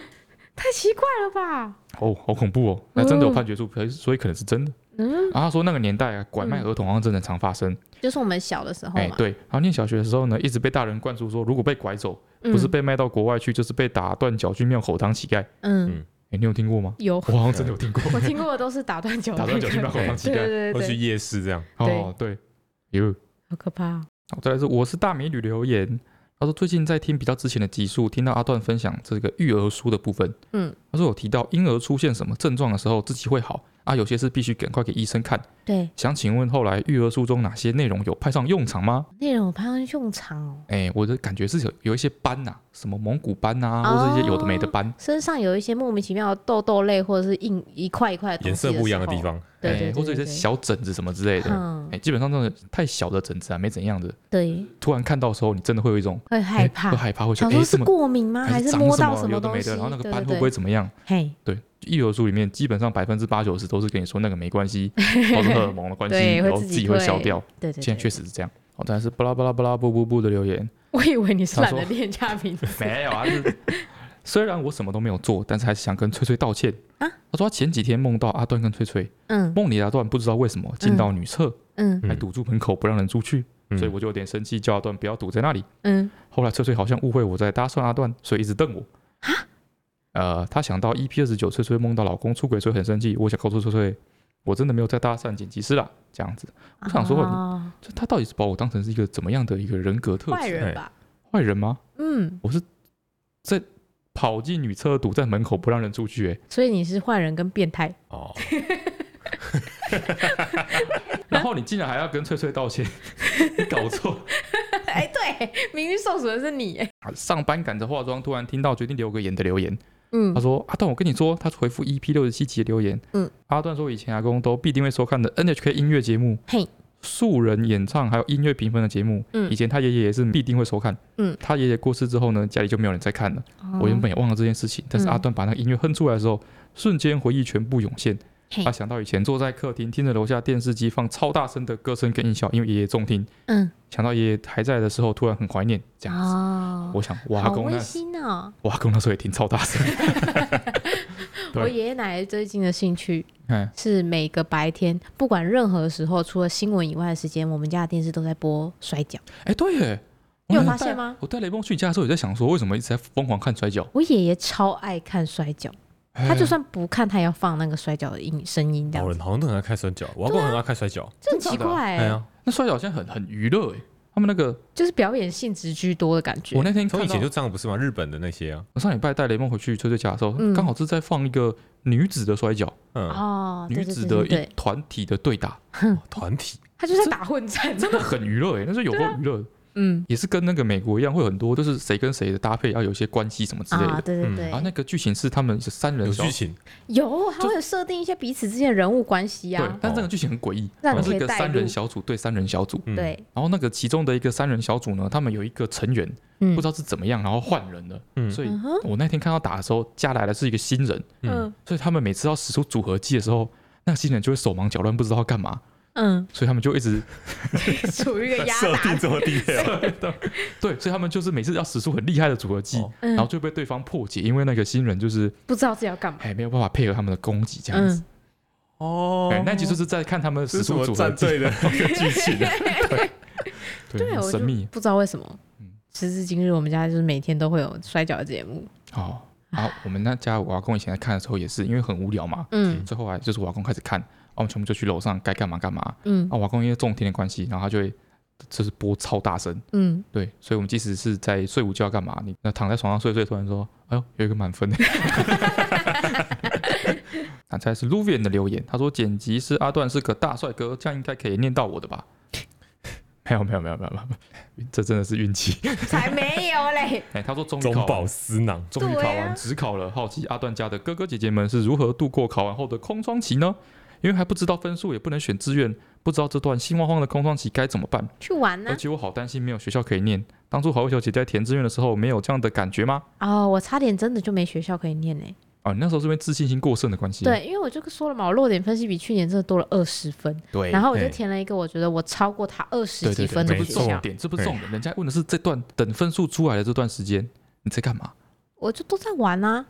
[SPEAKER 1] 太奇怪了吧？
[SPEAKER 2] 哦，好恐怖哦！那真的有判决书，可所以可能是真的。
[SPEAKER 1] 嗯，
[SPEAKER 2] 然后他说那个年代啊，拐卖儿童好像真的常发生。
[SPEAKER 1] 就是我们小的时候
[SPEAKER 2] 哎、
[SPEAKER 1] 嗯嘛，
[SPEAKER 2] 对。然后念小学的时候呢，一直被大人灌输说，如果被拐走，
[SPEAKER 1] 嗯
[SPEAKER 2] 不是被卖到国外去，就是被打断脚去庙口当乞丐。
[SPEAKER 1] 嗯
[SPEAKER 2] 哎、你有听过吗？
[SPEAKER 1] 有，
[SPEAKER 2] 我好像真的有听过，
[SPEAKER 1] 我听过的都是打断脚
[SPEAKER 2] 打断脚去
[SPEAKER 1] 那
[SPEAKER 2] 庙
[SPEAKER 1] 个
[SPEAKER 2] 口当乞
[SPEAKER 1] 对
[SPEAKER 2] 丐。
[SPEAKER 1] 对对
[SPEAKER 3] 会去
[SPEAKER 1] 对，
[SPEAKER 3] 夜市这样，
[SPEAKER 2] 哦，对，有。
[SPEAKER 1] 好可怕哦。
[SPEAKER 2] 好，再来是我是大美女留言，他说最近在听比较之前的集数，听到阿段分享这个育儿书的部分，
[SPEAKER 1] 嗯，
[SPEAKER 2] 他说有提到婴儿出现什么症状的时候自己会好啊，有些是必须赶快给医生看。
[SPEAKER 1] 对，
[SPEAKER 2] 想请问后来育儿书中哪些内容有派上用场吗？
[SPEAKER 1] 内容我派上用场哦，
[SPEAKER 2] 哎、我的感觉是有有一些班呐、什么蒙古班呐、或者一些有的没的班，
[SPEAKER 1] 身上有一些莫名其妙的痘痘类或者是硬一块一块的
[SPEAKER 3] 颜色不一样的地
[SPEAKER 1] 东西时候，
[SPEAKER 3] 方，
[SPEAKER 1] 对对对
[SPEAKER 2] 哎或者一些
[SPEAKER 1] 对对
[SPEAKER 2] 小疹子什么之类的。哎、
[SPEAKER 1] 嗯，
[SPEAKER 2] 基本上这种太小的疹子啊，没怎样的，
[SPEAKER 1] 对，
[SPEAKER 2] 突然看到的时候，你真的会有一种
[SPEAKER 1] 会害怕
[SPEAKER 2] 哎会，害怕，会觉
[SPEAKER 1] 想
[SPEAKER 2] 得哎，
[SPEAKER 1] 说是
[SPEAKER 2] 这么
[SPEAKER 1] 过敏吗？啊还
[SPEAKER 2] 是
[SPEAKER 1] 是
[SPEAKER 2] 长
[SPEAKER 1] 摸
[SPEAKER 2] 什
[SPEAKER 1] 到
[SPEAKER 2] 么
[SPEAKER 1] 什
[SPEAKER 2] 有的
[SPEAKER 1] 东
[SPEAKER 2] 没
[SPEAKER 1] 西？
[SPEAKER 2] 的，然后那个
[SPEAKER 1] 对
[SPEAKER 2] 斑
[SPEAKER 1] 对
[SPEAKER 2] 会不会
[SPEAKER 1] 对
[SPEAKER 2] 怎么样？
[SPEAKER 1] 嘿，
[SPEAKER 2] 育儿书里面基本上百分之八九十都是跟你说那个没 关系，都是荷尔蒙的关系，
[SPEAKER 1] 对会
[SPEAKER 2] 然后
[SPEAKER 1] 自己
[SPEAKER 2] 己会
[SPEAKER 1] 退
[SPEAKER 2] 消掉。
[SPEAKER 1] 对对对，
[SPEAKER 2] 现在确实是这样。哦，但是巴拉巴拉巴拉不不不的 留言
[SPEAKER 1] 我以为你是
[SPEAKER 2] 他
[SPEAKER 1] 懒
[SPEAKER 2] 说
[SPEAKER 1] 得练家名字
[SPEAKER 2] 没有啊，就是虽然我什么都没有做，但是还是想跟翠翠道歉
[SPEAKER 1] 啊
[SPEAKER 2] 他说他前几天梦到阿段跟翠翠，
[SPEAKER 1] 嗯
[SPEAKER 2] 梦里阿段不知道为什么进到女厕，
[SPEAKER 1] 嗯
[SPEAKER 2] 还堵住门口不让人出去，
[SPEAKER 3] 嗯
[SPEAKER 2] 所以我就有点生气，叫阿段不要堵在那里。
[SPEAKER 1] 嗯，
[SPEAKER 2] 后来翠翠好像误会我在搭讪阿段，所以一直瞪我。
[SPEAKER 1] 啊
[SPEAKER 2] 呃，她想到 EP 二十九，翠翠梦到老公出轨，所以很生气。我想告诉翠翠，我真的没有在搭讪剪辑师啦。这样子，我想说
[SPEAKER 1] 哦
[SPEAKER 2] 就她到底是把我当成是一个怎么样的一个人格特质？
[SPEAKER 1] 坏人吧，
[SPEAKER 2] 坏人吗？
[SPEAKER 1] 嗯，
[SPEAKER 2] 我是在跑进女厕，堵在门口不让人出去、欸。
[SPEAKER 1] 所以你是坏人跟变态，
[SPEAKER 3] 哦，
[SPEAKER 2] 然后你竟然还要跟翠翠 道歉，你搞错。
[SPEAKER 1] 哎，对，明明受损的是你，哎
[SPEAKER 2] 啊上班赶着化妆，突然听到决定留个言的留言。
[SPEAKER 1] 嗯
[SPEAKER 2] 他，说：“阿啊段，我跟你说，他回复 EP 六十七集的留言，
[SPEAKER 1] 嗯，
[SPEAKER 2] 阿段说以前阿公都必定会收看的 NHK 音乐节目，
[SPEAKER 1] 嘿，
[SPEAKER 2] 素人演唱还有音乐评分的节目，
[SPEAKER 1] 嗯
[SPEAKER 2] 以前他爷爷也是必定会收看，
[SPEAKER 1] 嗯，哦
[SPEAKER 2] 他爷爷过世之后呢，家里就没有人再看了。我原本也忘了这件事情，但是
[SPEAKER 1] 嗯
[SPEAKER 2] 阿段把那个音乐哼出来的时候，瞬间回忆全部涌现
[SPEAKER 1] 嘿。
[SPEAKER 2] 他想到以前坐在客厅，听着楼下电视机放超大声的歌声跟音效，因为爷爷重听，
[SPEAKER 1] 嗯
[SPEAKER 2] 想到爷爷还在的时候，突然很怀念这样子。
[SPEAKER 1] 哦，
[SPEAKER 2] 我想，我阿
[SPEAKER 1] 好
[SPEAKER 2] 公那
[SPEAKER 1] 温，馨哦！
[SPEAKER 2] 我阿公那时候也听超大声。对
[SPEAKER 1] 我爷爷奶奶最近的兴趣
[SPEAKER 2] 哎
[SPEAKER 1] 是每个白天，不管任何时候，除了新闻以外的时间，我们家的电视都在播摔跤。
[SPEAKER 2] 哎，对耶，
[SPEAKER 1] 你有
[SPEAKER 2] 我
[SPEAKER 1] 发
[SPEAKER 2] 那时候
[SPEAKER 1] 现
[SPEAKER 2] 带
[SPEAKER 1] 吗？
[SPEAKER 2] 我带雷梦去你家的时候，也在想说，为什么一直在疯狂看摔跤？
[SPEAKER 1] 我爷爷超爱看摔跤，他
[SPEAKER 2] 哎
[SPEAKER 1] 就算不看，他也要放那个摔跤的音声音，这
[SPEAKER 2] 哦
[SPEAKER 3] 老
[SPEAKER 1] 样
[SPEAKER 3] 人
[SPEAKER 1] 子，
[SPEAKER 3] 好像都很爱看摔
[SPEAKER 4] 啊
[SPEAKER 3] 跤，我阿公很爱看摔跤，
[SPEAKER 1] 这
[SPEAKER 2] 啊
[SPEAKER 1] 很奇怪、
[SPEAKER 3] 哎
[SPEAKER 1] 欸，
[SPEAKER 3] 呀，
[SPEAKER 2] 那摔跤现在很很娱乐哎，他们那个
[SPEAKER 1] 就是表演性质居多的感觉
[SPEAKER 2] 我。那天
[SPEAKER 3] 从
[SPEAKER 2] 看
[SPEAKER 3] 以
[SPEAKER 2] 到
[SPEAKER 3] 前就这样不是吗？日本的那些啊，
[SPEAKER 2] 我上礼拜带雷梦回去翠翠家的时候，
[SPEAKER 1] 嗯
[SPEAKER 2] 刚好是在放一个女子的摔跤，
[SPEAKER 3] 嗯，
[SPEAKER 4] 啊
[SPEAKER 1] 哦，对
[SPEAKER 2] 女
[SPEAKER 1] 对
[SPEAKER 2] 子
[SPEAKER 1] 对
[SPEAKER 2] 的
[SPEAKER 1] 对
[SPEAKER 2] 一
[SPEAKER 1] 对，
[SPEAKER 2] 团体的对打，
[SPEAKER 3] 团体
[SPEAKER 1] 他就是在打混战，
[SPEAKER 2] 真的很娱乐哎，那是有够娱乐的。
[SPEAKER 4] 嗯
[SPEAKER 2] 也是跟那个美国一样，会有很多就是谁跟谁的搭配要有一些关系什么之类
[SPEAKER 4] 啊，
[SPEAKER 2] 的。
[SPEAKER 4] 对对
[SPEAKER 3] 嗯
[SPEAKER 4] 对，
[SPEAKER 2] 啊，那个剧情是他们是三人
[SPEAKER 3] 有
[SPEAKER 2] 小
[SPEAKER 3] 剧情，
[SPEAKER 4] 有还会有设定一些彼此之间的人物关系
[SPEAKER 2] 对
[SPEAKER 4] 啊，，
[SPEAKER 2] 但这个剧情很诡异，
[SPEAKER 4] 让
[SPEAKER 2] 它
[SPEAKER 4] 你
[SPEAKER 2] 是
[SPEAKER 4] 可
[SPEAKER 2] 一
[SPEAKER 4] 以
[SPEAKER 2] 个
[SPEAKER 4] 带
[SPEAKER 2] 三
[SPEAKER 4] 入
[SPEAKER 2] 人，小组对三人小组，
[SPEAKER 3] 嗯，
[SPEAKER 4] 对，
[SPEAKER 2] 然后那个其中的一个三人小组呢，他们有一个成员
[SPEAKER 4] 嗯
[SPEAKER 2] 不知道是怎么样，然后换人了，
[SPEAKER 3] 嗯
[SPEAKER 2] 所以
[SPEAKER 4] 嗯哼，
[SPEAKER 2] 我那天看到打的时候，加来的是一个新人，
[SPEAKER 4] 嗯
[SPEAKER 3] 嗯
[SPEAKER 2] 所以他们每次要使出组合技的时候，那个新人就会手忙脚乱，不知道要干嘛，
[SPEAKER 4] 嗯，
[SPEAKER 2] 所以他们就一直
[SPEAKER 4] 处于一个压
[SPEAKER 3] 设
[SPEAKER 4] 打
[SPEAKER 3] 定，这么低调，
[SPEAKER 2] 对，所以他们就是每次要使出很厉害的组合技，
[SPEAKER 3] 哦
[SPEAKER 4] 嗯
[SPEAKER 2] 然后就被对方破解，因为那个新人就是
[SPEAKER 4] 不知道自己要干嘛，
[SPEAKER 2] 哎没有办法配合他们的攻击这样子
[SPEAKER 4] 嗯，，
[SPEAKER 3] 哦
[SPEAKER 2] 哎，那其实是在看他们使
[SPEAKER 3] 这是什
[SPEAKER 2] 出
[SPEAKER 3] 么
[SPEAKER 2] 组合
[SPEAKER 3] 战
[SPEAKER 2] 技，
[SPEAKER 3] 队的剧情 啊？
[SPEAKER 4] 对，
[SPEAKER 2] 很
[SPEAKER 4] 我就
[SPEAKER 2] 神秘
[SPEAKER 4] 不知道为什么
[SPEAKER 2] 嗯。
[SPEAKER 4] 时至今日，我们家就是每天都会有摔跤的节目。
[SPEAKER 2] 哦。然后我们那家我阿公以前在看的时候也是，因为很无聊嘛，
[SPEAKER 4] 嗯
[SPEAKER 2] 最后来就是我阿公开始看，啊我们全部就去楼上该干嘛干嘛。
[SPEAKER 4] 嗯
[SPEAKER 2] 啊，我阿公因为中天的关系，然后他就会就是播超大声，
[SPEAKER 4] 嗯，
[SPEAKER 2] 对，所以我们即使是在睡午觉干嘛，你那躺在床上睡睡，突然说，哎呦，有一个满分。 那再来是 Luvian 的留言，他说剪辑师阿段是个大帅哥，这样应该可以念到我的吧？没有没有没有没有没有，这真的是运气。
[SPEAKER 4] 才没有嘞。
[SPEAKER 2] 哎，他说终于
[SPEAKER 3] 中
[SPEAKER 2] 考
[SPEAKER 3] 饱
[SPEAKER 2] 完，
[SPEAKER 3] 私囊，
[SPEAKER 2] 终于考
[SPEAKER 4] 对啊
[SPEAKER 2] 完职考了，好奇阿段家的哥哥姐姐们是如何度过考完后的空窗期呢？因为还不知道分数，也不能选志愿，不知道这段心慌慌的空窗期该怎么办。
[SPEAKER 4] 去玩啊呢、
[SPEAKER 2] 而且我好担心没有学校可以念。当初好友小姐在填志愿的时候，没有这样的感觉吗？
[SPEAKER 4] 哦，我差点真的就没学校可以念嘞、
[SPEAKER 2] 啊，你那时候是因为自信心过剩的关系。
[SPEAKER 4] 对，因为我就说了嘛，我落点分析比去年真的多了二十分，
[SPEAKER 2] 对
[SPEAKER 4] 然后我就
[SPEAKER 3] 哎
[SPEAKER 4] 填了一个我觉得我超过他二十
[SPEAKER 2] 对对
[SPEAKER 4] 几分
[SPEAKER 2] 对，
[SPEAKER 4] 的
[SPEAKER 2] 这不
[SPEAKER 3] 没
[SPEAKER 4] 学
[SPEAKER 2] 是
[SPEAKER 3] 错
[SPEAKER 4] 校
[SPEAKER 2] 重，点，这不是重点，人家问的是这段等分数出来的这段时间你在干嘛？
[SPEAKER 4] 我就都在玩啊。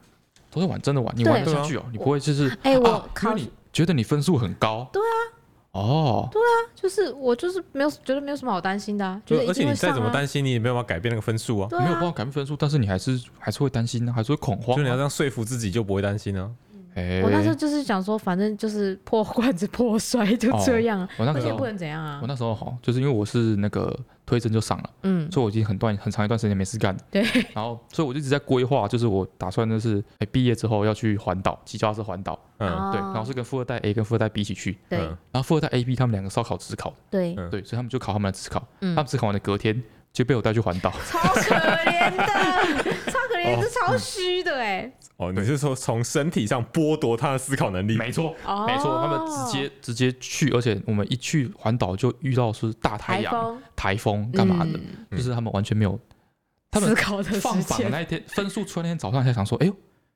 [SPEAKER 2] 都在玩，真的玩，你
[SPEAKER 4] 对
[SPEAKER 2] 玩得下去哦，你不会就是
[SPEAKER 4] 哎、我
[SPEAKER 2] 啊，因
[SPEAKER 4] 考、
[SPEAKER 2] 为你觉得你分数很高。对啊。哦，
[SPEAKER 4] 就是我就是没有觉得没有什么好担心的、啊，就是
[SPEAKER 3] 而
[SPEAKER 4] 一
[SPEAKER 3] 且
[SPEAKER 4] 定
[SPEAKER 3] 你
[SPEAKER 4] 会
[SPEAKER 3] 再
[SPEAKER 4] 上
[SPEAKER 3] 怎么
[SPEAKER 4] 啊。
[SPEAKER 3] 担心，你也没有办法改变那个分数啊。
[SPEAKER 4] 对
[SPEAKER 2] 没有办法
[SPEAKER 4] 啊，
[SPEAKER 2] 改变分数，但是你还是还是会担心啊，还是会恐慌
[SPEAKER 3] 就你要
[SPEAKER 2] 啊。
[SPEAKER 3] 这样说服自己，就不会担心啊。
[SPEAKER 2] 哎，
[SPEAKER 4] 我那时候就是想说，反正就是破罐子破摔
[SPEAKER 3] 哦
[SPEAKER 4] 就这样啊，
[SPEAKER 2] 哦我那
[SPEAKER 4] 而
[SPEAKER 2] 个时
[SPEAKER 4] 且
[SPEAKER 2] 候
[SPEAKER 4] 不能怎样啊
[SPEAKER 2] 我。那时候好，就是因为我是那个推甄就上了。
[SPEAKER 4] 嗯，
[SPEAKER 2] 所以我已经很段很长一段时间没事干。
[SPEAKER 4] 对，
[SPEAKER 2] 然后所以我就一直在规划，就是我打算就是哎毕业之后要去环岛，骑脚踏车环岛。
[SPEAKER 3] 嗯，
[SPEAKER 2] 对，然后是跟富二代 A 跟富二代 B 一起去，
[SPEAKER 4] 哦对
[SPEAKER 3] 嗯
[SPEAKER 2] 然后富二代 A、B 他们两个烧考只考，
[SPEAKER 4] 对，
[SPEAKER 3] 嗯
[SPEAKER 2] 对，所以他们就考他们的只考，
[SPEAKER 4] 嗯
[SPEAKER 2] 他们只考完的隔天就被我带去环 岛。
[SPEAKER 4] 超可怜 的，超可怜，这超虚的哎。
[SPEAKER 3] 哦，你是说从身体上剥夺他的思考能力？
[SPEAKER 2] 没错，
[SPEAKER 4] 哦，
[SPEAKER 2] 没错，他们直接直接去，而且我们一去环岛就遇到是大太
[SPEAKER 4] 台
[SPEAKER 2] 阳、
[SPEAKER 4] 风
[SPEAKER 2] 台风干嘛的，
[SPEAKER 4] 嗯
[SPEAKER 2] 就是他们完全没有，他
[SPEAKER 4] 思
[SPEAKER 2] 们
[SPEAKER 4] 考的
[SPEAKER 2] 放
[SPEAKER 4] 时
[SPEAKER 2] 榜的
[SPEAKER 4] 间
[SPEAKER 2] 那一天分数出来那天早上才想说，哎呦，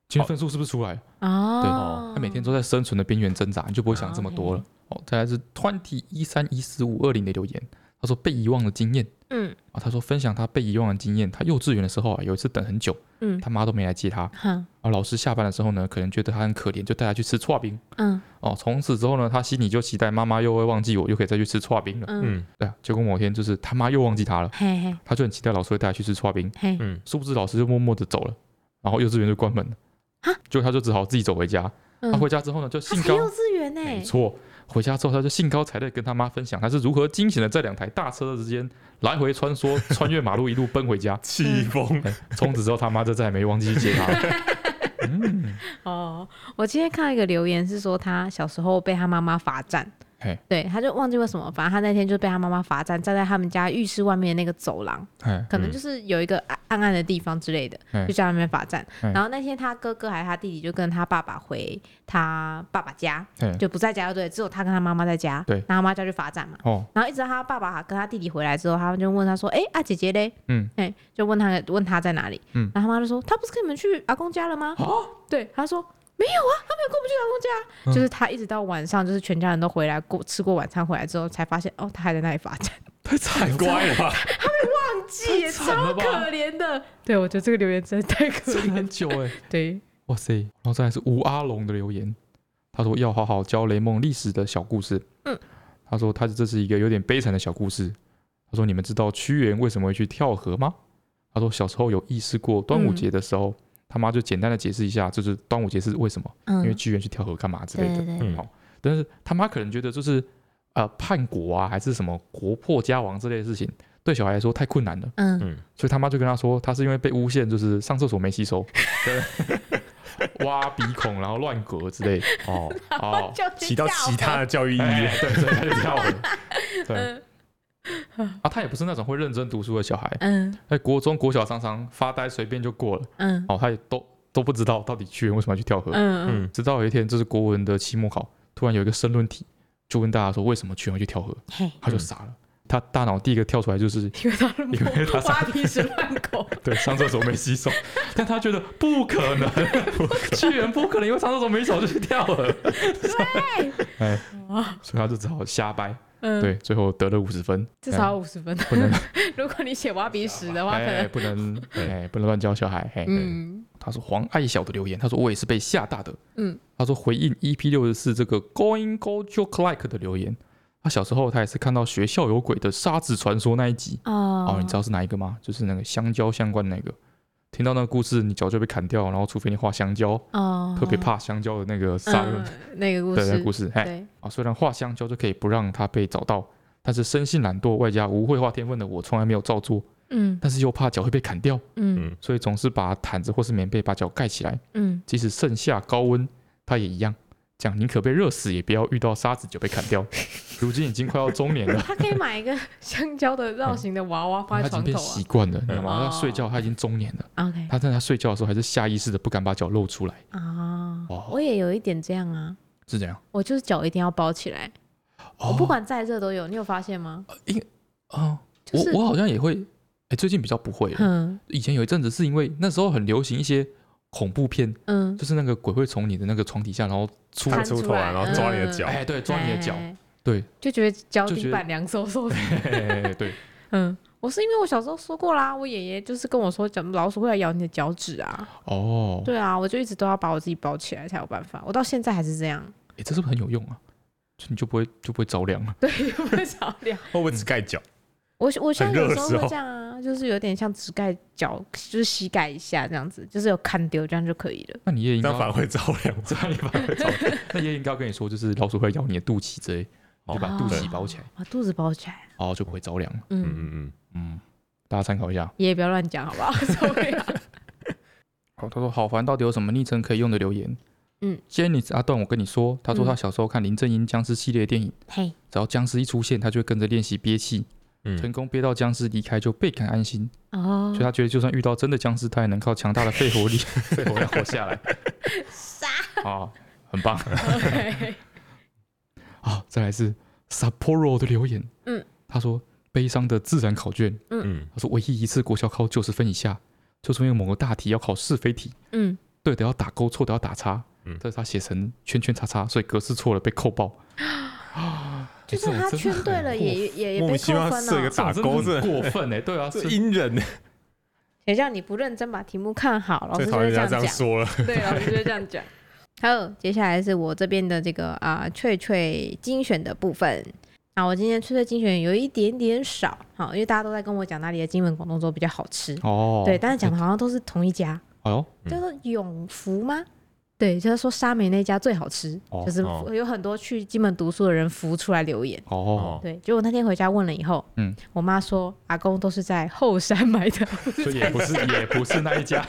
[SPEAKER 2] 今天分数是不是出来了？对
[SPEAKER 4] 哦
[SPEAKER 2] 哦，，他每天都在生存的边缘挣扎，你就不会想这么多了。哦，再来是 twenty 一三一四五二零的留言，他说被遗忘的经验
[SPEAKER 4] 嗯
[SPEAKER 2] 啊，他说分享他被遗忘的经验。他幼稚园的时候啊，有一次等很久，
[SPEAKER 4] 嗯
[SPEAKER 2] 他妈都没来接他，
[SPEAKER 4] 哼
[SPEAKER 2] 然后老师下班的时候呢，可能觉得他很可怜，就带他去吃串冰。
[SPEAKER 4] 嗯
[SPEAKER 2] 哦，从此之后呢，他心里就期待妈妈又会忘记我，又可以再去吃串冰了。
[SPEAKER 4] 嗯，
[SPEAKER 3] 嗯，
[SPEAKER 2] 对啊，结果某天就是他妈又忘记他了，
[SPEAKER 4] 嘿嘿
[SPEAKER 2] 他就很期待老师会带他去吃串冰，嗯
[SPEAKER 4] 嘿，
[SPEAKER 2] 殊不知老师就默默的走了，然后幼稚园就关门了。就他就只好自己走回家。啊
[SPEAKER 4] 嗯
[SPEAKER 2] 他回家之后呢，就
[SPEAKER 4] 他
[SPEAKER 2] 兴
[SPEAKER 4] 才
[SPEAKER 2] 高
[SPEAKER 4] 幼稚园欸呢，
[SPEAKER 2] 没错，回家之后他就兴高采烈地跟他妈分享他是如何惊险的在两台大车之间来回穿梭，穿越马路一路奔回 家。
[SPEAKER 3] 气疯，
[SPEAKER 2] 哎从此之后他妈就再也没忘记去接他 了。嗯，
[SPEAKER 4] 哦，我今天看到一个留言是说他小时候被他妈妈罚站
[SPEAKER 2] 嘿。
[SPEAKER 4] 对，他就忘记为什么，反正他那天就被他妈妈罚站，站在他们家浴室外面的那个走廊，
[SPEAKER 2] 哎，
[SPEAKER 4] 可能就是有一个暗暗暗的地方之类的，
[SPEAKER 2] 嗯
[SPEAKER 4] 就叫他们罚站。
[SPEAKER 2] 嗯
[SPEAKER 4] 然后那天他哥哥还是他弟弟就跟他爸爸回他爸爸家，
[SPEAKER 2] 哎，
[SPEAKER 4] 就不在家，就对，只有他跟他妈妈在家。
[SPEAKER 2] 对
[SPEAKER 4] 然后他妈叫去罚站嘛。
[SPEAKER 2] 哦，
[SPEAKER 4] 然后一直到他爸爸跟他弟弟回来之后，他们就问他说：“哎、啊姐姐嘞？”
[SPEAKER 2] 嗯，
[SPEAKER 4] 哎、就问他问他在哪里。
[SPEAKER 2] 嗯
[SPEAKER 4] 然后他妈就说：“他不是跟你们去阿公家了吗？”
[SPEAKER 2] 哦，
[SPEAKER 4] 对，他说。没有啊，他没有跟我们去阿公家，就是他一直到晚上，就是全家人都回来过吃过晚餐回来之后，才发现哦，他还在那里 罚站，
[SPEAKER 2] 太惨
[SPEAKER 3] 太乖 了吧？
[SPEAKER 4] 记也
[SPEAKER 2] 惨
[SPEAKER 4] 超
[SPEAKER 2] 了吧
[SPEAKER 4] 可怜的。对，我觉得这个欸留言真的太可
[SPEAKER 2] 真的
[SPEAKER 4] 怜
[SPEAKER 2] 很久哎，
[SPEAKER 4] 对，
[SPEAKER 2] 哇塞！然后再来是吴阿龙的留言，他说要好好教雷梦历史的小故事。
[SPEAKER 4] 嗯，
[SPEAKER 2] 他说他这是一个有点悲惨的小故事。他说你们知道屈原为什么会去跳河吗？他说小时候有意识过端午节的时候，他妈就简单的解释一下，就是端午节是为什么，
[SPEAKER 4] 嗯，
[SPEAKER 2] 因为屈原去跳河干嘛之类的。
[SPEAKER 4] 对
[SPEAKER 3] 嗯
[SPEAKER 2] 好，但是他妈可能觉得就是呃叛国啊，还是什么国破家亡之类的事情，对小孩来说太困难了。
[SPEAKER 4] 嗯
[SPEAKER 2] 所以他妈就跟他说，他是因为被诬陷，就是上厕所没洗 手，对挖鼻孔，然后乱隔之 类的。
[SPEAKER 3] 哦，
[SPEAKER 2] 哦，
[SPEAKER 4] 就
[SPEAKER 3] 起到其他的教育意义。
[SPEAKER 2] 哎对，所以他就跳了。对，啊，他也不是那种会认真读书的小孩，
[SPEAKER 4] 嗯
[SPEAKER 2] 在国中、国小常常发呆，随便就过了。
[SPEAKER 4] 嗯
[SPEAKER 2] 哦，他也都都不知道到底屈原为什么要去跳河。
[SPEAKER 4] 嗯
[SPEAKER 3] 嗯，
[SPEAKER 2] 直到有一天，这是国文的期末考，突然有一个申论题，就问大家说为什么屈原会去跳河，
[SPEAKER 4] 嘿，
[SPEAKER 2] 他就傻了。他大脑第一个跳出来就是
[SPEAKER 4] 因为他是
[SPEAKER 2] 因为他
[SPEAKER 4] 挖鼻屎乱狗，
[SPEAKER 2] 对，上厕所没洗手， 但他觉得不可能， 屈原不可能因为上厕所没洗手就去跳河，哎，所以他就只好瞎掰，
[SPEAKER 4] 嗯，
[SPEAKER 2] 对，最后得了五十分，
[SPEAKER 4] 至少要五十分。
[SPEAKER 2] 不能，
[SPEAKER 4] 如果你写挖鼻屎的话，可
[SPEAKER 2] 哎，
[SPEAKER 4] 能
[SPEAKER 2] 不能，哎，不能乱教小孩，哎，
[SPEAKER 4] 嗯
[SPEAKER 2] 他说黄爱晓的留言，他说我也是被吓大的，
[SPEAKER 4] 嗯，
[SPEAKER 2] 他说回应 EP 六十四这个 Going Go Joke Like 的留言，他小时候他也是看到学校有鬼的沙子传说那一集，
[SPEAKER 4] 哦
[SPEAKER 2] 哦，你知道是哪一个吗？就是那个香蕉相关的那个。听到那个故事，你脚就被砍掉，然后除非你画香蕉，
[SPEAKER 4] 哦，
[SPEAKER 2] 特别怕香蕉的那个杀人、
[SPEAKER 4] 嗯那个 故
[SPEAKER 2] 对那
[SPEAKER 4] 事，
[SPEAKER 2] 个故事。哎，
[SPEAKER 4] 对，
[SPEAKER 2] 啊，虽然画香蕉就可以不让它被找到，但是生性懒惰外加无绘画天分的我，从来没有照做，
[SPEAKER 4] 嗯
[SPEAKER 2] 但是又怕脚会被砍掉，
[SPEAKER 4] 嗯
[SPEAKER 2] 所以总是把毯子或是棉被把脚盖起来，
[SPEAKER 4] 嗯，
[SPEAKER 2] 即使盛夏高温，它也一样。讲宁可被热死，也不要遇到沙子就被砍掉。如今已经快要中年了，
[SPEAKER 4] 他可以买一个 香蕉的造型的娃娃放
[SPEAKER 2] 他
[SPEAKER 4] 在
[SPEAKER 2] 嗯已经
[SPEAKER 4] 床
[SPEAKER 2] 变
[SPEAKER 4] 头
[SPEAKER 2] 习惯了，你知道吗？
[SPEAKER 4] 哦
[SPEAKER 2] 他睡觉他已经中年了，
[SPEAKER 4] 啊。OK
[SPEAKER 2] 他在他睡觉的时候还是下意识的不敢把脚露出来，
[SPEAKER 4] 啊
[SPEAKER 2] 哦，
[SPEAKER 4] 我也有一点这样啊，
[SPEAKER 2] 是这样。
[SPEAKER 4] 我就是脚一定要包起来，
[SPEAKER 2] 哦哎
[SPEAKER 4] 我不管再热都有，你有发现吗？
[SPEAKER 2] 哦，
[SPEAKER 4] 就是
[SPEAKER 2] 我我好像也会，哎、最近比较不会了。
[SPEAKER 4] 嗯
[SPEAKER 2] 以前有一阵子是因为那时候很流行一些恐怖片，
[SPEAKER 4] 嗯，
[SPEAKER 2] 就是那个鬼会从你的那个床底下，然后出
[SPEAKER 4] 看
[SPEAKER 3] 探
[SPEAKER 2] 来，
[SPEAKER 3] 出头来，然后抓
[SPEAKER 4] 嗯
[SPEAKER 3] 你的脚，
[SPEAKER 2] 哎、对，抓你的脚，
[SPEAKER 4] 哎
[SPEAKER 2] 对，
[SPEAKER 4] 就觉得脚
[SPEAKER 2] 就觉
[SPEAKER 4] 底
[SPEAKER 2] 得
[SPEAKER 4] 板凉飕 飕的。
[SPEAKER 2] 哎对，
[SPEAKER 4] 嗯，我是因为我小时候说过啦，我爷爷就是跟我说，讲老鼠会来咬你的脚趾啊。
[SPEAKER 2] 哦，
[SPEAKER 4] 对啊，我就一直都要把我自己包起来才有办法，我到现在还是这 样。
[SPEAKER 2] 哎、这是不是很有用啊？就你就不会就不会着凉啊了？
[SPEAKER 4] 对，有没有着凉？
[SPEAKER 3] 会不会哦只盖脚？
[SPEAKER 4] 我我现在有时
[SPEAKER 3] 很热的
[SPEAKER 4] 候
[SPEAKER 3] 时
[SPEAKER 4] 会
[SPEAKER 3] 候
[SPEAKER 4] 这样啊，就是有点像只盖脚，就是膝盖一下这样子，就是有看丢这样就可以了。
[SPEAKER 2] 那你也应
[SPEAKER 3] 这
[SPEAKER 2] 该
[SPEAKER 3] 样反而会着凉 吗？
[SPEAKER 2] 这样你反而会着凉，那也应该跟你说，就是老鼠会咬你的肚脐之类，
[SPEAKER 3] 哦
[SPEAKER 2] 就把肚脐包起来，
[SPEAKER 4] 把肚子包起来。
[SPEAKER 2] 哦，就不会着凉了。
[SPEAKER 4] 嗯，
[SPEAKER 3] 嗯嗯
[SPEAKER 2] 嗯，大家参考一下。
[SPEAKER 4] 爷爷不要乱讲好不 好？受不了。
[SPEAKER 2] 好，他说好烦，到底有什么昵称可以用的留言？
[SPEAKER 4] 嗯
[SPEAKER 2] ，Jenny 阿段，我跟你说，他说他小时候看林正英僵尸系列的电影，
[SPEAKER 4] 嘿，
[SPEAKER 2] 只要僵尸一出现，他就会跟着练习憋气，
[SPEAKER 3] 嗯
[SPEAKER 2] 成
[SPEAKER 3] 嗯，
[SPEAKER 2] 功憋到僵尸离开就倍感安心，
[SPEAKER 4] 哦
[SPEAKER 2] 所以，他觉得就算遇到真的僵尸，他也能靠强大的肺 活力肺活量活下来。杀啊，很棒
[SPEAKER 4] OK
[SPEAKER 2] 啊！再来是 Sapporo 的留言，
[SPEAKER 4] 嗯，
[SPEAKER 2] 他说悲伤的自然考卷，
[SPEAKER 3] 嗯，
[SPEAKER 2] 他说唯一一次国小考九十分以下，就是因为某个大题要考是非题，
[SPEAKER 4] 嗯，
[SPEAKER 2] 对的要打勾，错的要打叉，
[SPEAKER 3] 嗯
[SPEAKER 2] 但是他写成圈圈叉叉，所以格式错了被扣 爆。
[SPEAKER 4] 就是
[SPEAKER 2] 这种
[SPEAKER 4] 他
[SPEAKER 2] 真的
[SPEAKER 4] 圈
[SPEAKER 2] 很
[SPEAKER 4] 对了，
[SPEAKER 2] 过
[SPEAKER 4] 也也也
[SPEAKER 3] 莫
[SPEAKER 4] 被
[SPEAKER 3] 名其
[SPEAKER 4] 扣
[SPEAKER 3] 妙
[SPEAKER 4] 分哦
[SPEAKER 3] 设一个
[SPEAKER 4] 了。
[SPEAKER 3] 打勾，
[SPEAKER 2] 这种真的
[SPEAKER 3] 这
[SPEAKER 2] 很过分哎、对啊，
[SPEAKER 3] 这
[SPEAKER 2] 是
[SPEAKER 3] 阴人，欸
[SPEAKER 4] 谁叫你不认真把题目看好？老师
[SPEAKER 3] 最
[SPEAKER 4] 哦就
[SPEAKER 3] 讨厌
[SPEAKER 4] 会
[SPEAKER 3] 人家这
[SPEAKER 4] 样
[SPEAKER 3] 样
[SPEAKER 4] 讲，
[SPEAKER 3] 说了。
[SPEAKER 4] 对，老师就会这样讲。好，接下来是我这边的这个啊翠翠精选的部分。啊，我今天翠翠精选有一点点少，好，因为大家都在跟我讲哪里的金门广东粥比较好吃，
[SPEAKER 2] 哦，
[SPEAKER 4] 对，但是讲的好像都是同一家，
[SPEAKER 2] 哎呦，
[SPEAKER 3] 嗯
[SPEAKER 4] 叫做永福吗？对，就是说沙美那家最好吃，
[SPEAKER 2] 哦
[SPEAKER 4] 就是
[SPEAKER 3] 哦
[SPEAKER 4] 有很多去金门读书的人浮出来留言。
[SPEAKER 2] 哦，
[SPEAKER 4] 对，结果那天回家问了以后，
[SPEAKER 2] 嗯，
[SPEAKER 4] 我妈说阿公都是在后山买的，
[SPEAKER 2] 所以也不是 也不是那一家，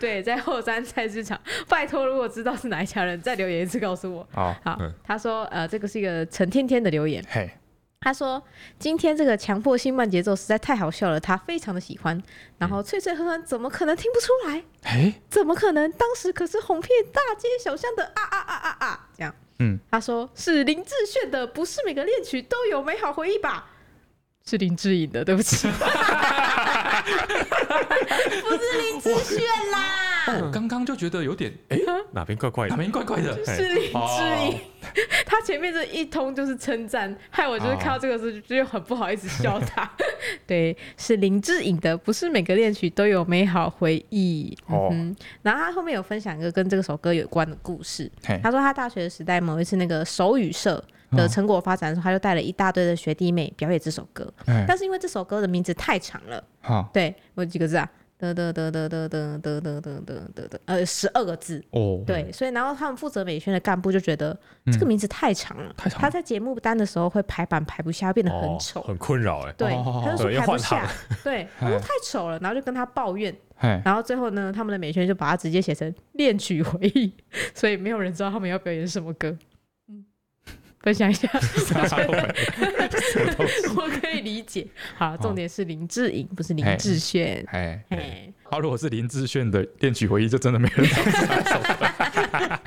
[SPEAKER 4] 对，在后山菜市场。拜托，如果知道是哪一家人，再留言一次告诉我。
[SPEAKER 2] 好，
[SPEAKER 4] 好
[SPEAKER 3] 嗯，
[SPEAKER 4] 他说呃，这个是一个陈天天的留言，
[SPEAKER 2] 哦嘿，
[SPEAKER 4] 他说今天这个强迫性慢节奏实在太好笑了，他非常的喜欢。然后脆脆哼哼，怎么可能听不出来？
[SPEAKER 2] 哎，
[SPEAKER 4] 怎么可能？当时可是哄骗大街小巷的啊啊啊啊啊！这样，
[SPEAKER 2] 嗯，
[SPEAKER 4] 他说是林志炫的，不是每个恋曲都有美好回忆吧？是林志颖的，对不 起，不是林志炫啦，
[SPEAKER 2] 我刚刚就觉得有点哎，
[SPEAKER 3] 哪边怪怪
[SPEAKER 2] 哪
[SPEAKER 3] 的？
[SPEAKER 2] 边怪怪的，
[SPEAKER 4] 是林志颖。
[SPEAKER 2] 哦
[SPEAKER 4] 他前面这一通就是称赞，害我就是看到这个时候就很不好意思笑他。 对，是林志颖的，不是每个恋曲都有美好回忆。
[SPEAKER 2] 哦
[SPEAKER 4] 嗯哼，然后他后面有分享一个跟这首歌有关的故事。
[SPEAKER 2] 嘿，
[SPEAKER 4] 他说他大学时代某一次那个手语社
[SPEAKER 3] 嗯
[SPEAKER 4] 的成果发展的时候，他就带了一大堆的学弟妹表演这首歌，
[SPEAKER 2] 哎，
[SPEAKER 4] 但是因为这首歌的名字太长了，
[SPEAKER 2] 好，
[SPEAKER 4] 对我有几个字啊？得得得得得得得得得得得得，呃，十二个字。
[SPEAKER 3] 嗯
[SPEAKER 2] 哦，嗯
[SPEAKER 4] 对，所以然后他们负责美宣的干部就觉得这个名字太长了，
[SPEAKER 2] 太长了
[SPEAKER 4] 他在节目单的时候会排版排不下，变得很
[SPEAKER 3] 嗯哦
[SPEAKER 4] 丑。
[SPEAKER 3] 很困扰哎。
[SPEAKER 4] 对，啊
[SPEAKER 2] 哦
[SPEAKER 4] 他就说
[SPEAKER 3] 对要
[SPEAKER 4] 排不
[SPEAKER 3] 换行哎
[SPEAKER 4] 下， 对，他说太丑了，然后就跟他抱怨，
[SPEAKER 2] 嘿，
[SPEAKER 4] 然后最后呢，他们的美宣就把它直接写成《恋曲回忆》，所以没有人知道他们要表演什么歌。嗯，分享一下，
[SPEAKER 2] 什么东西？
[SPEAKER 4] 我可以理解。好，重点是林志颖，不是林
[SPEAKER 2] 嘿
[SPEAKER 4] 志炫。
[SPEAKER 2] 哎，
[SPEAKER 4] 嘿，
[SPEAKER 2] 好，如果是林志炫的《恋曲回忆》，就真的没人猜手段，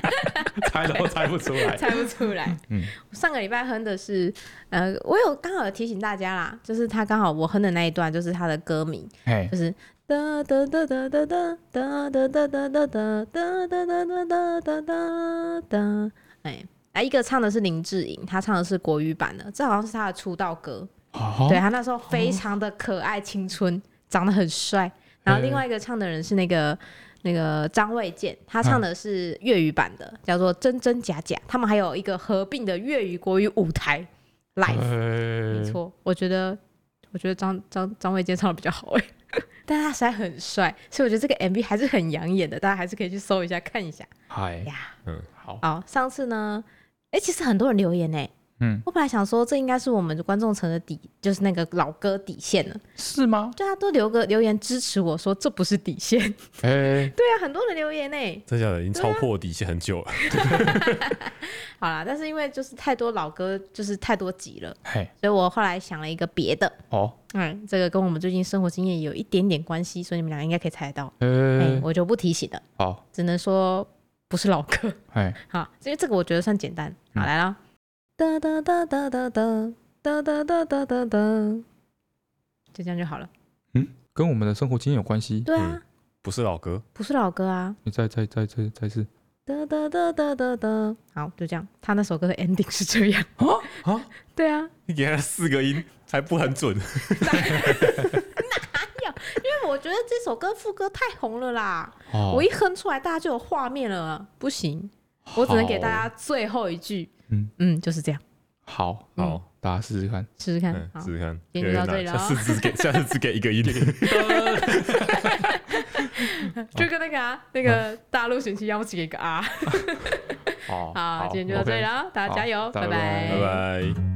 [SPEAKER 2] 猜都猜不出来。
[SPEAKER 4] 猜不出来。
[SPEAKER 2] 嗯
[SPEAKER 4] 我上个礼拜哼的是，呃，我有刚好有提醒大家啦，就是他刚好我哼的那一段，就是他的歌名，
[SPEAKER 2] 哎
[SPEAKER 4] 就，是哒哒哒哒哒哒哒哒哒哒哒哒哒哒哒哒哒哒哒哒，哎。啊，一个唱的是林志颖，他唱的是国语版的，这好像是他的出道歌。
[SPEAKER 2] 好
[SPEAKER 4] 对他那时候非常的可爱青春，长得很帅。然后另外一个唱的人是那个那个张卫健，他唱的是粤语版的，叫做《真真假假》。他们还有一个合并的粤语国语舞台
[SPEAKER 2] 呃
[SPEAKER 4] live，、没
[SPEAKER 2] 没。
[SPEAKER 4] 错，我觉得我觉得张张张卫健唱的比较好哎、 但他实在很帅，所以我觉得这个 MV 还是很养眼的，大家还是可以去搜一下看一下
[SPEAKER 2] 嗨，
[SPEAKER 4] 呀。
[SPEAKER 3] 嗯，
[SPEAKER 2] 好，
[SPEAKER 4] 好，上次呢，哎、其实很多人留言哎、
[SPEAKER 2] 嗯，
[SPEAKER 4] 我本来想说这应该是我们观众层的底，就是那个老歌底线了。
[SPEAKER 2] 是吗？
[SPEAKER 4] 对啊，都留个留言支持我说这不是底线。
[SPEAKER 2] 哎，
[SPEAKER 4] 对啊，很多人留言呢、
[SPEAKER 3] 真假的已经超破底线很久了。
[SPEAKER 4] 好啦，但是因为就是太多老歌，就是太多集了，
[SPEAKER 2] 嘿，
[SPEAKER 4] 所以我后来想了一个别的。
[SPEAKER 2] 哎哦，
[SPEAKER 4] 嗯，这个跟我们最近生活经验有一点点关系，所以你们俩应该可以猜得到。哎、
[SPEAKER 2] 哎，
[SPEAKER 4] 我就不提醒了，
[SPEAKER 2] 好，
[SPEAKER 4] 只能说不是老歌。
[SPEAKER 2] 哎，
[SPEAKER 4] 好，因为这个我觉得算简单。好，
[SPEAKER 2] 嗯
[SPEAKER 4] 来了。哒哒哒哒哒哒哒哒哒哒哒哒，就这样就好了。
[SPEAKER 2] 跟我们的生活经验有关系。
[SPEAKER 4] 对啊
[SPEAKER 3] 嗯，不是老歌，
[SPEAKER 4] 不是老歌啊。
[SPEAKER 2] 你再再再再再次
[SPEAKER 4] 哒哒哒哒哒哒，好，就这样。他那首歌的 ending 是这样啊
[SPEAKER 3] 啊，
[SPEAKER 4] 对啊，
[SPEAKER 3] 你
[SPEAKER 4] 因
[SPEAKER 3] 给他四个音还不很准，
[SPEAKER 4] 为我觉得这首歌副歌太红了啦，
[SPEAKER 2] 哦
[SPEAKER 4] 我一哼出来大家就有画面了，不行，我只能给大家最后一句，
[SPEAKER 2] 嗯
[SPEAKER 4] 嗯，就是这样，
[SPEAKER 2] 好，
[SPEAKER 4] 嗯
[SPEAKER 3] 好，
[SPEAKER 2] 大家试试看。
[SPEAKER 4] 试试看
[SPEAKER 3] 嗯，，
[SPEAKER 4] 好，
[SPEAKER 3] 试试看，
[SPEAKER 4] 今天就到这里了哦
[SPEAKER 3] 下次只给下次只给一 个音，
[SPEAKER 4] 就跟那个啊，那个大陆选期一样，我只给一个啊，
[SPEAKER 2] 好
[SPEAKER 4] 好，今天就到这里。
[SPEAKER 2] OK
[SPEAKER 4] 了，大家加油，
[SPEAKER 2] 大家
[SPEAKER 4] 拜
[SPEAKER 2] 拜拜
[SPEAKER 3] 拜拜。